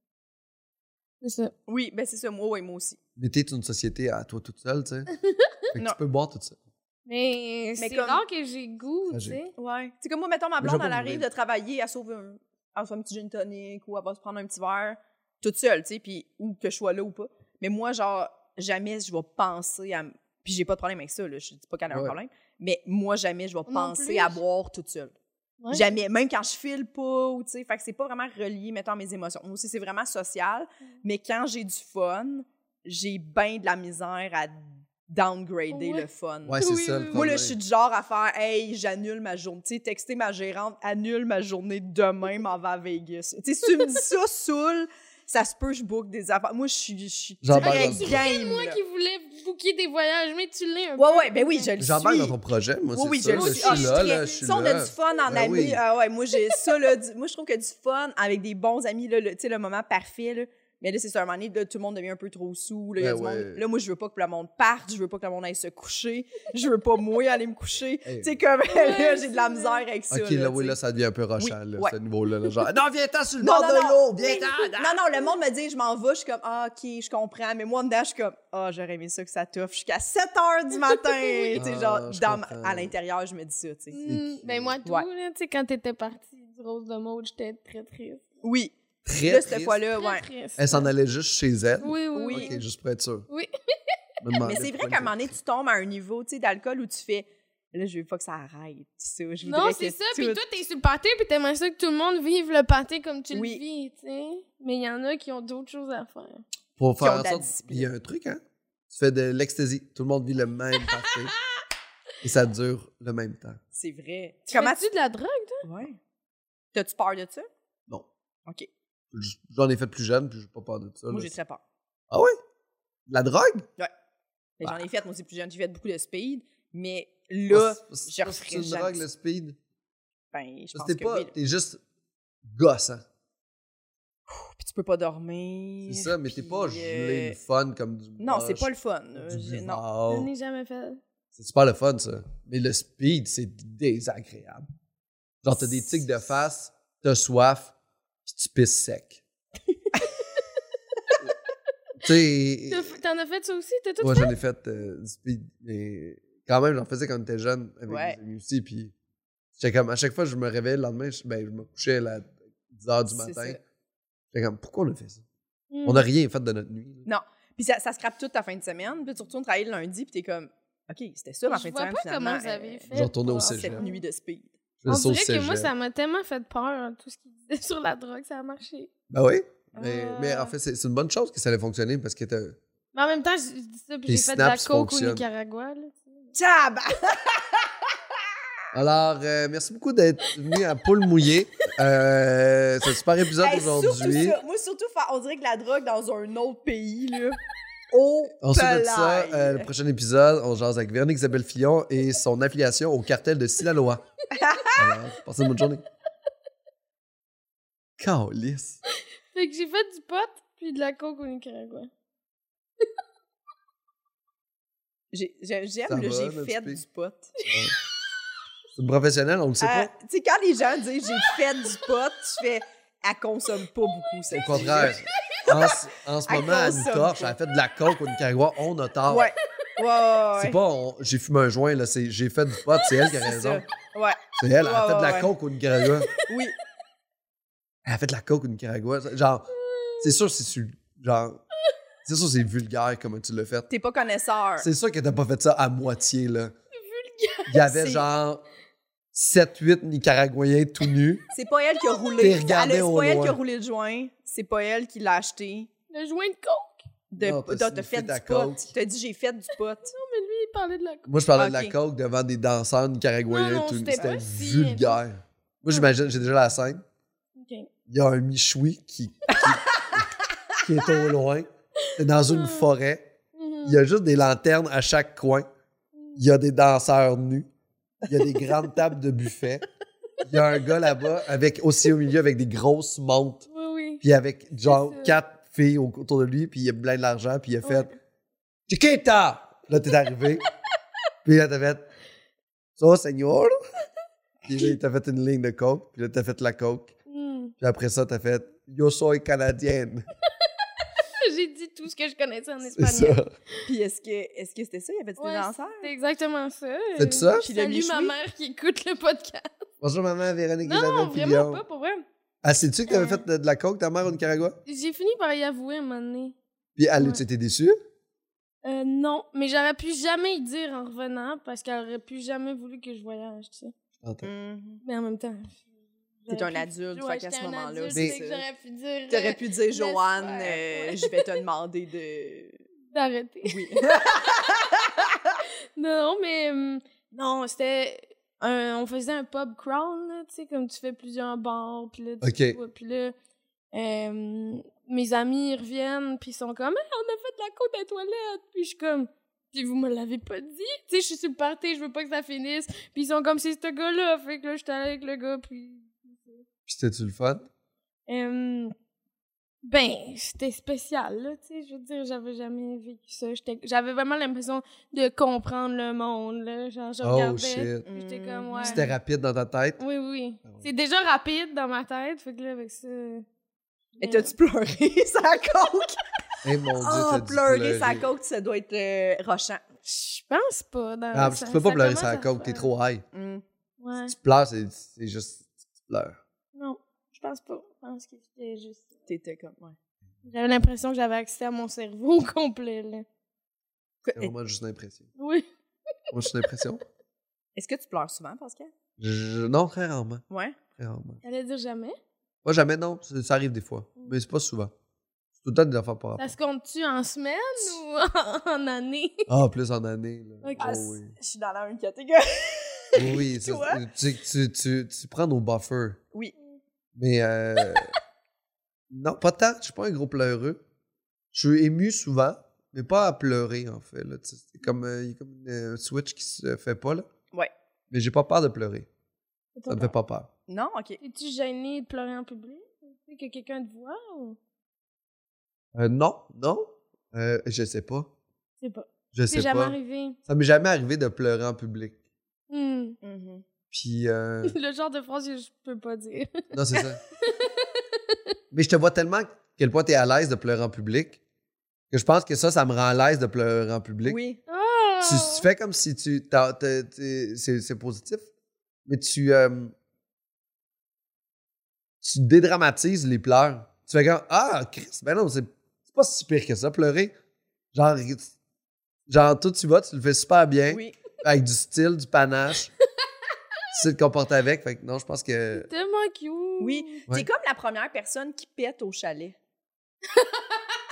[SPEAKER 1] C'est ça.
[SPEAKER 2] Oui, ben c'est ça, moi, oui, moi aussi.
[SPEAKER 4] mais t'es une société à toi toute seule, tu sais. Fait que
[SPEAKER 2] Non.
[SPEAKER 4] tu peux boire tout ça.
[SPEAKER 1] Mais, c'est
[SPEAKER 2] comme-
[SPEAKER 1] rare que j'ai goût, tu
[SPEAKER 4] Tragique.
[SPEAKER 1] sais.
[SPEAKER 2] Ouais. C'est comme moi, mettons, ma
[SPEAKER 4] Mais je
[SPEAKER 2] blonde,
[SPEAKER 4] vais
[SPEAKER 2] elle
[SPEAKER 4] pas
[SPEAKER 2] arrive
[SPEAKER 4] ouvrir.
[SPEAKER 2] de travailler, elle sauve un, elle sauve un petit gin tonic ou elle va se prendre un petit verre toute seule, tu sais, puis ou que je sois là ou pas. Mais moi, genre, jamais je vais penser à. m- Puis j'ai pas de problème avec ça, là, je dis pas qu'elle a un
[SPEAKER 4] Ouais.
[SPEAKER 2] problème, mais moi, jamais je vais
[SPEAKER 1] Non
[SPEAKER 2] penser
[SPEAKER 1] plus.
[SPEAKER 2] à boire toute seule.
[SPEAKER 1] Ouais.
[SPEAKER 2] Jamais, même quand je file pas, ou tu sais, fait que c'est pas vraiment relié, mettons, à mes émotions. Moi aussi, c'est vraiment social,
[SPEAKER 1] Mm.
[SPEAKER 2] mais quand j'ai du fun, j'ai bien de la misère à downgrader
[SPEAKER 1] Ouais.
[SPEAKER 2] le fun.
[SPEAKER 4] Ouais, c'est
[SPEAKER 1] Oui,
[SPEAKER 4] ça
[SPEAKER 1] oui, oui.
[SPEAKER 4] le problème.
[SPEAKER 2] Moi, là, je suis du genre à faire Hey, j'annule ma journée. Tu sais, texter ma gérante, annule ma journée demain, m'en va à Vegas. Tu sais, si tu me dis ça, saoul, ça se peut, je book des affaires. Moi, je suis. Je suis
[SPEAKER 4] J'embarque
[SPEAKER 2] très
[SPEAKER 4] dans le
[SPEAKER 2] game,
[SPEAKER 1] Moi
[SPEAKER 2] là.
[SPEAKER 1] qui voulais booker des voyages, mais tu l'es un peu.
[SPEAKER 2] Ouais, ouais, ben oui, je le suis.
[SPEAKER 4] J'embarque dans ton projet, moi,
[SPEAKER 2] Oui, oui,
[SPEAKER 4] c'est
[SPEAKER 2] je
[SPEAKER 4] sûr. là,
[SPEAKER 2] le
[SPEAKER 4] Je
[SPEAKER 2] suis. Ah,
[SPEAKER 4] suis là,
[SPEAKER 2] très-
[SPEAKER 4] là, je suis
[SPEAKER 2] ça, on a
[SPEAKER 4] là.
[SPEAKER 2] du fun en
[SPEAKER 4] Ben
[SPEAKER 2] ami.
[SPEAKER 4] oui.
[SPEAKER 2] Ah ouais, moi, j'ai ça, là. du- moi, je trouve que du fun avec des bons amis, là, le- tu sais, le moment parfait, là. Mais là, c'est ça, un moment donné, là, tout le monde devient un peu trop saoul. Là, il y a
[SPEAKER 4] Ben
[SPEAKER 2] du
[SPEAKER 4] ouais.
[SPEAKER 2] monde- là, moi, je veux pas que le monde parte, je veux pas que le monde aille se coucher, je veux pas, moi, aller me coucher.
[SPEAKER 4] Hey.
[SPEAKER 2] Tu sais, comme, là, j'ai
[SPEAKER 1] c'est
[SPEAKER 2] de la
[SPEAKER 1] vrai.
[SPEAKER 2] misère avec ça.
[SPEAKER 4] Ok, là, oui,
[SPEAKER 2] tu
[SPEAKER 4] là,
[SPEAKER 2] sais.
[SPEAKER 4] ça devient un peu rochant,
[SPEAKER 2] Oui,
[SPEAKER 4] là,
[SPEAKER 2] ouais.
[SPEAKER 4] ce niveau-là. là, genre, non, viens-t'en sur le
[SPEAKER 2] Non,
[SPEAKER 4] bord
[SPEAKER 2] non,
[SPEAKER 4] de
[SPEAKER 2] non.
[SPEAKER 4] l'eau, viens-t'en.
[SPEAKER 2] Non, non, le monde me dit, je m'en vais, je suis comme, ah, ok, je comprends. Mais moi, en dedans, je suis comme, ah, j'aurais aimé ça que ça t'offre jusqu'à 7 h du matin. tu sais,
[SPEAKER 4] Ah,
[SPEAKER 2] genre,
[SPEAKER 4] je
[SPEAKER 2] dans ma-
[SPEAKER 4] comprends.
[SPEAKER 2] à l'intérieur, je me dis ça, tu sais.
[SPEAKER 1] Mm, ben moi, tout,
[SPEAKER 2] Ouais.
[SPEAKER 1] là, tu sais, quand t'étais partie du Rose de Maud, j'étais très triste.
[SPEAKER 2] Oui.
[SPEAKER 4] Très
[SPEAKER 2] là, cette
[SPEAKER 4] triste.
[SPEAKER 2] fois-là,
[SPEAKER 1] Très
[SPEAKER 2] ouais.
[SPEAKER 1] triste.
[SPEAKER 4] Elle s'en allait juste chez elle.
[SPEAKER 1] Oui, oui, oui.
[SPEAKER 4] Ok, juste pour être sûr.
[SPEAKER 1] Oui.
[SPEAKER 4] Me demandais
[SPEAKER 2] Mais c'est vrai
[SPEAKER 4] pourquoi
[SPEAKER 2] qu'à un
[SPEAKER 4] elle
[SPEAKER 2] moment donné, tu tombes à un niveau tu sais, d'alcool où tu fais là, je veux pas que ça arrête. tu sais, je voudrais
[SPEAKER 1] Non, c'est
[SPEAKER 2] que
[SPEAKER 1] ça.
[SPEAKER 2] tout-
[SPEAKER 1] Puis toi, t'es sur le pâté, puis t'aimerais ça que tout le monde vive le pâté comme tu
[SPEAKER 2] Oui.
[SPEAKER 1] le vis, tu sais. Mais il y en a qui ont d'autres choses à faire.
[SPEAKER 4] Pour
[SPEAKER 2] qui ont
[SPEAKER 4] faire
[SPEAKER 2] de
[SPEAKER 4] en
[SPEAKER 2] la
[SPEAKER 4] sorte.
[SPEAKER 2] discipline.
[SPEAKER 4] Il y a un truc, hein? Tu fais de l'ecstasy. Tout le monde vit le même party. Et ça dure le même temps.
[SPEAKER 2] C'est vrai.
[SPEAKER 1] Comment
[SPEAKER 2] Comment
[SPEAKER 1] tu de la drogue?
[SPEAKER 2] tu. Ouais. T'as-tu peur de ça?
[SPEAKER 4] Non.
[SPEAKER 2] OK.
[SPEAKER 4] J- J'en ai fait plus jeune, puis j'ai pas peur de ça.
[SPEAKER 2] Moi,
[SPEAKER 4] là.
[SPEAKER 2] j'ai très peur.
[SPEAKER 4] Ah ouais? De La drogue?
[SPEAKER 2] Mais J'en
[SPEAKER 4] Bah.
[SPEAKER 2] ai fait, moi, c'est plus jeune. J'ai fait beaucoup de speed. Mais là,
[SPEAKER 4] Ah, c'est-
[SPEAKER 2] je
[SPEAKER 4] c'est-
[SPEAKER 2] referais
[SPEAKER 4] C'est une
[SPEAKER 2] jamais
[SPEAKER 4] drogue,
[SPEAKER 2] ça.
[SPEAKER 4] le speed.
[SPEAKER 2] ben, je pense
[SPEAKER 4] C'était
[SPEAKER 2] que
[SPEAKER 4] pas.
[SPEAKER 2] oui. là.
[SPEAKER 4] T'es juste gossant.
[SPEAKER 2] Puis tu peux pas dormir.
[SPEAKER 4] C'est ça, mais t'es pas
[SPEAKER 2] puis,
[SPEAKER 4] gelé
[SPEAKER 2] euh,
[SPEAKER 4] le fun comme du.
[SPEAKER 2] Non, c'est pas le fun.
[SPEAKER 4] Du
[SPEAKER 2] euh, j'ai- Non.
[SPEAKER 1] Je
[SPEAKER 4] buvard.
[SPEAKER 1] n'ai jamais fait.
[SPEAKER 4] C'est super le fun, ça. Mais le speed, c'est désagréable. Genre, t'as des tics de face, t'as soif, pis tu pisses sec. T'sais.
[SPEAKER 1] T'as f- T'en as fait ça aussi? T'as tout
[SPEAKER 4] Moi, j'en ai fait euh, du speed, mais quand même, j'en faisais quand j'étais jeune avec
[SPEAKER 2] Ouais.
[SPEAKER 4] mes amis aussi. Puis, j'étais comme, à chaque fois, je me réveillais le lendemain, je, ben, je me couchais à 10 h du
[SPEAKER 2] C'est
[SPEAKER 4] matin.
[SPEAKER 2] ça.
[SPEAKER 4] J'étais comme, pourquoi on a fait ça?
[SPEAKER 1] Mm.
[SPEAKER 4] On n'a rien fait de notre nuit. là.
[SPEAKER 2] Puis ça, ça scrape toute ta fin de semaine. Puis tu retournes travailler le lundi, puis t'es comme, OK, c'était ça ma fin
[SPEAKER 1] Je
[SPEAKER 2] de
[SPEAKER 1] vois
[SPEAKER 2] semaine.
[SPEAKER 1] pas
[SPEAKER 2] finalement,
[SPEAKER 1] comment vous
[SPEAKER 2] euh,
[SPEAKER 1] avez fait.
[SPEAKER 4] je retournais au
[SPEAKER 1] pour-
[SPEAKER 4] cégep.
[SPEAKER 2] Cette nuit de speed.
[SPEAKER 4] Je
[SPEAKER 1] On
[SPEAKER 4] faisais ça au
[SPEAKER 1] dirait que moi,
[SPEAKER 4] cégep.
[SPEAKER 1] ça m'a tellement fait peur, tout ce qu'il disait sur la drogue, ça a marché.
[SPEAKER 4] Ben oui. Mais, mais
[SPEAKER 1] Ah.
[SPEAKER 4] en fait, c'est c'est une bonne chose que ça allait fonctionner parce que t'as.
[SPEAKER 1] Mais en même temps, je je dis ça, puis
[SPEAKER 4] Les
[SPEAKER 1] j'ai fait de la
[SPEAKER 4] synapses
[SPEAKER 1] coke au
[SPEAKER 4] fonctionnent.
[SPEAKER 1] Nicaragua. Là.
[SPEAKER 2] Tab!
[SPEAKER 4] Alors, euh, merci beaucoup d'être venu à Poule Mouillée. Euh, c'est un super épisode
[SPEAKER 2] Hey, surtout
[SPEAKER 4] aujourd'hui.
[SPEAKER 2] ça. Moi, surtout, fa- on dirait que la drogue dans un autre pays, là. Oh,
[SPEAKER 4] On se dit ça.
[SPEAKER 2] pelaille.
[SPEAKER 4] euh, le prochain épisode, on jase avec Véronique Isabelle Fillon et son affiliation au cartel de Sinaloa. Alors, passez une bonne journée. Calice.
[SPEAKER 1] Fait que j'ai fait du pot, puis de la coke au Nicaragua.
[SPEAKER 2] J'ai- j'ai- J'aime,
[SPEAKER 4] Ça
[SPEAKER 2] là,
[SPEAKER 4] va,
[SPEAKER 2] j'ai
[SPEAKER 4] notre
[SPEAKER 2] fait
[SPEAKER 4] pays.
[SPEAKER 2] du pot.
[SPEAKER 4] C'est une professionnelle, on le sait
[SPEAKER 2] Euh,
[SPEAKER 4] pas.
[SPEAKER 2] Tu sais, quand les gens disent j'ai fait du pot, tu fais, elle consomme pas beaucoup, cette
[SPEAKER 4] Au contraire. En, ce- en ce
[SPEAKER 2] Euh, Elle
[SPEAKER 4] moment, elle nous
[SPEAKER 2] consomme
[SPEAKER 4] torche. Elle
[SPEAKER 2] pas.
[SPEAKER 4] a fait de la coke au Nicaragua. On a tort.
[SPEAKER 2] fille-là. Ouais. Ouais, ouais,
[SPEAKER 4] C'est
[SPEAKER 2] ouais.
[SPEAKER 4] pas on- j'ai fumé un joint, là. c'est j'ai fait du pot. C'est elle qui a
[SPEAKER 2] C'est
[SPEAKER 4] raison.
[SPEAKER 2] ça. Ouais,
[SPEAKER 4] C'est elle. Elle a
[SPEAKER 2] Ouais,
[SPEAKER 4] fait de
[SPEAKER 2] ouais,
[SPEAKER 4] la
[SPEAKER 2] ouais.
[SPEAKER 4] coke au Nicaragua.
[SPEAKER 2] oui.
[SPEAKER 4] Elle a fait de la coke au Nicaragua. Genre, c'est sûr, c'est sur- genre, c'est sûr, c'est vulgaire comment tu l'as fait.
[SPEAKER 2] T'es pas connaisseur.
[SPEAKER 4] C'est sûr que t'as pas fait ça à moitié, là. Il y avait
[SPEAKER 2] C'est-
[SPEAKER 4] genre 7-8 Nicaraguayens tout nus.
[SPEAKER 2] C'est pas elle qui a
[SPEAKER 4] T'es
[SPEAKER 2] roulé. Elle a-
[SPEAKER 4] regardé
[SPEAKER 2] C'est
[SPEAKER 4] au
[SPEAKER 2] pas elle
[SPEAKER 4] loin.
[SPEAKER 2] qui a roulé le joint. C'est pas elle qui l'a acheté.
[SPEAKER 1] Le joint de coke!
[SPEAKER 2] De,
[SPEAKER 4] Non, t'as
[SPEAKER 2] t'as- t'as
[SPEAKER 4] signifié
[SPEAKER 2] fait
[SPEAKER 4] ta
[SPEAKER 2] du pot.
[SPEAKER 4] coke.
[SPEAKER 2] T'as dit j'ai fait du pot.
[SPEAKER 1] Mais lui, il parlait de la coke.
[SPEAKER 4] Moi, je parlais de
[SPEAKER 2] Ok.
[SPEAKER 4] la coke devant des danseurs nicaraguayens
[SPEAKER 1] Non, non,
[SPEAKER 4] tout nus.
[SPEAKER 1] c'était
[SPEAKER 4] C'était
[SPEAKER 1] pas si-
[SPEAKER 4] vulgaire. Moi, j'imagine, j'ai déjà la scène.
[SPEAKER 1] Ok.
[SPEAKER 4] Il y a un michoui qui, qui, qui est au loin. C'est dans une
[SPEAKER 1] Hmm.
[SPEAKER 4] forêt.
[SPEAKER 1] Mhm.
[SPEAKER 4] Il y a juste des lanternes à chaque coin. Il y a des danseurs nus. Il y a des grandes tables de buffet. Il y a un gars là-bas avec aussi au milieu avec des grosses montres.
[SPEAKER 1] Oui, oui.
[SPEAKER 4] puis avec genre
[SPEAKER 1] C'est ça.
[SPEAKER 4] quatre filles au- autour de lui, puis il a plein de l'argent, puis il a
[SPEAKER 1] Ouais.
[SPEAKER 4] fait Chiquita! Là, t'es arrivé. puis là, t'as fait So, señor. Puis là, il t'a fait une ligne de coke. Puis là, t'as fait la coke.
[SPEAKER 1] Hmm.
[SPEAKER 4] Puis après ça, t'as fait Yo soy canadienne.
[SPEAKER 1] J'ai dit tout ce que je connaissais en
[SPEAKER 4] C'est ça.
[SPEAKER 1] espagnol.
[SPEAKER 2] Puis est-ce que est-ce que c'était ça? Il y avait des
[SPEAKER 1] Ouais,
[SPEAKER 2] danseurs?
[SPEAKER 1] C'est exactement ça.
[SPEAKER 4] C'est ça?
[SPEAKER 2] Puis le
[SPEAKER 1] Salut ma
[SPEAKER 2] michoui?
[SPEAKER 1] mère qui écoute le podcast.
[SPEAKER 4] Bonjour, maman, Véronique
[SPEAKER 1] Non, non,
[SPEAKER 4] Guillermin-Fillon.
[SPEAKER 1] vraiment pas, pour vrai.
[SPEAKER 4] Ah, sais-tu que t'avais
[SPEAKER 1] Euh.
[SPEAKER 4] fait de, de la coke, ta mère, au Nicaragua?
[SPEAKER 1] J'ai fini par y avouer un moment donné.
[SPEAKER 4] Puis elle,
[SPEAKER 1] Ouais.
[SPEAKER 4] tu étais déçue?
[SPEAKER 1] Euh, non, mais j'aurais pu jamais y dire en revenant parce qu'elle aurait plus jamais voulu que je voyage, tu sais.
[SPEAKER 4] T'entends.
[SPEAKER 2] Mhm.
[SPEAKER 1] Mais en même temps.
[SPEAKER 2] T'es
[SPEAKER 1] j'aurais
[SPEAKER 2] un
[SPEAKER 1] pu-
[SPEAKER 2] adulte,
[SPEAKER 1] Ben, Ouais,
[SPEAKER 2] fait qu'à
[SPEAKER 1] j'étais
[SPEAKER 2] ce
[SPEAKER 1] un
[SPEAKER 2] moment-là,
[SPEAKER 1] adulte,
[SPEAKER 2] c'est
[SPEAKER 1] fait que
[SPEAKER 2] ça.
[SPEAKER 1] J'aurais pu dire.
[SPEAKER 2] T'aurais pu dire,
[SPEAKER 1] laisse
[SPEAKER 2] Joanne,
[SPEAKER 1] faire,
[SPEAKER 2] euh,
[SPEAKER 1] ouais.
[SPEAKER 2] je vais te demander de.
[SPEAKER 1] euh, D'arrêter.
[SPEAKER 2] Oui.
[SPEAKER 1] Non, mais. hum, Non, c'était. un- on faisait un pub crawl, là, tu sais, comme tu fais plusieurs bars, puis là, tu
[SPEAKER 4] Ok.
[SPEAKER 1] vois, puis là. euh, mes amis ils reviennent, puis ils sont comme, Hey, on a fait de la côte à la toilette, puis je suis comme, puis vous me l'avez pas dit, tu sais, je suis sur le party, je veux pas que ça finisse, puis ils sont comme, c'est ce gars-là, fait que là, j'étais allée avec le gars, puis. Mm.
[SPEAKER 4] Puis c'était-tu le fun?
[SPEAKER 1] Euh, ben, c'était spécial, là, tu sais, je veux dire, j'avais jamais vécu ça. J'étais- J'avais vraiment l'impression de comprendre le monde, là. Genre, je
[SPEAKER 4] Oh,
[SPEAKER 1] regardais,
[SPEAKER 4] shit.
[SPEAKER 1] puis j'étais comme, ouais.
[SPEAKER 4] C'était rapide dans ta tête.
[SPEAKER 1] Oui, oui.
[SPEAKER 4] Ah ouais.
[SPEAKER 1] C'est déjà rapide dans ma tête, fait que là, avec ça...
[SPEAKER 2] Et t'as-tu pleuré sa coke?
[SPEAKER 4] Eh mon dieu,
[SPEAKER 1] Oh,
[SPEAKER 2] Ah,
[SPEAKER 4] t'as dû
[SPEAKER 2] pleurer sa coke, ça doit être euh, rochant.
[SPEAKER 1] Je pense pas. Dans
[SPEAKER 4] Ah, parce que
[SPEAKER 1] euh, ça-
[SPEAKER 4] tu peux pas
[SPEAKER 1] ça
[SPEAKER 4] pleurer
[SPEAKER 1] commence
[SPEAKER 4] sa
[SPEAKER 1] à
[SPEAKER 4] coke, t'es
[SPEAKER 1] faire-
[SPEAKER 4] trop high.
[SPEAKER 2] Mhm.
[SPEAKER 1] Ouais,
[SPEAKER 4] Si tu pleures, c'est c'est juste. Tu pleures.
[SPEAKER 1] non, je pense pas. Je pense que c'était juste...
[SPEAKER 2] T'étais comme, ouais.
[SPEAKER 1] J'avais l'impression que j'avais accès à mon cerveau au complet, là.
[SPEAKER 4] C'est vraiment juste une impression.
[SPEAKER 1] Oui.
[SPEAKER 4] Moi, j'ai une impression.
[SPEAKER 2] Est-ce que tu pleures souvent, Pascal?
[SPEAKER 4] Je- Non, très rarement.
[SPEAKER 2] Ouais.
[SPEAKER 4] Très rarement.
[SPEAKER 1] T'allais dire jamais?
[SPEAKER 4] Moi, jamais, non. Ça ça arrive des fois. Mais c'est pas souvent. C'est tout le temps des affaires par rapport.
[SPEAKER 1] Ça se compte-tu en semaine ou en, en année?
[SPEAKER 4] Ah, plus en année. là.
[SPEAKER 1] Ok.
[SPEAKER 4] Oh,
[SPEAKER 2] Ah,
[SPEAKER 4] oui.
[SPEAKER 2] Je suis dans la même catégorie.
[SPEAKER 4] Oui, oui, ça-
[SPEAKER 2] Toi?
[SPEAKER 4] tu, tu, tu, tu prends nos buffers.
[SPEAKER 2] Oui.
[SPEAKER 4] Mais euh, non, pas tant. Je suis pas un gros pleureux. Je suis ému souvent, mais pas à pleurer, en fait. là, tu sais, C'est comme, euh, il y a comme une euh, switch qui se fait pas, là.
[SPEAKER 2] Ouais.
[SPEAKER 4] Mais j'ai pas peur de pleurer. Ça me fait pas peur.
[SPEAKER 2] Non, OK.
[SPEAKER 1] Es-tu gênée de pleurer en public? Tu sais, Que quelqu'un te voit ou.
[SPEAKER 4] Euh, non, non. Euh, je sais pas.
[SPEAKER 1] Je sais pas.
[SPEAKER 4] Je
[SPEAKER 1] C'est
[SPEAKER 4] sais
[SPEAKER 1] jamais
[SPEAKER 4] pas.
[SPEAKER 1] arrivé.
[SPEAKER 4] Ça m'est jamais arrivé de pleurer en public.
[SPEAKER 1] Hmm.
[SPEAKER 2] Mhm.
[SPEAKER 4] Puis, euh,
[SPEAKER 1] Le genre de phrase que je peux pas dire.
[SPEAKER 4] non, c'est ça. mais je te vois tellement à quel point t'es à l'aise de pleurer en public que je pense que ça, ça me rend à l'aise de pleurer en public.
[SPEAKER 2] Oui.
[SPEAKER 1] Ah!
[SPEAKER 4] tu, tu fais comme si tu. t'as- t'as- t'es- C'est c'est positif. Mais tu. euh, tu dédramatises les pleurs. Tu fais comme Ah, Chris, ben non, c'est c'est pas si pire que ça, pleurer. Genre, genre, toi, tu vas, tu le fais super bien,
[SPEAKER 2] Oui.
[SPEAKER 4] avec du style, du panache. tu sais te comporter avec. Fait que non, je pense que.
[SPEAKER 1] Tellement cute.
[SPEAKER 2] Oui.
[SPEAKER 4] Ouais.
[SPEAKER 2] T'es comme la première personne qui pète au chalet. tu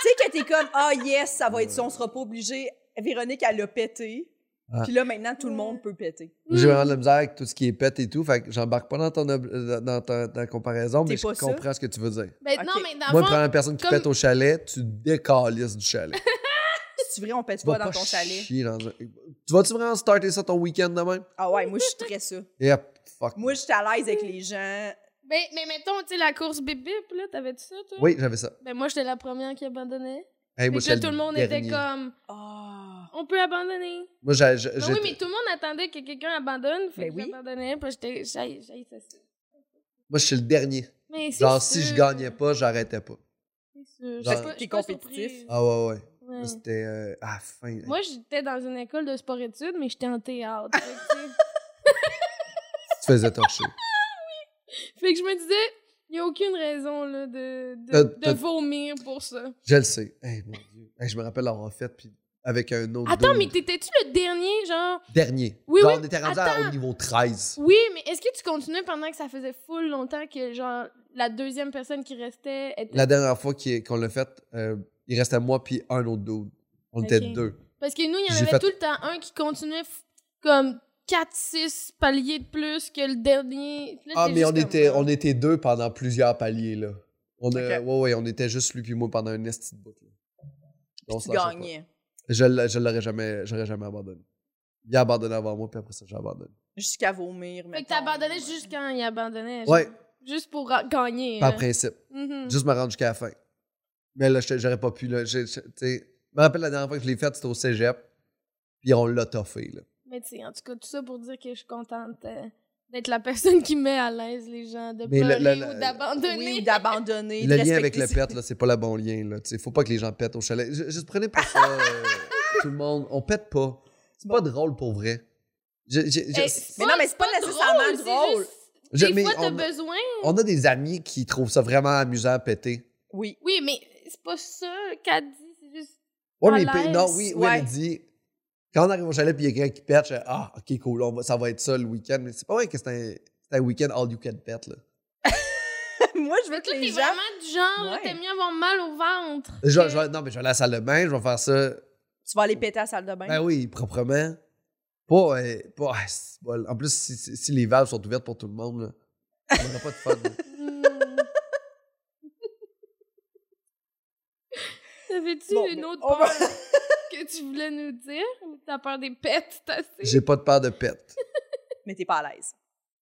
[SPEAKER 2] sais que t'es comme, ah yes, ça va être ça, on sera pas obligé. Véronique, elle a pété.
[SPEAKER 4] Ah.
[SPEAKER 2] Puis là, maintenant, tout le monde peut péter.
[SPEAKER 1] Hmm.
[SPEAKER 4] J'ai vraiment de la misère avec tout ce qui est pète et tout. Fait que j'embarque pas dans, ton, ob- euh, dans ta, ta comparaison, mais
[SPEAKER 2] T'es
[SPEAKER 4] je
[SPEAKER 2] pas ça?
[SPEAKER 4] comprends ce que tu veux dire.
[SPEAKER 1] Ben, Non,
[SPEAKER 2] Ok.
[SPEAKER 1] mais dans
[SPEAKER 4] Moi,
[SPEAKER 1] le fond,
[SPEAKER 4] prends la personne qui
[SPEAKER 1] comme-
[SPEAKER 4] pète au chalet, tu décalisses du chalet.
[SPEAKER 2] C'est vrai, on pète
[SPEAKER 4] Tu vas
[SPEAKER 2] pas dans
[SPEAKER 4] pas
[SPEAKER 2] ton chalet.
[SPEAKER 4] chier dans un- Tu vas-tu vraiment starter ça ton week-end demain?
[SPEAKER 2] Ah ouais, moi, je suis très ça.
[SPEAKER 4] Yep, fuck.
[SPEAKER 2] Moi, je suis à l'aise avec les gens.
[SPEAKER 1] ben, mais mettons, tu sais, la course bip bip, là, t'avais-tu ça, toi?
[SPEAKER 4] Oui, j'avais ça.
[SPEAKER 1] Ben, moi, j'étais la première qui abandonnait.
[SPEAKER 4] Hey,
[SPEAKER 1] Et
[SPEAKER 4] moi,
[SPEAKER 1] puis là,
[SPEAKER 4] j'étais
[SPEAKER 1] tout le monde
[SPEAKER 4] dernier.
[SPEAKER 1] était comme,
[SPEAKER 2] Ah.
[SPEAKER 1] on peut abandonner.
[SPEAKER 4] Moi, j'ai- j'ai-
[SPEAKER 1] Ben
[SPEAKER 4] j'étais-
[SPEAKER 1] oui, mais tout le monde attendait que quelqu'un abandonne. Fait
[SPEAKER 2] Ben
[SPEAKER 1] que
[SPEAKER 2] oui.
[SPEAKER 1] j'abandonnais, puis j'étais, j'aille, j'aille, ça. ça.
[SPEAKER 4] moi, je suis le dernier.
[SPEAKER 1] Mais c'est
[SPEAKER 4] Genre, si je
[SPEAKER 1] sûr.
[SPEAKER 4] gagnais pas, j'arrêtais pas.
[SPEAKER 1] C'est sûr.
[SPEAKER 4] Genre-
[SPEAKER 1] Je suis pas- je suis pas
[SPEAKER 2] T'es compétitif.
[SPEAKER 1] surprise.
[SPEAKER 4] Ah ouais, ouais.
[SPEAKER 1] Ouais.
[SPEAKER 4] Ça, C'était euh, à la fin.
[SPEAKER 1] Hmm. Moi, j'étais dans une école de sport-études, mais j'étais en théâtre. fait, que, tu
[SPEAKER 4] Tu te faisais torcher.
[SPEAKER 1] sais. Fait que je me disais, il n'y a aucune raison là, de, de,
[SPEAKER 4] T'as-
[SPEAKER 1] de
[SPEAKER 4] t'as-
[SPEAKER 1] vomir pour ça.
[SPEAKER 4] je le sais. Hey, mon Dieu. Hey, je me rappelle l'avoir fait, puis avec un autre.
[SPEAKER 1] Attends,
[SPEAKER 4] dude.
[SPEAKER 1] mais t'étais-tu le dernier, genre?
[SPEAKER 4] Dernier.
[SPEAKER 1] Oui,
[SPEAKER 4] Genre,
[SPEAKER 1] oui,
[SPEAKER 4] on était rendu
[SPEAKER 1] attends.
[SPEAKER 4] au niveau 13.
[SPEAKER 1] Oui, mais est-ce que tu continuais pendant que ça faisait full longtemps que, genre, la deuxième personne qui restait était...
[SPEAKER 4] La dernière fois qu'il- qu'on l'a fait, euh, il restait moi, puis un autre dude. On était
[SPEAKER 1] Ok.
[SPEAKER 4] deux.
[SPEAKER 1] Parce que nous, il y en
[SPEAKER 4] J'ai
[SPEAKER 1] avait
[SPEAKER 4] fait-
[SPEAKER 1] tout le temps un qui continuait f- comme 4-6 paliers de plus que le dernier. Puis là,
[SPEAKER 4] Ah,
[SPEAKER 1] t'es
[SPEAKER 4] mais
[SPEAKER 1] juste
[SPEAKER 4] on
[SPEAKER 1] comme,
[SPEAKER 4] était,
[SPEAKER 1] ah.
[SPEAKER 4] on était deux pendant plusieurs paliers, là. On a,
[SPEAKER 2] Ok.
[SPEAKER 4] ouais, ouais, on était juste lui puis moi pendant un esti de bout, là. On
[SPEAKER 2] Tu
[SPEAKER 4] se lâchait
[SPEAKER 2] gagnais.
[SPEAKER 4] pas. Je, l'- je l'aurais jamais, j'aurais jamais abandonné. Il a abandonné avant moi, puis après ça, j'ai abandonné.
[SPEAKER 2] Jusqu'à vomir.
[SPEAKER 1] Fait que
[SPEAKER 2] mettons.
[SPEAKER 1] t'abandonnais juste quand il abandonnait. genre.
[SPEAKER 4] Ouais,
[SPEAKER 1] Juste pour ra- gagner.
[SPEAKER 4] par
[SPEAKER 1] là.
[SPEAKER 4] principe.
[SPEAKER 1] Mhm.
[SPEAKER 4] Juste me rendre jusqu'à la fin. Mais là, j'étais- j'aurais pas pu, là. j'ai- j'ai- tu sais, je me rappelle la dernière fois que je l'ai fait, c'était au cégep. Puis on l'a toffé, là.
[SPEAKER 1] Mais tu sais, en tout cas, tout ça pour dire que je suis contente euh, d'être la personne qui met à l'aise les gens, de
[SPEAKER 4] Mais le-
[SPEAKER 1] pleurer
[SPEAKER 4] le- le-
[SPEAKER 1] ou d'abandonner.
[SPEAKER 2] Oui, ou d'abandonner. de
[SPEAKER 4] Le lien
[SPEAKER 2] respecter
[SPEAKER 4] avec le
[SPEAKER 2] ses-
[SPEAKER 4] pète, là, c'est pas le bon lien. Là. Tu sais, Faut pas que les gens pètent au chalet. Je, juste prenez pas ça, euh, tout le monde. On pète pas. C'est pas drôle pour vrai. Je- je- je-
[SPEAKER 1] Eh,
[SPEAKER 2] Mais non, mais c'est pas nécessairement drôle.
[SPEAKER 1] c'est
[SPEAKER 4] je-
[SPEAKER 1] juste-
[SPEAKER 4] mais
[SPEAKER 1] des fois, t'as
[SPEAKER 4] on,
[SPEAKER 1] besoin.
[SPEAKER 4] on a des amis qui trouvent ça vraiment amusant à péter.
[SPEAKER 2] Oui.
[SPEAKER 1] Oui, mais c'est pas ça qu'elle dit. C'est juste.
[SPEAKER 4] Ouais,
[SPEAKER 1] À
[SPEAKER 4] mais il pète-
[SPEAKER 1] l'aise,
[SPEAKER 4] non, oui, oui,
[SPEAKER 2] ouais.
[SPEAKER 4] elle dit. Quand on arrive au chalet puis il y a quelqu'un qui pète, je fais, Ah, ok, cool, on va- ça va être ça le week-end. Mais c'est pas vrai que c'est un, c'est un week-end all you can pet. Là.
[SPEAKER 2] Moi, je veux que
[SPEAKER 1] Toi,
[SPEAKER 2] les
[SPEAKER 1] t'es
[SPEAKER 2] gens.
[SPEAKER 1] vraiment du genre, là,
[SPEAKER 2] Ouais.
[SPEAKER 1] t'aimes mieux avoir mal au ventre.
[SPEAKER 4] Je- je
[SPEAKER 1] que-
[SPEAKER 4] vais- non, mais je vais aller à la salle de bain, je vais faire ça.
[SPEAKER 2] Tu vas aller péter à la salle de bain.
[SPEAKER 4] Ben oui, proprement. Pas. euh, pas ah, c'est bol. en plus, si, si- si les valves sont ouvertes pour tout le monde, là, on n'aura pas de fun. là.
[SPEAKER 1] Hmm. T'avais-tu
[SPEAKER 2] Bon,
[SPEAKER 1] une
[SPEAKER 2] ben,
[SPEAKER 1] autre
[SPEAKER 2] on va-
[SPEAKER 1] peur que tu voulais nous dire? Ou t'as peur des pets, t'as assez?
[SPEAKER 4] J'ai pas de peur de pète.
[SPEAKER 2] Mais t'es pas à l'aise.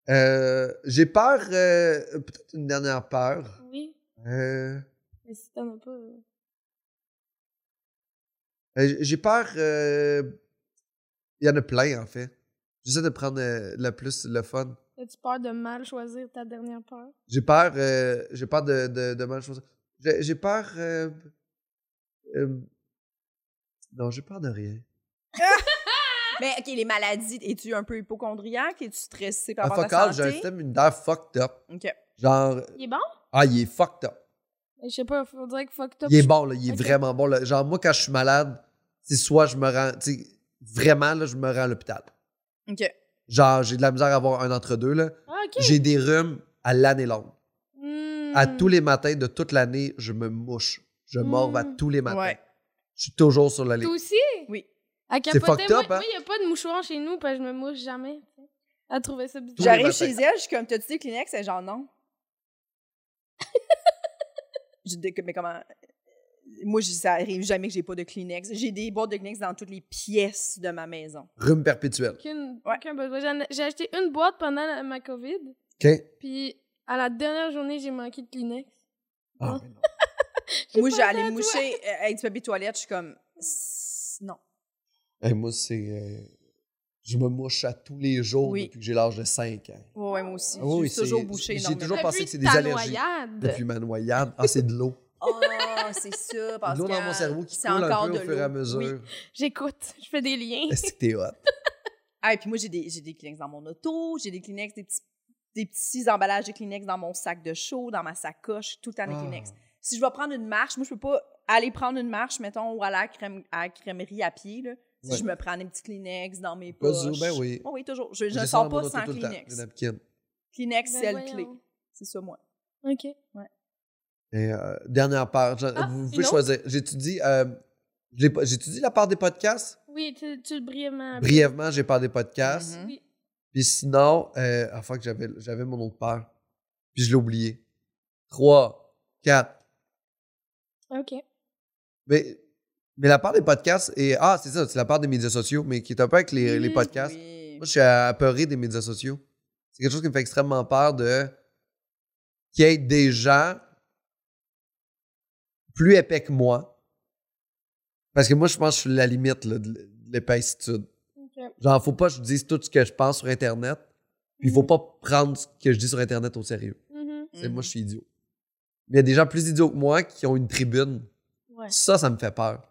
[SPEAKER 4] Euh, J'ai peur. euh, Peut-être une dernière peur.
[SPEAKER 1] Oui,
[SPEAKER 4] Euh,
[SPEAKER 1] mais si t'en as pas... euh,
[SPEAKER 4] euh, J'ai peur. euh, Il y en a plein, en fait. J'essaie de prendre euh, le plus le fun.
[SPEAKER 1] As-tu peur de mal choisir ta dernière peur?
[SPEAKER 4] J'ai peur. euh, J'ai peur de, de, de mal choisir. J'ai j'ai peur. euh, euh, non, j'ai peur de rien.
[SPEAKER 2] Mais OK, les maladies, es-tu un peu hypochondriaque? Es-tu stressé par
[SPEAKER 4] À
[SPEAKER 2] rapport à
[SPEAKER 4] Ah, fuck
[SPEAKER 2] ta
[SPEAKER 4] all, j'ai un
[SPEAKER 2] santé?
[SPEAKER 4] système immunitaire fucked up.
[SPEAKER 2] OK.
[SPEAKER 4] Genre,
[SPEAKER 1] Il est bon?
[SPEAKER 4] ah, il est fucked up.
[SPEAKER 1] Je sais pas, on dirait que fuck top.
[SPEAKER 4] Il est bon, là. Il est
[SPEAKER 1] Ok.
[SPEAKER 4] vraiment bon. Là. Genre, moi, quand je suis malade, c'est soit je me rends, tu sais, vraiment, là, je me rends à l'hôpital.
[SPEAKER 2] OK.
[SPEAKER 4] Genre, j'ai de la misère à avoir un entre-deux, là.
[SPEAKER 1] Ah, ok.
[SPEAKER 4] J'ai des rhumes à l'année longue.
[SPEAKER 1] Hmm.
[SPEAKER 4] À tous les matins de toute l'année, je me mouche. Je morve à
[SPEAKER 1] Mm.
[SPEAKER 4] tous les matins.
[SPEAKER 2] Ouais.
[SPEAKER 4] Je suis toujours sur la
[SPEAKER 1] Toi
[SPEAKER 4] ligne.
[SPEAKER 1] aussi?
[SPEAKER 2] Oui.
[SPEAKER 1] À
[SPEAKER 4] C'est
[SPEAKER 1] capoter,
[SPEAKER 4] fucked
[SPEAKER 1] moi,
[SPEAKER 4] up, hein?
[SPEAKER 1] il a pas de mouchoir chez nous, parce que je me mouche jamais. À trouver ça bizarre.
[SPEAKER 4] Tous les
[SPEAKER 2] J'arrive
[SPEAKER 4] matins.
[SPEAKER 2] chez elle, je suis comme, t'as-tu des Kleenex? Elle est genre, non. je dis, mais comment... Moi, je- ça arrive jamais que j'ai pas de Kleenex. J'ai des boîtes de Kleenex dans toutes les pièces de ma maison.
[SPEAKER 4] Rhume perpétuel.
[SPEAKER 1] Aucune-
[SPEAKER 2] Ouais.
[SPEAKER 1] aucun besoin. J'en- J'ai acheté une boîte pendant la- ma COVID,
[SPEAKER 4] OK?
[SPEAKER 1] puis à la dernière journée, j'ai manqué de Kleenex.
[SPEAKER 4] Ah, mais non.
[SPEAKER 2] Moi,
[SPEAKER 1] pensé
[SPEAKER 2] j'allais
[SPEAKER 1] à
[SPEAKER 2] me moucher euh, avec du papier toilette, je suis comme, S- non.
[SPEAKER 4] Eh, moi, c'est. euh, je me mouche à tous les jours
[SPEAKER 2] Oui.
[SPEAKER 4] depuis que j'ai l'âge de 5 ans.
[SPEAKER 1] Euh.
[SPEAKER 2] Ouais, ouais, moi aussi.
[SPEAKER 4] Ah oui,
[SPEAKER 2] je suis toujours
[SPEAKER 4] c'est-
[SPEAKER 2] bouchée.
[SPEAKER 4] j'ai
[SPEAKER 2] énormément.
[SPEAKER 4] toujours pensé
[SPEAKER 1] Depuis
[SPEAKER 4] que c'est des
[SPEAKER 1] ta
[SPEAKER 4] allergies.
[SPEAKER 1] noyade.
[SPEAKER 4] Depuis ma noyade. Ah, c'est de l'eau.
[SPEAKER 2] Ah, c'est ça, parce
[SPEAKER 4] De l'eau
[SPEAKER 2] que
[SPEAKER 4] dans mon cerveau qui
[SPEAKER 2] c'est
[SPEAKER 4] coule un
[SPEAKER 2] encore
[SPEAKER 4] peu
[SPEAKER 2] de
[SPEAKER 4] au fur et à
[SPEAKER 2] l'eau. Oui.
[SPEAKER 4] mesure.
[SPEAKER 1] J'écoute, je fais des liens.
[SPEAKER 4] Est-ce que t'es hot?
[SPEAKER 2] Ah, et puis moi, j'ai des, j'ai des Kleenex dans mon auto, j'ai des Kleenex, des petits, des petits emballages de Kleenex dans mon sac de chaud, dans ma sacoche, tout le
[SPEAKER 4] Ah.
[SPEAKER 2] temps des Kleenex. Si je vais prendre une marche, moi, je peux pas aller prendre une marche, mettons, ou aller à la, crème- à la crèmerie à pied, là. Si
[SPEAKER 4] Ouais.
[SPEAKER 2] je me prends des petits Kleenex dans mes
[SPEAKER 4] Pas
[SPEAKER 2] poches.
[SPEAKER 4] sûr, ben oui.
[SPEAKER 2] Oh oui, toujours. Je je ne
[SPEAKER 4] J'ai ça
[SPEAKER 2] sors
[SPEAKER 4] dans mon
[SPEAKER 2] pas
[SPEAKER 4] auto
[SPEAKER 2] sans
[SPEAKER 4] tout le temps,
[SPEAKER 2] Kleenex.
[SPEAKER 4] des napkins.
[SPEAKER 2] Kleenex,
[SPEAKER 1] Ben
[SPEAKER 2] c'est le
[SPEAKER 1] voyons.
[SPEAKER 2] clé. C'est ça, moi.
[SPEAKER 1] Ok.
[SPEAKER 4] Et, euh, dernière part. Jean-
[SPEAKER 1] Ah,
[SPEAKER 4] vous
[SPEAKER 1] une
[SPEAKER 4] pouvez
[SPEAKER 1] autre?
[SPEAKER 4] choisir. J'étudie. Euh, j'ai pas- J'étudie la part des podcasts.
[SPEAKER 1] Oui, tu, tu le
[SPEAKER 2] Ah,
[SPEAKER 1] brièvement.
[SPEAKER 4] Brièvement, j'ai part des podcasts.
[SPEAKER 2] Mhm.
[SPEAKER 1] Oui.
[SPEAKER 4] Puis sinon, euh, ah, fuck, j'avais j'avais mon autre part. Puis je l'ai oublié. Trois, quatre.
[SPEAKER 1] Ok.
[SPEAKER 4] Mais, mais la part des podcasts est. Ah, c'est ça, c'est la part des médias sociaux, mais qui est un peu avec les, les
[SPEAKER 1] Mhm.
[SPEAKER 4] podcasts.
[SPEAKER 2] Oui.
[SPEAKER 4] Moi, je suis apeuré des médias sociaux. C'est quelque chose qui me fait extrêmement peur de qu'il y ait des gens plus épais que moi. Parce que moi, je pense que je suis la limite là, de l'épaissitude.
[SPEAKER 1] Ok.
[SPEAKER 4] Genre, faut pas que je dise tout ce que je pense sur Internet. Puis il faut pas prendre ce que je dis sur Internet au sérieux.
[SPEAKER 1] Mhm.
[SPEAKER 4] C'est-
[SPEAKER 2] Mm. Mm-hmm.
[SPEAKER 4] Moi, je suis idiot. Mais il y a des gens plus idiots que moi qui ont une tribune.
[SPEAKER 1] Ouais.
[SPEAKER 4] Ça, ça me fait peur.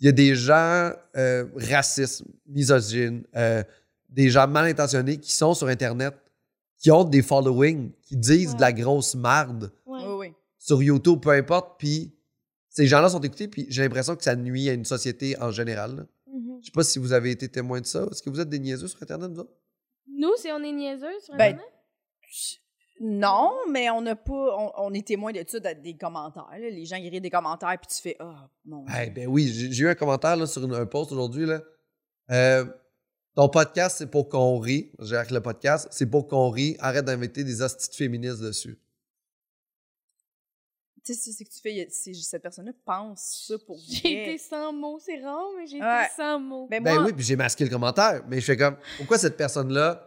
[SPEAKER 4] Il y a des gens euh, racistes, misogynes, euh, des gens mal intentionnés qui sont sur Internet, qui ont des followings, qui disent
[SPEAKER 1] Ouais.
[SPEAKER 4] de la grosse marde
[SPEAKER 1] Ouais.
[SPEAKER 2] Oui, oui.
[SPEAKER 4] sur YouTube, peu importe, puis ces gens-là sont écoutés, puis j'ai l'impression que ça nuit à une société en général. là.
[SPEAKER 1] Mhm.
[SPEAKER 4] Je sais pas si vous avez été témoin de ça. Est-ce que vous êtes des niaiseux sur Internet, vous autres?
[SPEAKER 1] Nous, c'est on est niaiseux sur
[SPEAKER 2] Ben,
[SPEAKER 1] Internet?
[SPEAKER 2] Non, mais on n'a pas. On, on est témoin de ça, de- des commentaires. là. Les gens, ils rient des commentaires, puis tu fais Ah, mon Dieu.
[SPEAKER 4] Eh ben oui, j'ai j'ai eu un commentaire là, sur une- un post aujourd'hui. là. Euh, ton podcast, c'est pour qu'on rit. J'ai avec le podcast, c'est pour qu'on rit. Arrête d'inviter des astites féministes dessus.
[SPEAKER 2] Tu sais, c'est que tu fais. il y a- c'est- Cette personne-là pense ça pour
[SPEAKER 1] J'ai
[SPEAKER 2] vrai.
[SPEAKER 1] été sans mots, c'est rare, mais j'ai
[SPEAKER 2] Ouais.
[SPEAKER 1] été sans mots.
[SPEAKER 2] Ben,
[SPEAKER 4] Ben
[SPEAKER 2] moi,
[SPEAKER 4] oui, puis j'ai masqué le commentaire. Mais je fais comme, pourquoi cette personne-là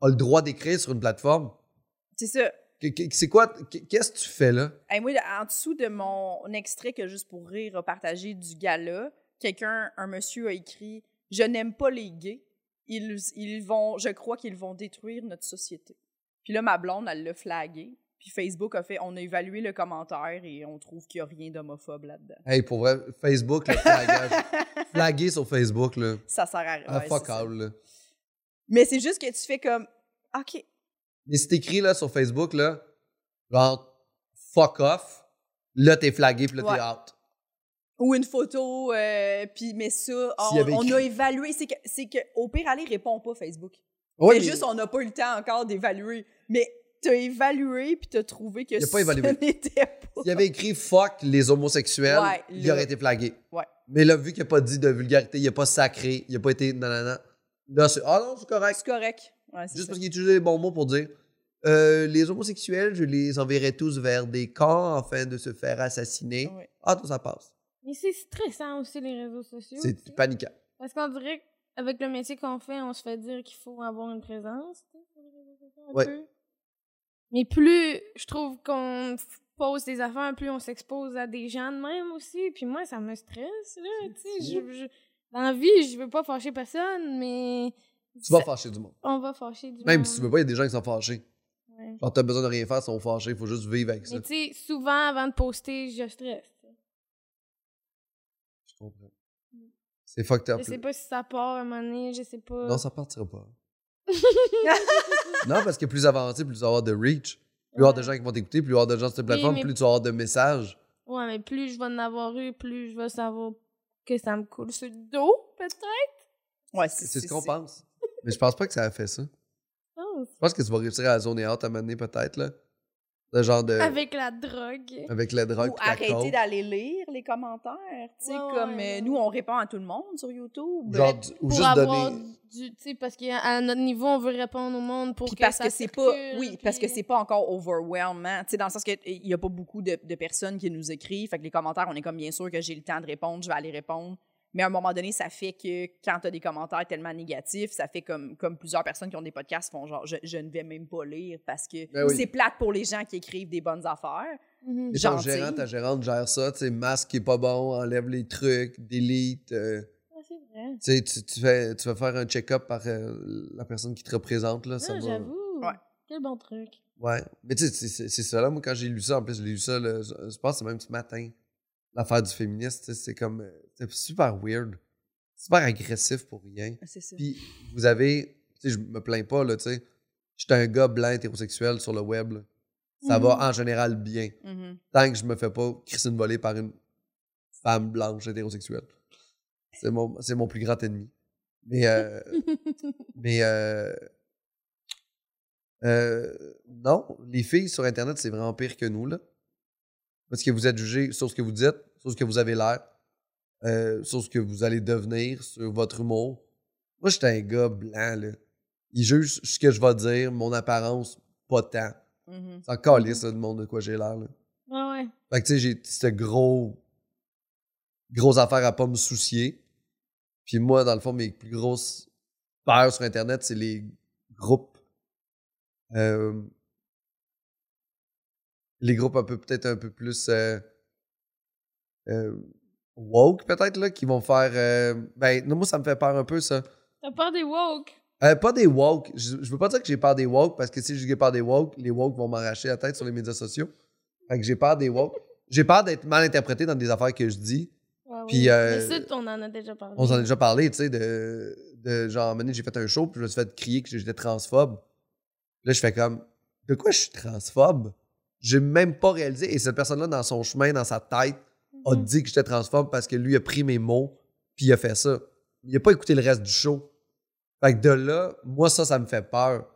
[SPEAKER 4] a le droit d'écrire sur une plateforme?
[SPEAKER 2] c'est ça.
[SPEAKER 4] Que- que- C'est quoi? qu- Qu'est-ce que tu fais là?
[SPEAKER 2] Hey, moi, en dessous de mon extrait que Juste pour rire a partagé du gala, quelqu'un, un monsieur a écrit Je n'aime pas les gays. ils, ils vont, je crois qu'ils vont détruire notre société. Puis là, ma blonde, elle l'a flagué. Puis Facebook a fait, on a évalué le commentaire et on trouve qu'il n'y a rien d'homophobe là-dedans.
[SPEAKER 4] Hey, pour vrai, Facebook, le flagage. Flaguer sur Facebook, là.
[SPEAKER 2] Ça sert à rien.
[SPEAKER 4] Ah,
[SPEAKER 2] ouais,
[SPEAKER 4] fuck
[SPEAKER 2] c'est ça.
[SPEAKER 4] all, là.
[SPEAKER 2] Mais c'est juste que tu fais comme, OK,
[SPEAKER 4] Mais si t'écris, là, sur Facebook, là, genre, fuck off, là, t'es flagué, puis là,
[SPEAKER 2] Ouais.
[SPEAKER 4] t'es out.
[SPEAKER 2] ou une photo, euh, puis mais ça, on,
[SPEAKER 4] S'il y avait
[SPEAKER 2] on
[SPEAKER 4] écrit-
[SPEAKER 2] a évalué. C'est que, c'est que, au pire, allez, répond pas Facebook.
[SPEAKER 4] Ouais,
[SPEAKER 2] c'est
[SPEAKER 4] mais-
[SPEAKER 2] juste, on n'a pas eu le temps encore d'évaluer. Mais t'as évalué, puis t'as trouvé que
[SPEAKER 4] Il a pas
[SPEAKER 2] ça
[SPEAKER 4] évalué.
[SPEAKER 2] n'était pas.
[SPEAKER 4] S'il avait écrit fuck les homosexuels,
[SPEAKER 2] Ouais,
[SPEAKER 4] il
[SPEAKER 2] là.
[SPEAKER 4] aurait été flagué.
[SPEAKER 2] Ouais.
[SPEAKER 4] Mais là, vu qu'il n'a pas dit de vulgarité, il n'a pas sacré, il n'a pas été nanana. Là, c'est ah non, c'est correct.
[SPEAKER 2] C'est correct. Ouais, c'est ça.
[SPEAKER 4] Juste parce qu'il utilisait les bons mots pour dire Euh, les homosexuels, je les enverrai tous vers des camps afin de se faire assassiner.
[SPEAKER 2] Ouais.
[SPEAKER 4] Ah non, ça passe.
[SPEAKER 1] Mais c'est stressant aussi, les réseaux sociaux.
[SPEAKER 4] C'est
[SPEAKER 1] tu sais.
[SPEAKER 4] paniquant.
[SPEAKER 1] Parce qu'on dirait qu'avec le métier qu'on fait, on se fait dire qu'il faut avoir une présence. tu sais, sur les réseaux sociaux, un
[SPEAKER 4] Ouais.
[SPEAKER 1] peu. Mais plus je trouve qu'on f- pose des affaires, plus on s'expose à des gens de même aussi. Puis moi, ça me stresse. Là, tu sais, je, je- dans la vie, je veux pas fâcher personne, mais
[SPEAKER 4] Tu vas
[SPEAKER 1] ça-
[SPEAKER 4] fâcher du monde.
[SPEAKER 1] on va fâcher du
[SPEAKER 4] Même
[SPEAKER 1] monde.
[SPEAKER 4] si tu veux pas, il y a des gens qui sont fâchés.
[SPEAKER 1] Ouais.
[SPEAKER 4] Genre, t'as besoin de rien faire, ils sont fâchés, il faut juste vivre avec ça.
[SPEAKER 1] Mais tu sais, souvent, avant de poster, je stresse.
[SPEAKER 4] Je comprends. C'est fucked up.
[SPEAKER 1] Je sais
[SPEAKER 4] là.
[SPEAKER 1] pas si ça part à un moment donné, je sais pas.
[SPEAKER 4] Non, ça partira pas. non, parce que plus avancé, plus tu vas avoir de reach. Plus il y aura de gens qui vont t'écouter, plus il y aura de gens sur cette
[SPEAKER 1] Oui,
[SPEAKER 4] plateforme,
[SPEAKER 1] mais-
[SPEAKER 4] plus tu vas avoir de messages.
[SPEAKER 1] Ouais, mais plus je vais en avoir eu, plus je vais savoir que ça me coule sur le dos, peut-être.
[SPEAKER 2] Ouais,
[SPEAKER 4] C'est ce qu'on pense. Mais je pense pas que ça a fait ça. Je
[SPEAKER 1] Oh,
[SPEAKER 4] pense que tu vas réussir à zoner out à mener peut-être, là. Le genre de.
[SPEAKER 1] Avec
[SPEAKER 4] Avec,
[SPEAKER 1] la drogue.
[SPEAKER 4] la drogue
[SPEAKER 2] Ou
[SPEAKER 4] pis la
[SPEAKER 2] arrêter
[SPEAKER 4] coke.
[SPEAKER 2] d'aller lire les commentaires. Tu sais,
[SPEAKER 1] Ouais, ouais,
[SPEAKER 2] comme
[SPEAKER 1] ouais.
[SPEAKER 2] euh, nous, on répond à tout le monde sur YouTube.
[SPEAKER 4] Genre, du- ou
[SPEAKER 1] pour
[SPEAKER 4] juste
[SPEAKER 1] avoir
[SPEAKER 4] donner.
[SPEAKER 1] du. Tu sais, parce qu'à notre niveau, on veut répondre au monde pour
[SPEAKER 2] Puis
[SPEAKER 1] que
[SPEAKER 2] parce
[SPEAKER 1] ça
[SPEAKER 2] que c'est pas
[SPEAKER 1] circule,
[SPEAKER 2] oui parce que
[SPEAKER 1] puis-
[SPEAKER 2] c'est pas encore overwhelmant tu sais dans le sens que euh, il y a pas beaucoup de, de personnes qui nous écrivent fait que les commentaires on est comme bien sûr que j'ai le temps de répondre je vais aller répondre mais à un moment donné ça fait que quand tu as des commentaires tellement négatifs ça fait comme comme plusieurs personnes qui ont des podcasts font genre je, je ne vais même pas lire parce que
[SPEAKER 4] Ben oui.
[SPEAKER 2] c'est plate pour les gens qui écrivent des bonnes affaires
[SPEAKER 1] Mhm.
[SPEAKER 4] Et ton
[SPEAKER 2] gentil.
[SPEAKER 4] gérant, ta gérante gère ça, tu sais, masque qui est pas bon, enlève les trucs, delete. euh,
[SPEAKER 1] Ouais, Ah, c'est vrai.
[SPEAKER 4] tu sais, tu, tu fais, tu vas faire un check-up par euh, la personne qui te représente, là. ça
[SPEAKER 1] Ah,
[SPEAKER 4] va-
[SPEAKER 1] J'avoue.
[SPEAKER 2] Ouais.
[SPEAKER 1] Quel bon truc.
[SPEAKER 4] Ouais. Mais tu sais, c'est- c'est c'est ça, là. Moi, quand j'ai lu ça, en plus, j'ai lu ça, là, je je pense que c'est même ce matin. L'affaire du féministe, tu sais, c'est comme. euh, C'est super weird. Super agressif pour rien.
[SPEAKER 1] Ah,
[SPEAKER 2] c'est ça
[SPEAKER 4] Puis, vous avez. Tu sais, je me plains pas, là, tu sais. J'étais un gars blanc hétérosexuel sur le web, là. Ça
[SPEAKER 1] Mhm.
[SPEAKER 4] va en général bien.
[SPEAKER 2] Mm-hmm,
[SPEAKER 4] Tant que je me fais pas crisser une volée par une femme blanche hétérosexuelle. C'est mon, c'est mon plus grand ennemi. Mais. euh, mais. euh, euh, non, les filles sur Internet, c'est vraiment pire que nous, là. Parce que vous êtes jugés sur ce que vous dites, sur ce que vous avez l'air, euh, sur ce que vous allez devenir, sur votre humour. Moi, j'étais un gars blanc, là. Ils jugent ce que je vais dire, mon apparence, pas tant.
[SPEAKER 2] mm-hmm.
[SPEAKER 4] C'est encore lisse, là, du monde de quoi j'ai l'air, là.
[SPEAKER 1] Ah ouais.
[SPEAKER 4] Fait que tu sais, j'ai ce gros. grosse affaire à pas me soucier. Puis moi, dans le fond, mes plus grosses peurs sur Internet, c'est les groupes. euh, les groupes un peu peut-être un peu plus euh, euh, woke, peut-être, là, qui vont faire. euh, ben, non, moi, ça me fait peur un peu, ça.
[SPEAKER 1] T'as peur des woke.
[SPEAKER 4] Euh, pas des woke. Je, je veux pas dire que j'ai peur des woke parce que si j'ai peur des woke, les woke vont m'arracher la tête sur les médias sociaux. Fait que j'ai peur des woke. J'ai peur d'être mal interprété dans des affaires que je dis.
[SPEAKER 1] Ouais,
[SPEAKER 4] Puis,
[SPEAKER 1] Ah oui.
[SPEAKER 4] euh,
[SPEAKER 1] Mais ça, on en a déjà parlé.
[SPEAKER 4] On s'en a déjà parlé, tu sais, de, de genre, à un moment donné, j'ai fait un show, puis je me suis fait crier que j'étais transphobe. Là, je fais comme, de quoi je suis transphobe? J'ai même pas réalisé. Et cette personne-là, dans son chemin, dans sa tête, a
[SPEAKER 1] Mhm.
[SPEAKER 4] dit que j'étais transphobe parce que lui a pris mes mots, puis il a fait ça. Il a pas écouté le reste du show. Fait que de là, moi, ça, ça me fait peur.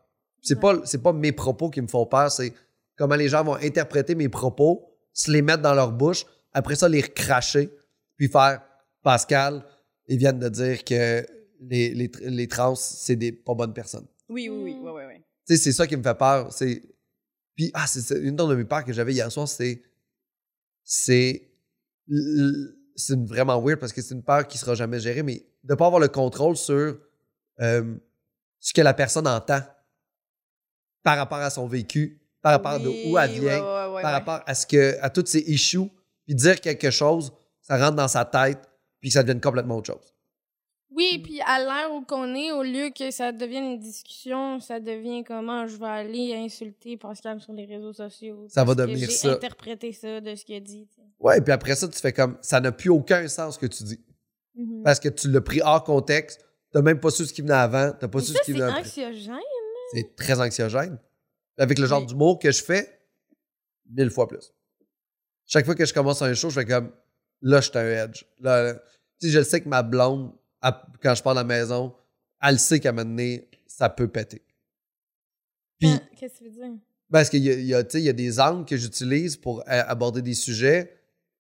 [SPEAKER 4] C'est
[SPEAKER 1] Ouais.
[SPEAKER 4] pas, c'est pas mes propos qui me font peur, c'est comment les gens vont interpréter mes propos, se les mettre dans leur bouche, après ça, les recracher, puis faire Pascal, ils viennent de dire que les, les, tr- les trans, c'est des pas bonnes personnes.
[SPEAKER 2] oui oui oui
[SPEAKER 1] Mhm.
[SPEAKER 2] ouais, ouais, ouais.
[SPEAKER 4] Tu sais, c'est ça qui me fait peur. C'est. Puis, ah, c'est c'est- une autre de mes peurs que j'avais hier soir, c'est. C'est. l- C'est une- vraiment weird parce que c'est une peur qui sera jamais gérée, mais de pas avoir le contrôle sur euh, ce que la personne entend par rapport à son vécu, par rapport de où elle
[SPEAKER 2] Oui,
[SPEAKER 4] vient,
[SPEAKER 2] ouais, ouais, ouais, ouais.
[SPEAKER 4] par rapport à ce que à toutes ces issues, puis dire quelque chose, ça rentre dans sa tête, puis que ça devient complètement autre chose.
[SPEAKER 1] Oui, puis à l'heure où qu'on est, au lieu que ça devienne une discussion, ça devient comment je vais aller insulter Pascal sur les réseaux sociaux.
[SPEAKER 4] Ça va
[SPEAKER 1] parce que
[SPEAKER 4] devenir
[SPEAKER 1] j'ai
[SPEAKER 4] ça.
[SPEAKER 1] interprété ça de ce qu'il a dit. tu sais.
[SPEAKER 4] Ouais, puis après ça, tu fais comme ça n'a plus aucun sens ce que tu dis.
[SPEAKER 1] Mhm.
[SPEAKER 4] Parce que tu l'as pris hors contexte, t'as même pas su ce qui venait avant, t'as pas
[SPEAKER 1] Mais
[SPEAKER 4] su
[SPEAKER 1] ça,
[SPEAKER 4] ce qui
[SPEAKER 1] c'est
[SPEAKER 4] venait après.
[SPEAKER 1] anxiogène. hein?
[SPEAKER 4] C'est très anxiogène. Avec le genre
[SPEAKER 1] Oui.
[SPEAKER 4] d'humour que je fais, mille fois plus. Chaque fois que je commence un show, je fais comme là, je suis un edge. Là, là. Tu sais, je le sais que ma blonde, elle- quand je pars de la maison, elle sait qu'à un moment donné, ça peut péter. Puis,
[SPEAKER 1] Hein, Qu'est-ce que tu veux dire?
[SPEAKER 4] parce qu'il y a, il y a, tu sais, il y a des angles que j'utilise pour euh, aborder des sujets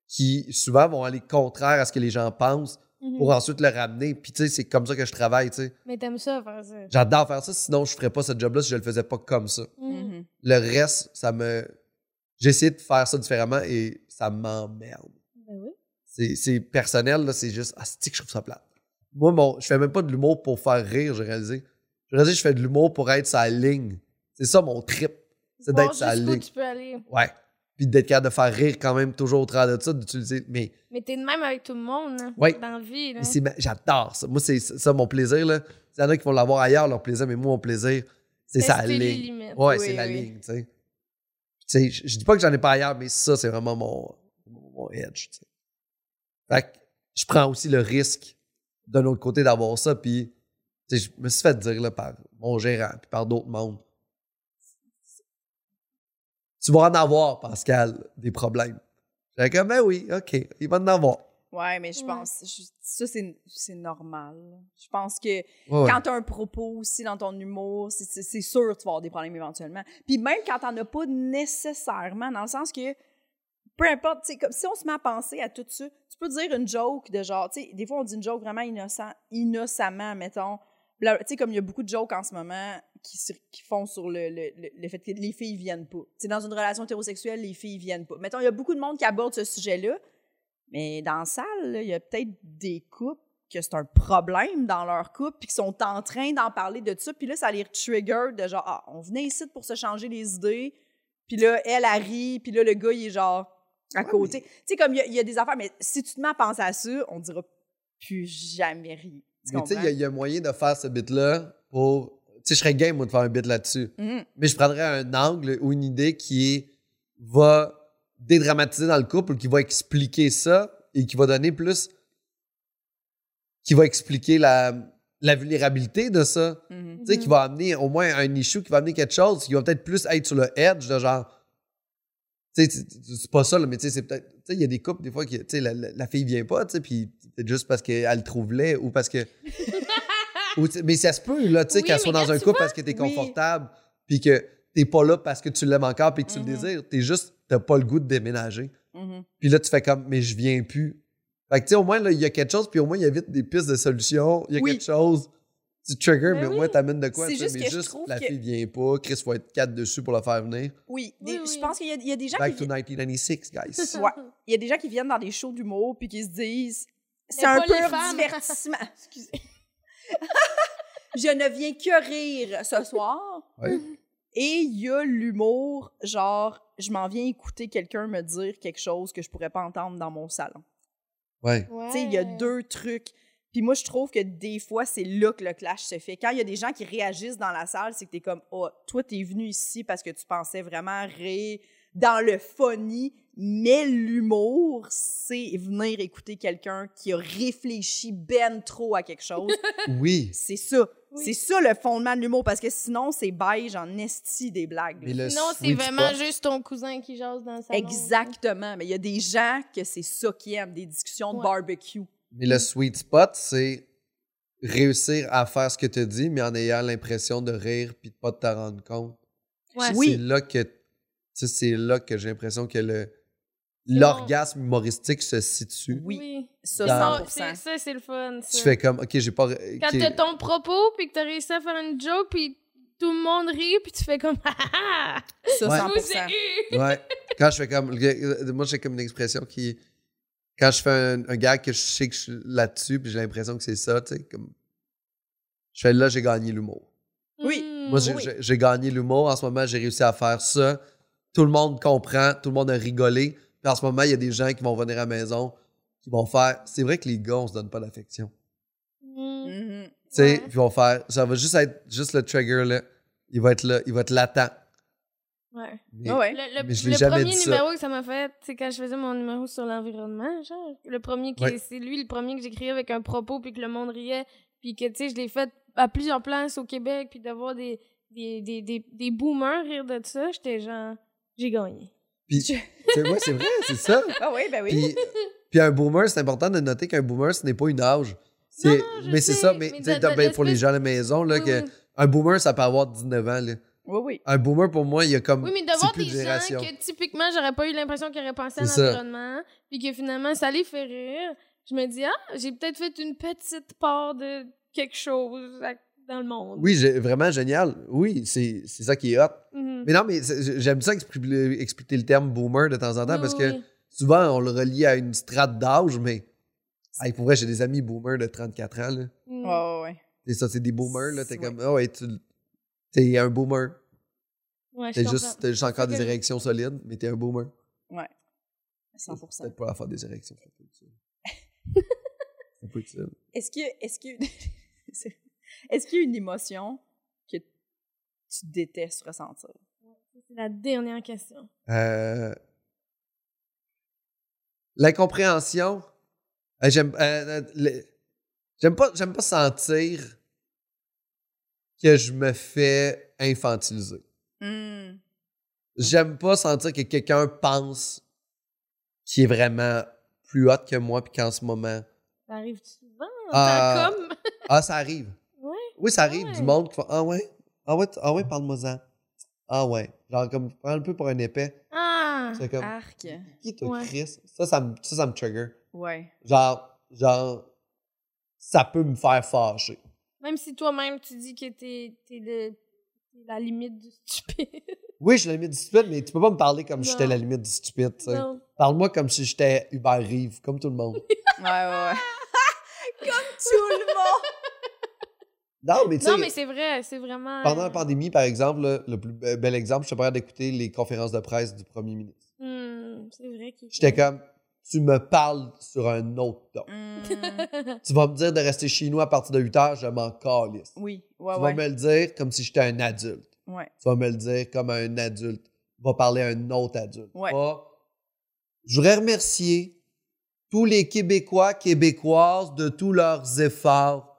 [SPEAKER 4] qui souvent vont aller contraire à ce que les gens pensent
[SPEAKER 1] Mhm.
[SPEAKER 4] pour ensuite le ramener. Puis, tu sais, c'est comme ça que je travaille, tu sais.
[SPEAKER 1] Mais t'aimes ça faire ça.
[SPEAKER 4] J'adore faire ça, sinon je ferais pas ce job-là si je le faisais pas comme ça.
[SPEAKER 1] Mhm.
[SPEAKER 2] Mm-hmm.
[SPEAKER 4] Le reste, ça me. J'ai essayé de faire ça différemment et ça m'emmerde.
[SPEAKER 1] Ben oui.
[SPEAKER 4] C'est c'est personnel, là, c'est juste. Ah, c'est que je trouve ça plate. Moi, mon, je fais même pas de l'humour pour faire rire, j'ai réalisé. J'ai réalisé que je fais de l'humour pour être sa ligne. C'est ça mon trip. C'est
[SPEAKER 1] Voir
[SPEAKER 4] d'être sa
[SPEAKER 1] jusqu'où
[SPEAKER 4] ligne.
[SPEAKER 1] tu peux aller.
[SPEAKER 4] Ouais. Puis d'être capable de faire rire quand même toujours au travers de ça, d'utiliser. Mais
[SPEAKER 1] Mais t'es de même avec tout le monde. hein,
[SPEAKER 4] Oui.
[SPEAKER 1] Dans la vie. Là.
[SPEAKER 4] Mais c'est ma- j'adore ça. Moi, c'est ça mon plaisir. Là. Il y en a qui vont l'avoir ailleurs, leur plaisir, mais moi, mon plaisir, c'est ça la
[SPEAKER 1] Tester les
[SPEAKER 4] ligne.
[SPEAKER 1] limites.
[SPEAKER 4] Ouais,
[SPEAKER 2] Oui,
[SPEAKER 4] c'est la
[SPEAKER 2] oui.
[SPEAKER 4] ligne, tu sais. Tu sais. Je je dis pas que j'en ai pas ailleurs, mais ça, c'est vraiment mon, mon- mon edge. tu sais. Fait que je prends aussi le risque d'un autre côté d'avoir ça, puis tu sais, je me suis fait dire là, par mon gérant, puis par d'autres mondes. Tu vas en avoir, Pascal, des problèmes. J'ai comme, ben oui, OK, il va en avoir.
[SPEAKER 2] Ouais, mais
[SPEAKER 1] je
[SPEAKER 2] je
[SPEAKER 1] Ouais. pense-
[SPEAKER 2] pense. ça, c'est normal. Je pense que
[SPEAKER 4] Ouais, ouais.
[SPEAKER 2] quand tu as un propos aussi dans ton humour, c'est- c'est c'est sûr que tu vas avoir des problèmes éventuellement. Puis même quand tu as pas nécessairement, dans le sens que, peu importe, tu sais, comme si on se met à penser à tout ça, tu peux dire une joke de genre, tu sais, des fois on dit une joke vraiment innocent, innocemment, mettons. Bla- Tu sais, comme il y a beaucoup de jokes en ce moment qui, sur- qui font sur le, le- le- le fait que les filles viennent pas. Tu sais, dans une relation hétérosexuelle, les filles viennent pas. Mettons, il y a beaucoup de monde qui aborde ce sujet-là, mais dans la salle, là, il y a peut-être des couples que c'est un problème dans leur couple, puis qu'ils sont en train d'en parler de ça, puis là, ça les trigger de genre, ah, on venait ici pour se changer les idées, puis là, elle, elle rit, puis là, le gars, il est genre à côté. Tu sais, comme il y, a- il y a des affaires, mais si tu te mets à penser à ça, on dira plus jamais rien. Tu
[SPEAKER 4] Mais tu sais, il y a-
[SPEAKER 2] comprends?
[SPEAKER 4] il y, a moyen de faire ce bit-là pour. Tu sais, je serais game, moi, de faire un bit là-dessus.
[SPEAKER 2] Mhm.
[SPEAKER 4] Mais je prendrais un angle ou une idée qui est, va dédramatiser dans le couple, qui va expliquer ça et qui va donner plus. qui va expliquer la, la vulnérabilité de ça.
[SPEAKER 2] Mhm.
[SPEAKER 4] Tu sais, qui va amener au moins un issue, qui va amener quelque chose, qui va peut-être plus être sur le edge de genre. Tu sais, c'est- c'est c'est pas ça, là, mais tu sais, c'est peut-être. Tu sais, il y a des couples, des fois, qui, tu sais, la, la- la fille vient pas, tu sais, puis c'est juste parce qu'elle le trouve laid ou parce que. ou tu- mais ça se peut, là, tu sais,
[SPEAKER 1] Oui,
[SPEAKER 4] qu'elle soit
[SPEAKER 1] mais
[SPEAKER 4] dans
[SPEAKER 1] quand
[SPEAKER 4] un
[SPEAKER 1] tu
[SPEAKER 4] couple parce que t'es
[SPEAKER 2] oui.
[SPEAKER 4] confortable, puis que t'es pas là parce que tu l'aimes encore, puis que tu
[SPEAKER 2] Mhm.
[SPEAKER 4] le désires. T'es juste. T'as pas le goût de déménager.
[SPEAKER 2] Mhm.
[SPEAKER 4] Puis là, tu fais comme, mais je viens plus. Fait que, tu sais, au moins, là, il y a quelque chose, puis au moins, il y a vite des pistes de solutions, il y a
[SPEAKER 2] Oui.
[SPEAKER 4] quelque chose. Tu trigger,
[SPEAKER 1] Ben
[SPEAKER 4] mais au
[SPEAKER 1] oui.
[SPEAKER 4] moins, t'amènes de quoi,
[SPEAKER 2] C'est
[SPEAKER 4] tu sais,
[SPEAKER 2] juste
[SPEAKER 4] mais
[SPEAKER 2] que je
[SPEAKER 4] juste,
[SPEAKER 2] trouve
[SPEAKER 4] la
[SPEAKER 2] que-
[SPEAKER 4] fille vient pas, Chris faut être quatre dessus pour la faire venir.
[SPEAKER 2] Oui,
[SPEAKER 1] Oui,
[SPEAKER 2] des-
[SPEAKER 1] oui.
[SPEAKER 2] je pense qu'il y, a- il y a des gens qui
[SPEAKER 4] Back to 1996, guys.
[SPEAKER 2] Ouais. il y a des gens qui viennent dans des shows d'humour puis qui se disent c'est
[SPEAKER 1] Mais
[SPEAKER 2] un
[SPEAKER 1] pas
[SPEAKER 2] pur
[SPEAKER 1] les femmes.
[SPEAKER 2] divertissement. Excusez. Je ne viens que rire ce soir.
[SPEAKER 4] Ouais.
[SPEAKER 2] Et il y a l'humour genre je m'en viens écouter quelqu'un me dire quelque chose que je pourrais pas entendre dans mon salon.
[SPEAKER 4] Ouais.
[SPEAKER 1] Ouais.
[SPEAKER 2] Tu sais, il y a deux trucs. Puis moi, je trouve que des fois, c'est là que le clash se fait. Quand il y a des gens qui réagissent dans la salle, c'est que t'es comme, oh, toi, t'es venu ici parce que tu pensais vraiment rire dans le funny, mais l'humour, c'est venir écouter quelqu'un qui a réfléchi ben trop à quelque chose.
[SPEAKER 4] Oui.
[SPEAKER 2] c'est ça.
[SPEAKER 1] Oui.
[SPEAKER 2] C'est ça le fondement de l'humour parce que sinon, c'est beige en esti des blagues. là.
[SPEAKER 4] Mais le
[SPEAKER 1] Non, c'est
[SPEAKER 4] Euh, sweet
[SPEAKER 1] vraiment
[SPEAKER 4] spot-
[SPEAKER 1] juste ton cousin qui jase dans le salon.
[SPEAKER 2] Exactement. Mais il y a des gens que c'est ça qui aiment, des discussions de
[SPEAKER 1] Ouais.
[SPEAKER 2] barbecue.
[SPEAKER 4] Mais le sweet spot, c'est réussir à faire ce que tu dis, mais en ayant l'impression de rire puis de pas te rendre compte.
[SPEAKER 1] Ouais.
[SPEAKER 2] Oui.
[SPEAKER 4] C'est là que, tu sais, c'est là que j'ai l'impression que le
[SPEAKER 1] bon.
[SPEAKER 4] l'orgasme humoristique se situe.
[SPEAKER 2] Oui.
[SPEAKER 1] Oui.
[SPEAKER 2] Ça,
[SPEAKER 4] Dans-
[SPEAKER 1] Ça, c'est-
[SPEAKER 2] 100%.
[SPEAKER 1] ça, c'est le fun. ça.
[SPEAKER 4] Tu fais comme, OK, j'ai pas. ok.
[SPEAKER 1] Quand t'as ton propos, puis que t'as réussi à faire une joke, puis tout le monde rit, puis tu fais comme Ah, ah,
[SPEAKER 2] Ça,
[SPEAKER 4] Ouais.
[SPEAKER 1] ah, vous avez
[SPEAKER 2] 100%.
[SPEAKER 1] eu!
[SPEAKER 4] Ouais. Quand je fais comme. le- euh, Moi, j'ai comme une expression qui. Quand je fais un, un gag que je sais que je suis là-dessus, puis j'ai l'impression que c'est ça, tu sais, comme. Je fais là, j'ai gagné l'humour.
[SPEAKER 2] Oui.
[SPEAKER 1] Mm.
[SPEAKER 4] Moi, j'ai-
[SPEAKER 2] oui.
[SPEAKER 4] j'ai j'ai gagné l'humour. En ce moment, j'ai réussi à faire ça. Tout le monde comprend, tout le monde a rigolé. Puis en ce moment, il y a des gens qui vont venir à la maison, qui vont faire. C'est vrai que les gars, on se donne pas d'affection.
[SPEAKER 1] Mm.
[SPEAKER 2] Mmh
[SPEAKER 4] sais,
[SPEAKER 1] Ouais.
[SPEAKER 4] puis on va faire, ça va juste être, juste le trigger, là. Il va être là, il va être latent.
[SPEAKER 1] Ouais.
[SPEAKER 4] Mais-
[SPEAKER 2] Ah ouais.
[SPEAKER 1] Le, le-
[SPEAKER 4] Mais je l'ai
[SPEAKER 1] le
[SPEAKER 4] jamais
[SPEAKER 1] premier
[SPEAKER 4] dit ça.
[SPEAKER 1] numéro que ça m'a fait, c'est quand je faisais mon numéro sur l'environnement, genre. Le premier qui,
[SPEAKER 4] Ouais.
[SPEAKER 1] c'est lui, le premier que j'écrivais avec un propos puis que le monde riait, puis que tu sais, je l'ai fait à plusieurs places au Québec, puis d'avoir des des, des, des des boomers rire de ça, j'étais genre, j'ai gagné.
[SPEAKER 4] Puis, tu sais, ouais, c'est vrai, c'est ça.
[SPEAKER 2] Ah oui, ben oui.
[SPEAKER 4] Puis, puis un boomer, c'est important de noter qu'un boomer, ce n'est pas une âge. C'est-
[SPEAKER 1] non, je
[SPEAKER 4] mais c'est
[SPEAKER 1] sais,
[SPEAKER 4] ça, mais,
[SPEAKER 1] mais
[SPEAKER 4] tu sais,
[SPEAKER 1] de-
[SPEAKER 4] t'as-
[SPEAKER 1] de
[SPEAKER 4] ben, pour les
[SPEAKER 1] l'espèce-
[SPEAKER 4] gens à la maison, là,
[SPEAKER 1] Oui,
[SPEAKER 4] que
[SPEAKER 1] oui.
[SPEAKER 4] un boomer, ça peut avoir 19 ans. Là.
[SPEAKER 2] Oui, oui.
[SPEAKER 4] Un boomer, pour moi, il y a comme.
[SPEAKER 1] Oui, mais
[SPEAKER 4] c'est
[SPEAKER 1] d'avoir
[SPEAKER 4] plus
[SPEAKER 1] des
[SPEAKER 4] de
[SPEAKER 1] gens
[SPEAKER 4] génération.
[SPEAKER 1] que typiquement, j'aurais pas eu l'impression qu'ils auraient pensé à
[SPEAKER 4] C'est ça.
[SPEAKER 1] l'environnement, puis que finalement, ça les fait rire. Je me dis, ah, j'ai peut-être fait une petite part de quelque chose à- dans le monde.
[SPEAKER 4] Oui, j'ai- vraiment génial. Oui, c'est c'est ça qui est hot.
[SPEAKER 1] Mhm.
[SPEAKER 4] Mais non, mais c'est- j'aime ça expliquer, expliquer le terme boomer de temps en temps
[SPEAKER 1] Oui,
[SPEAKER 4] parce
[SPEAKER 1] oui,
[SPEAKER 4] que
[SPEAKER 1] oui.
[SPEAKER 4] souvent, on le relie à une strate d'âge, mais. Hey, pour vrai, j'ai des amis boomers de 34 ans. là.
[SPEAKER 1] Mhm.
[SPEAKER 2] Ouais, ouais, ouais.
[SPEAKER 4] C'est ça, c'est des boomers. là. T'es
[SPEAKER 2] Ouais.
[SPEAKER 4] comme, ah ouais, tu t'es un boomer.
[SPEAKER 1] Ouais, je
[SPEAKER 4] T'as
[SPEAKER 1] comprends.
[SPEAKER 4] juste, t'as juste encore
[SPEAKER 1] C'est
[SPEAKER 4] des
[SPEAKER 1] que-
[SPEAKER 4] érections solides, mais t'es un boomer.
[SPEAKER 2] 100%.
[SPEAKER 4] Peut-être pas la faire des érections. ça peut être ça. Ça peut être ça.
[SPEAKER 2] Est-ce qu'il y a, est-ce qu'il y a- c'est- est-ce qu'il y a une émotion que tu détestes ressentir?
[SPEAKER 1] C'est la dernière question.
[SPEAKER 4] Euh, L'incompréhension. euh, j'aime, euh, euh, le- j'aime pas, j'aime pas sentir que je me fais infantiliser. Mmh.
[SPEAKER 2] Hmm.
[SPEAKER 4] J'aime pas sentir que quelqu'un pense qu'il est vraiment plus hot que moi puis qu'en ce moment.
[SPEAKER 1] Ça arrive souvent. T'as
[SPEAKER 4] Ah.
[SPEAKER 1] comme.
[SPEAKER 4] Ah, ça arrive.
[SPEAKER 1] Ouais.
[SPEAKER 4] Oui, ça arrive. Du
[SPEAKER 1] Ouais.
[SPEAKER 4] monde qui fait Ah ouais, ah ouais, t- ah ouais parle-moi-en. Ah ouais. Genre comme prends un peu pour un épais.
[SPEAKER 1] Ah!
[SPEAKER 4] C'est comme
[SPEAKER 2] Arc.
[SPEAKER 4] Qui toi,
[SPEAKER 1] Ouais.
[SPEAKER 4] Chris? Ça, ça me, ça, ça me trigger.
[SPEAKER 2] Ouais.
[SPEAKER 4] Genre, genre, ça peut me faire fâcher.
[SPEAKER 1] Même si toi-même, tu dis que t'es t'es le- t'es la limite du stupide.
[SPEAKER 4] Oui, je suis la limite du stupide, mais tu peux pas me parler comme si
[SPEAKER 1] Non.
[SPEAKER 4] j'étais la limite du stupide, tu sais.
[SPEAKER 1] Non.
[SPEAKER 4] Parle-moi comme si j'étais Hubert Reeve, comme tout le monde.
[SPEAKER 2] Ouais, ouais, ouais. Comme tout le monde!
[SPEAKER 4] non, mais tu sais,
[SPEAKER 1] Non, mais c'est vrai, c'est vraiment.
[SPEAKER 4] pendant la pandémie, par exemple, là, le plus be- bel exemple, je suis prêt d'écouter les conférences de presse du premier ministre.
[SPEAKER 1] Hmm, c'est vrai qu'il.
[SPEAKER 4] J'étais comme, tu me parles sur un autre ton.
[SPEAKER 2] Hmm.
[SPEAKER 4] Tu vas me dire de rester chez nous à partir de 8 heures, je m'en calisse.
[SPEAKER 2] Oui, ouais,
[SPEAKER 4] tu vas
[SPEAKER 2] ouais.
[SPEAKER 4] me le dire comme si j'étais un adulte.
[SPEAKER 2] Ouais.
[SPEAKER 4] Tu vas me le dire comme un adulte. Va parler à un autre adulte.
[SPEAKER 2] Ouais.
[SPEAKER 4] Pas- Je voudrais remercier tous les Québécois, Québécoises de tous leurs efforts.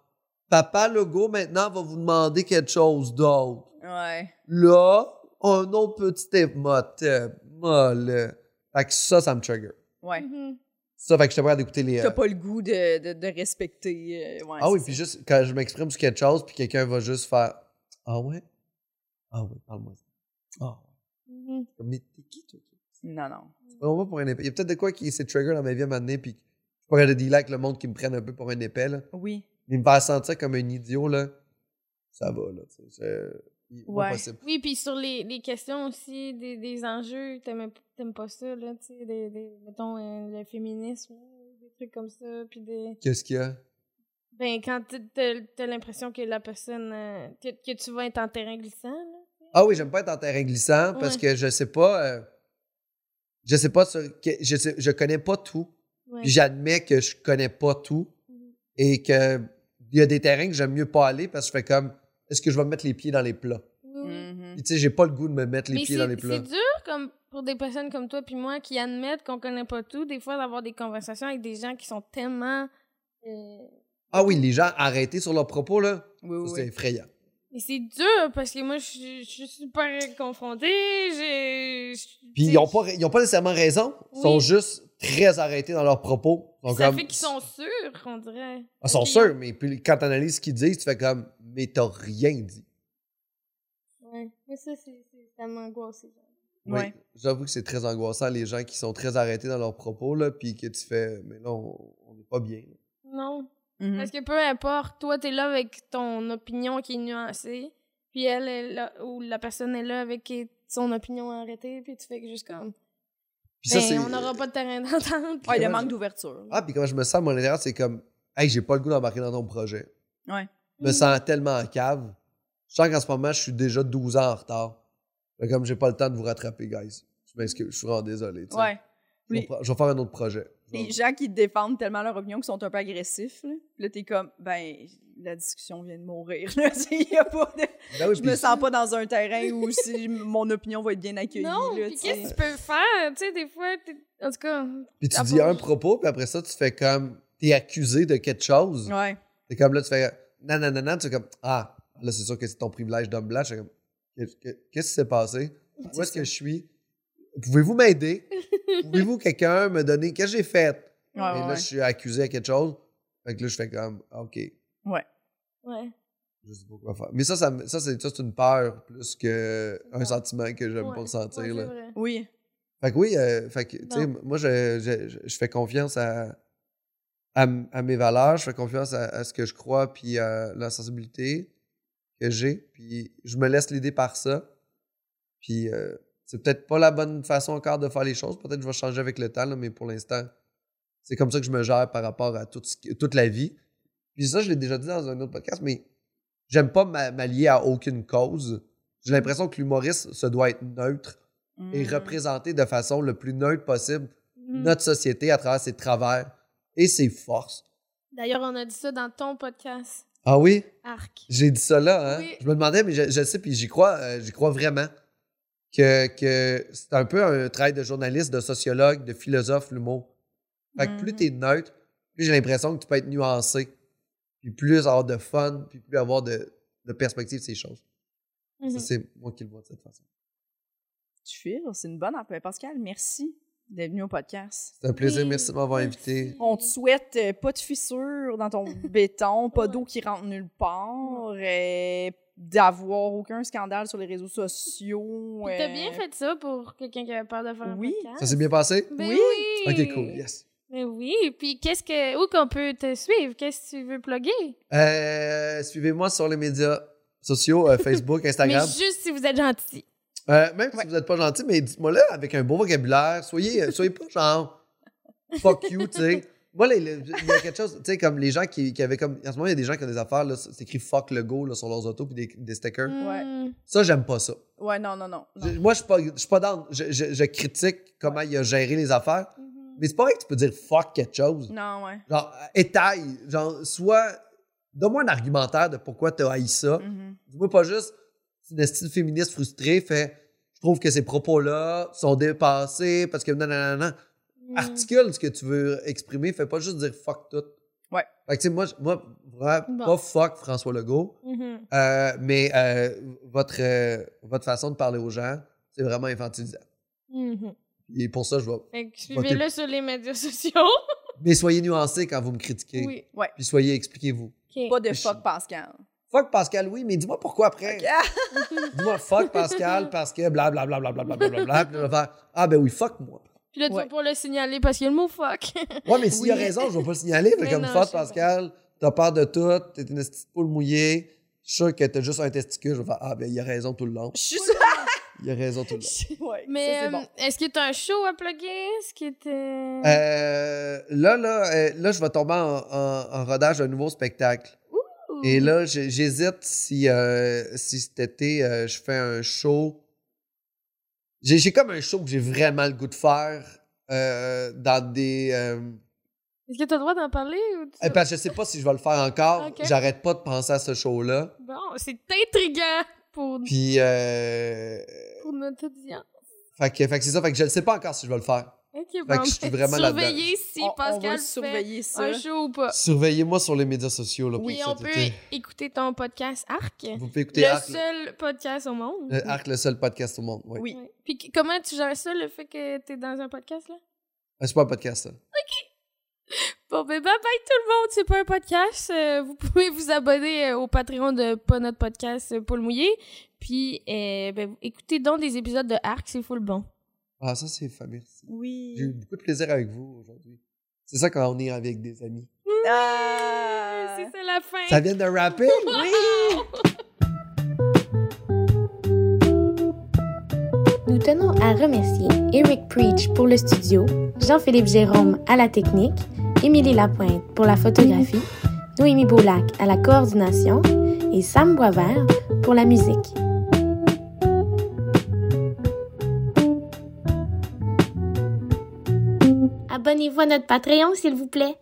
[SPEAKER 4] Papa Legault, maintenant, va vous demander quelque chose d'autre.
[SPEAKER 2] Ouais.
[SPEAKER 4] Là, un autre petit émote. euh, Molle. Fait que ça, ça me trigger.
[SPEAKER 2] Ouais.
[SPEAKER 1] Mhm.
[SPEAKER 4] Ça, fait que je prêt d'écouter les...
[SPEAKER 2] T'as pas le goût de, de, de respecter. euh, ouais,
[SPEAKER 4] euh, Ah oui,
[SPEAKER 2] c'est
[SPEAKER 4] puis
[SPEAKER 2] ça.
[SPEAKER 4] juste quand je m'exprime sur quelque chose, puis quelqu'un va juste faire Ah ouais? Ah ouais, parle-moi. Ah ouais.
[SPEAKER 1] Mhm.
[SPEAKER 4] Comme, Mais t'es qui, toi?
[SPEAKER 2] Non, non.
[SPEAKER 4] Tu prends pas pour un épais. Il y a peut-être de quoi qui s'est trigger dans ma vie à un moment donné, puis je pourrais le dealer avec le monde qui me prenne un peu pour un épais, là.
[SPEAKER 2] Oui.
[SPEAKER 4] Mais me faire sentir comme un idiot, là, ça va, là. tu sais, c'est- il- pas
[SPEAKER 2] Ouais.
[SPEAKER 4] possible.
[SPEAKER 1] Oui, puis sur les, les questions aussi des, des enjeux, t'aimes t'aimes pas ça, là, tu sais, des, des- mettons euh, le féminisme, des trucs comme ça, puis des.
[SPEAKER 4] Qu'est-ce qu'il y a?
[SPEAKER 1] Ben, quand t- t'as t'as l'impression que la personne. euh, que, que tu vas être en terrain glissant, là.
[SPEAKER 4] Ah oui, j'aime pas être en terrain glissant parce
[SPEAKER 1] Ouais.
[SPEAKER 4] que je sais pas. euh, je sais pas sur que- je, sais- je connais pas tout.
[SPEAKER 1] Ouais.
[SPEAKER 4] Puis j'admets que je connais pas tout
[SPEAKER 1] Mhm.
[SPEAKER 4] et que il y a des terrains que j'aime mieux pas aller parce que je fais comme est-ce que je vais me mettre les pieds dans les plats?
[SPEAKER 1] Oui, oui.
[SPEAKER 2] Mhm.
[SPEAKER 4] Puis tu sais, j'ai pas le goût de me mettre Mm.
[SPEAKER 1] Mm.
[SPEAKER 4] les
[SPEAKER 1] Mais
[SPEAKER 4] pieds
[SPEAKER 1] c'est-
[SPEAKER 4] dans les plats.
[SPEAKER 1] C'est dur comme pour des personnes comme toi puis moi qui admettent qu'on connaît pas tout, des fois d'avoir des conversations avec des gens qui sont tellement euh,
[SPEAKER 4] Ah oui, les gens arrêtés sur leurs propos, là,
[SPEAKER 2] Oui, oui,
[SPEAKER 4] ça, c'est
[SPEAKER 2] oui.
[SPEAKER 4] effrayant.
[SPEAKER 1] mais c'est dur parce que moi je suis- je suis super confrontée, j'ai je-
[SPEAKER 4] Puis
[SPEAKER 1] t'sais,
[SPEAKER 4] ils n'ont pas, ils ont pas nécessairement raison, ils sont
[SPEAKER 1] Oui.
[SPEAKER 4] juste très arrêtés dans leurs propos. Ils sont
[SPEAKER 1] ça
[SPEAKER 4] comme- Ah,
[SPEAKER 1] fait qu'ils sont sûrs, on dirait.
[SPEAKER 4] Ils sont
[SPEAKER 1] Puis ils ont-
[SPEAKER 4] sûrs, mais puis quand tu analyses ce qu'ils disent, tu fais comme mais t'as rien dit.
[SPEAKER 1] Ouais. Mais ça c'est c'est- ça m'angoisse. c'est genre.
[SPEAKER 4] Oui.
[SPEAKER 2] Ouais.
[SPEAKER 4] J'avoue que c'est très angoissant, les gens qui sont très arrêtés dans leurs propos, là, puis que tu fais, mais là, on on n'est pas bien.
[SPEAKER 1] Non,
[SPEAKER 2] Mhm.
[SPEAKER 1] parce que peu importe, toi t'es là avec ton opinion qui est nuancée, puis elle est là ou la personne est là avec son opinion arrêtée, puis tu fais que juste comme
[SPEAKER 4] Puis ça, c'est-
[SPEAKER 1] Ben, on n'aura pas de terrain d'entente.
[SPEAKER 2] Ouais, le
[SPEAKER 4] Comment
[SPEAKER 2] manque
[SPEAKER 4] je-
[SPEAKER 2] d'ouverture.
[SPEAKER 4] Ah, puis comment je me sens, mon intérieur, c'est comme, hey, j'ai pas le goût d'embarquer dans ton projet.
[SPEAKER 2] Ouais.
[SPEAKER 4] Je me
[SPEAKER 1] Mm.
[SPEAKER 4] sens tellement en cave. Je sens qu'en ce moment, je suis déjà 12 ans en retard. Fait comme, j'ai pas le temps de vous rattraper, guys. Je m'excuse, je suis vraiment désolé. tu sais.
[SPEAKER 2] Ouais.
[SPEAKER 4] Mon pro- Je vais faire un autre projet. Je vais-
[SPEAKER 2] Les gens qui défendent tellement leur opinion qu'ils sont un peu agressifs, là, Puis là, t'es comme, ben, la discussion vient de mourir. là. Il y a pas de-
[SPEAKER 4] Ben oui,
[SPEAKER 2] Je
[SPEAKER 4] puis-
[SPEAKER 2] me sens pas dans un terrain où si mon opinion va être bien accueillie.
[SPEAKER 1] Non,
[SPEAKER 2] là,
[SPEAKER 1] puis
[SPEAKER 2] tu sais.
[SPEAKER 1] qu'est-ce que tu peux faire? Tu sais, des fois, t'es- en tout cas,
[SPEAKER 4] Puis tu
[SPEAKER 1] Ah,
[SPEAKER 4] dis
[SPEAKER 1] bon.
[SPEAKER 4] un propos, puis après ça, tu fais comme. T'es accusé de quelque chose.
[SPEAKER 2] Ouais.
[SPEAKER 4] T'es comme là, tu fais. Non, non, non, non. Tu es comme. Ah, là, c'est sûr que c'est ton privilège d'homme blanc. Je suis comme. Qu'est- que- Qu'est-ce qui s'est passé? Où est-ce que je suis? Pouvez-vous m'aider? Pouvez-vous quelqu'un me donner. Qu'est-ce que j'ai fait?
[SPEAKER 2] Ouais,
[SPEAKER 1] Ah
[SPEAKER 4] Et
[SPEAKER 2] ouais,
[SPEAKER 4] là, je suis accusé à quelque chose. Fait que là, je fais comme. ah, OK.
[SPEAKER 1] ouais.
[SPEAKER 4] Je sais pas quoi faire. Mais ça, ça, me- ça, c'est ça, c'est une peur plus qu'un sentiment que j'aime
[SPEAKER 1] ouais,
[SPEAKER 4] pas ressentir.
[SPEAKER 1] ouais, c'est
[SPEAKER 4] là.
[SPEAKER 1] vrai.
[SPEAKER 2] Oui.
[SPEAKER 4] Fait que oui, euh, fait que, tu sais,
[SPEAKER 1] Non.
[SPEAKER 4] moi, je, je- je- je fais confiance à, à, m- à mes valeurs, je fais confiance à, à ce que je crois, puis à la sensibilité que j'ai, puis je me laisse l'idée par ça. Puis euh, c'est peut-être pas la bonne façon encore de faire les choses, peut-être que je vais changer avec le temps, là, mais pour l'instant, c'est comme ça que je me gère par rapport à tout ce qui- toute la vie. Puis ça, je l'ai déjà dit dans un autre podcast, mais j'aime pas m'a- m'allier à aucune cause. J'ai l'impression que l'humoriste, se doit être neutre et
[SPEAKER 2] Mm.
[SPEAKER 4] représenter de façon le plus neutre possible
[SPEAKER 1] Mm.
[SPEAKER 4] notre société à travers ses travers et ses forces.
[SPEAKER 1] D'ailleurs, on a dit ça dans ton podcast,
[SPEAKER 4] Ah oui,
[SPEAKER 1] Arc.
[SPEAKER 4] j'ai dit ça là. Hein?
[SPEAKER 1] Oui.
[SPEAKER 4] Je me demandais, mais je, je sais, puis j'y crois, euh, j'y crois vraiment que, que c'est un peu un travail de journaliste, de sociologue, de philosophe, l'humour. Fait que
[SPEAKER 1] Mm-hmm.
[SPEAKER 4] plus
[SPEAKER 2] Mhm.
[SPEAKER 4] t'es neutre, plus j'ai l'impression que tu peux être nuancé, puis plus avoir de fun, puis plus avoir de, de perspective ces choses. Ça,
[SPEAKER 1] Mhm.
[SPEAKER 4] c'est moi qui le vois de cette façon.
[SPEAKER 2] Tu files, c'est une bonne affaire. Pascal, merci d'être venu au podcast.
[SPEAKER 4] C'est un plaisir,
[SPEAKER 1] Oui,
[SPEAKER 4] merci de m'avoir invité.
[SPEAKER 1] merci.
[SPEAKER 2] On te souhaite euh, pas de fissures dans ton béton, pas
[SPEAKER 1] Ouais.
[SPEAKER 2] d'eau qui rentre nulle part, euh, d'avoir aucun scandale sur les réseaux sociaux.
[SPEAKER 1] Puis T'as
[SPEAKER 2] euh,
[SPEAKER 1] bien fait ça pour quelqu'un qui avait peur de faire
[SPEAKER 2] oui.
[SPEAKER 1] un podcast.
[SPEAKER 4] Ça s'est bien passé?
[SPEAKER 1] Ben
[SPEAKER 2] Oui.
[SPEAKER 1] oui.
[SPEAKER 4] Ok, cool, yes.
[SPEAKER 1] Ben oui. Puis qu'est-ce que où qu'on peut te suivre Qu'est-ce que tu veux plugger
[SPEAKER 4] Euh, Suivez-moi sur les médias sociaux, euh, Facebook,
[SPEAKER 1] Mais
[SPEAKER 4] Instagram.
[SPEAKER 1] juste si vous êtes gentil.
[SPEAKER 4] Euh, même si
[SPEAKER 2] Ouais.
[SPEAKER 4] vous n'êtes pas gentil, mais dites-moi là avec un beau vocabulaire. Soyez, euh, soyez pas genre fuck you, tu sais. Moi, là, le- il y a quelque chose, tu sais, comme les gens qui, qui avaient comme. En ce moment, il y a des gens qui ont des affaires, là, c'est écrit fuck le go là, sur leurs autos puis des, des stickers.
[SPEAKER 2] Ouais.
[SPEAKER 1] Mm.
[SPEAKER 4] Ça, j'aime pas ça.
[SPEAKER 2] Ouais, non, non, non. non.
[SPEAKER 4] Je- moi, je suis pas, je suis pas dans. Je, je- je critique comment il a géré les affaires,
[SPEAKER 1] Mhm.
[SPEAKER 4] mais c'est pas vrai que tu peux dire fuck quelque chose.
[SPEAKER 2] Non, ouais.
[SPEAKER 4] Genre, euh, étaye. Genre, soit. Donne-moi un argumentaire de pourquoi tu as haï ça.
[SPEAKER 2] Mhm.
[SPEAKER 4] Dis-moi pas juste, c'est une estime féministe frustrée, fait, je trouve que ces propos-là sont dépassés parce que non, non, non, non.
[SPEAKER 1] Mm.
[SPEAKER 4] Articule ce que tu veux exprimer, fais pas juste dire fuck tout.
[SPEAKER 2] Ouais.
[SPEAKER 4] Fait que, tu sais, moi, je- moi, vraiment,
[SPEAKER 1] Bon.
[SPEAKER 4] pas fuck François Legault,
[SPEAKER 1] Mhm.
[SPEAKER 4] euh, mais euh, votre, euh, votre façon de parler aux gens, c'est vraiment infantilisant.
[SPEAKER 1] Mhm.
[SPEAKER 4] Et pour ça, je vais.
[SPEAKER 1] Fait que Suivez-le sur les médias sociaux.
[SPEAKER 4] Mais soyez nuancés quand vous me critiquez.
[SPEAKER 1] Oui.
[SPEAKER 4] Puis soyez, expliquez-vous.
[SPEAKER 1] Ok.
[SPEAKER 2] Pas de
[SPEAKER 4] Je
[SPEAKER 2] fuck
[SPEAKER 4] suis- Eh.
[SPEAKER 2] Pascal. Ah,
[SPEAKER 4] Fuck Pascal, oui, mais dis-moi pourquoi après. Dis-moi fuck Pascal parce que blablabla. Bla, bla, bla, bla, bla, bla. Puis là, je vais faire ah ben oui, fuck moi.
[SPEAKER 1] Puis là, tu
[SPEAKER 2] Ouais.
[SPEAKER 1] vas pas le signaler parce qu'il y a le mot fuck.
[SPEAKER 4] Ouais, mais s'il a
[SPEAKER 2] Oui.
[SPEAKER 4] raison, je vais pas le signaler. Fait
[SPEAKER 1] Mais
[SPEAKER 4] comme
[SPEAKER 1] non, je
[SPEAKER 4] fuck
[SPEAKER 1] sais pas.
[SPEAKER 4] Pascal, t'as peur de tout, t'es une petite poule mouillée. Je suis sûr que t'as juste un testicule. Je vais faire ah ben il a raison tout le long.
[SPEAKER 2] Je suis sûre.
[SPEAKER 4] Il a raison tout le long.
[SPEAKER 2] Ouais, ça,
[SPEAKER 1] Mais
[SPEAKER 2] c'est
[SPEAKER 1] euh,
[SPEAKER 2] bon.
[SPEAKER 1] est-ce que t'as un show à plugger Est-ce que t'es
[SPEAKER 4] Euh, là, là, euh, là, je vais tomber en, en- en rodage d'un nouveau spectacle.
[SPEAKER 1] Mm-hmm.
[SPEAKER 4] Et là, j'ai- j'hésite si, euh, si cet été, euh, je fais un show. J'ai j'ai comme un show que j'ai vraiment le goût de faire euh, dans des. euh,
[SPEAKER 1] Est-ce que t'as le droit d'en parler ou tu-
[SPEAKER 4] euh, parce que je sais pas si je vais le faire encore.
[SPEAKER 1] Ok.
[SPEAKER 4] J'arrête pas de penser à ce show-là.
[SPEAKER 1] Bon, c'est intriguant pour,
[SPEAKER 4] Puis. Euh,
[SPEAKER 1] pour notre audience.
[SPEAKER 4] fait que, fait que c'est ça. Fait que je ne sais pas encore si je vais le faire.
[SPEAKER 1] Ok,
[SPEAKER 4] que
[SPEAKER 1] bon,
[SPEAKER 4] je suis
[SPEAKER 1] ben,
[SPEAKER 4] vraiment là-dedans.
[SPEAKER 1] surveillez si
[SPEAKER 2] on, on va
[SPEAKER 1] Pascal fait
[SPEAKER 2] surveiller ça.
[SPEAKER 1] un show ou pas.
[SPEAKER 4] Surveillez-moi sur les médias sociaux. Là, pour
[SPEAKER 1] Puis
[SPEAKER 4] cet
[SPEAKER 1] Ah. on peut
[SPEAKER 4] été.
[SPEAKER 1] écouter ton podcast Arc,
[SPEAKER 4] Vous pouvez écouter
[SPEAKER 1] le
[SPEAKER 4] Arc, le-
[SPEAKER 1] seul podcast au monde.
[SPEAKER 4] le, Arc, le seul podcast au monde. Oui.
[SPEAKER 2] Oui.
[SPEAKER 1] Ouais. Puis qu- comment tu gères ça, le fait que t'es dans un podcast, là?
[SPEAKER 4] Ah, C'est pas un podcast, ça.
[SPEAKER 1] Bon, ben bye bye tout le monde, c'est pas un podcast. Euh, vous pouvez vous abonner euh, au Patreon de Pas Notre Podcast euh, Paul Mouillé. Puis, euh, ben, écoutez donc des épisodes de Arc, c'est full bon.
[SPEAKER 4] Ah, ça, c'est fabuleux. J'ai eu
[SPEAKER 2] Oui.
[SPEAKER 4] beaucoup de plaisir avec vous aujourd'hui. C'est ça quand on est avec des amis.
[SPEAKER 2] Ah.
[SPEAKER 1] C'est ça la fin.
[SPEAKER 4] Ça vient de rapper?
[SPEAKER 6] Nous tenons à remercier Eric Preach pour le studio, Jean-Philippe Jérôme à la technique, Émilie Lapointe pour la photographie, Noémie Boulac à la coordination et Sam Boisvert pour la musique. abonnez-vous à notre Patreon, s'il vous plaît.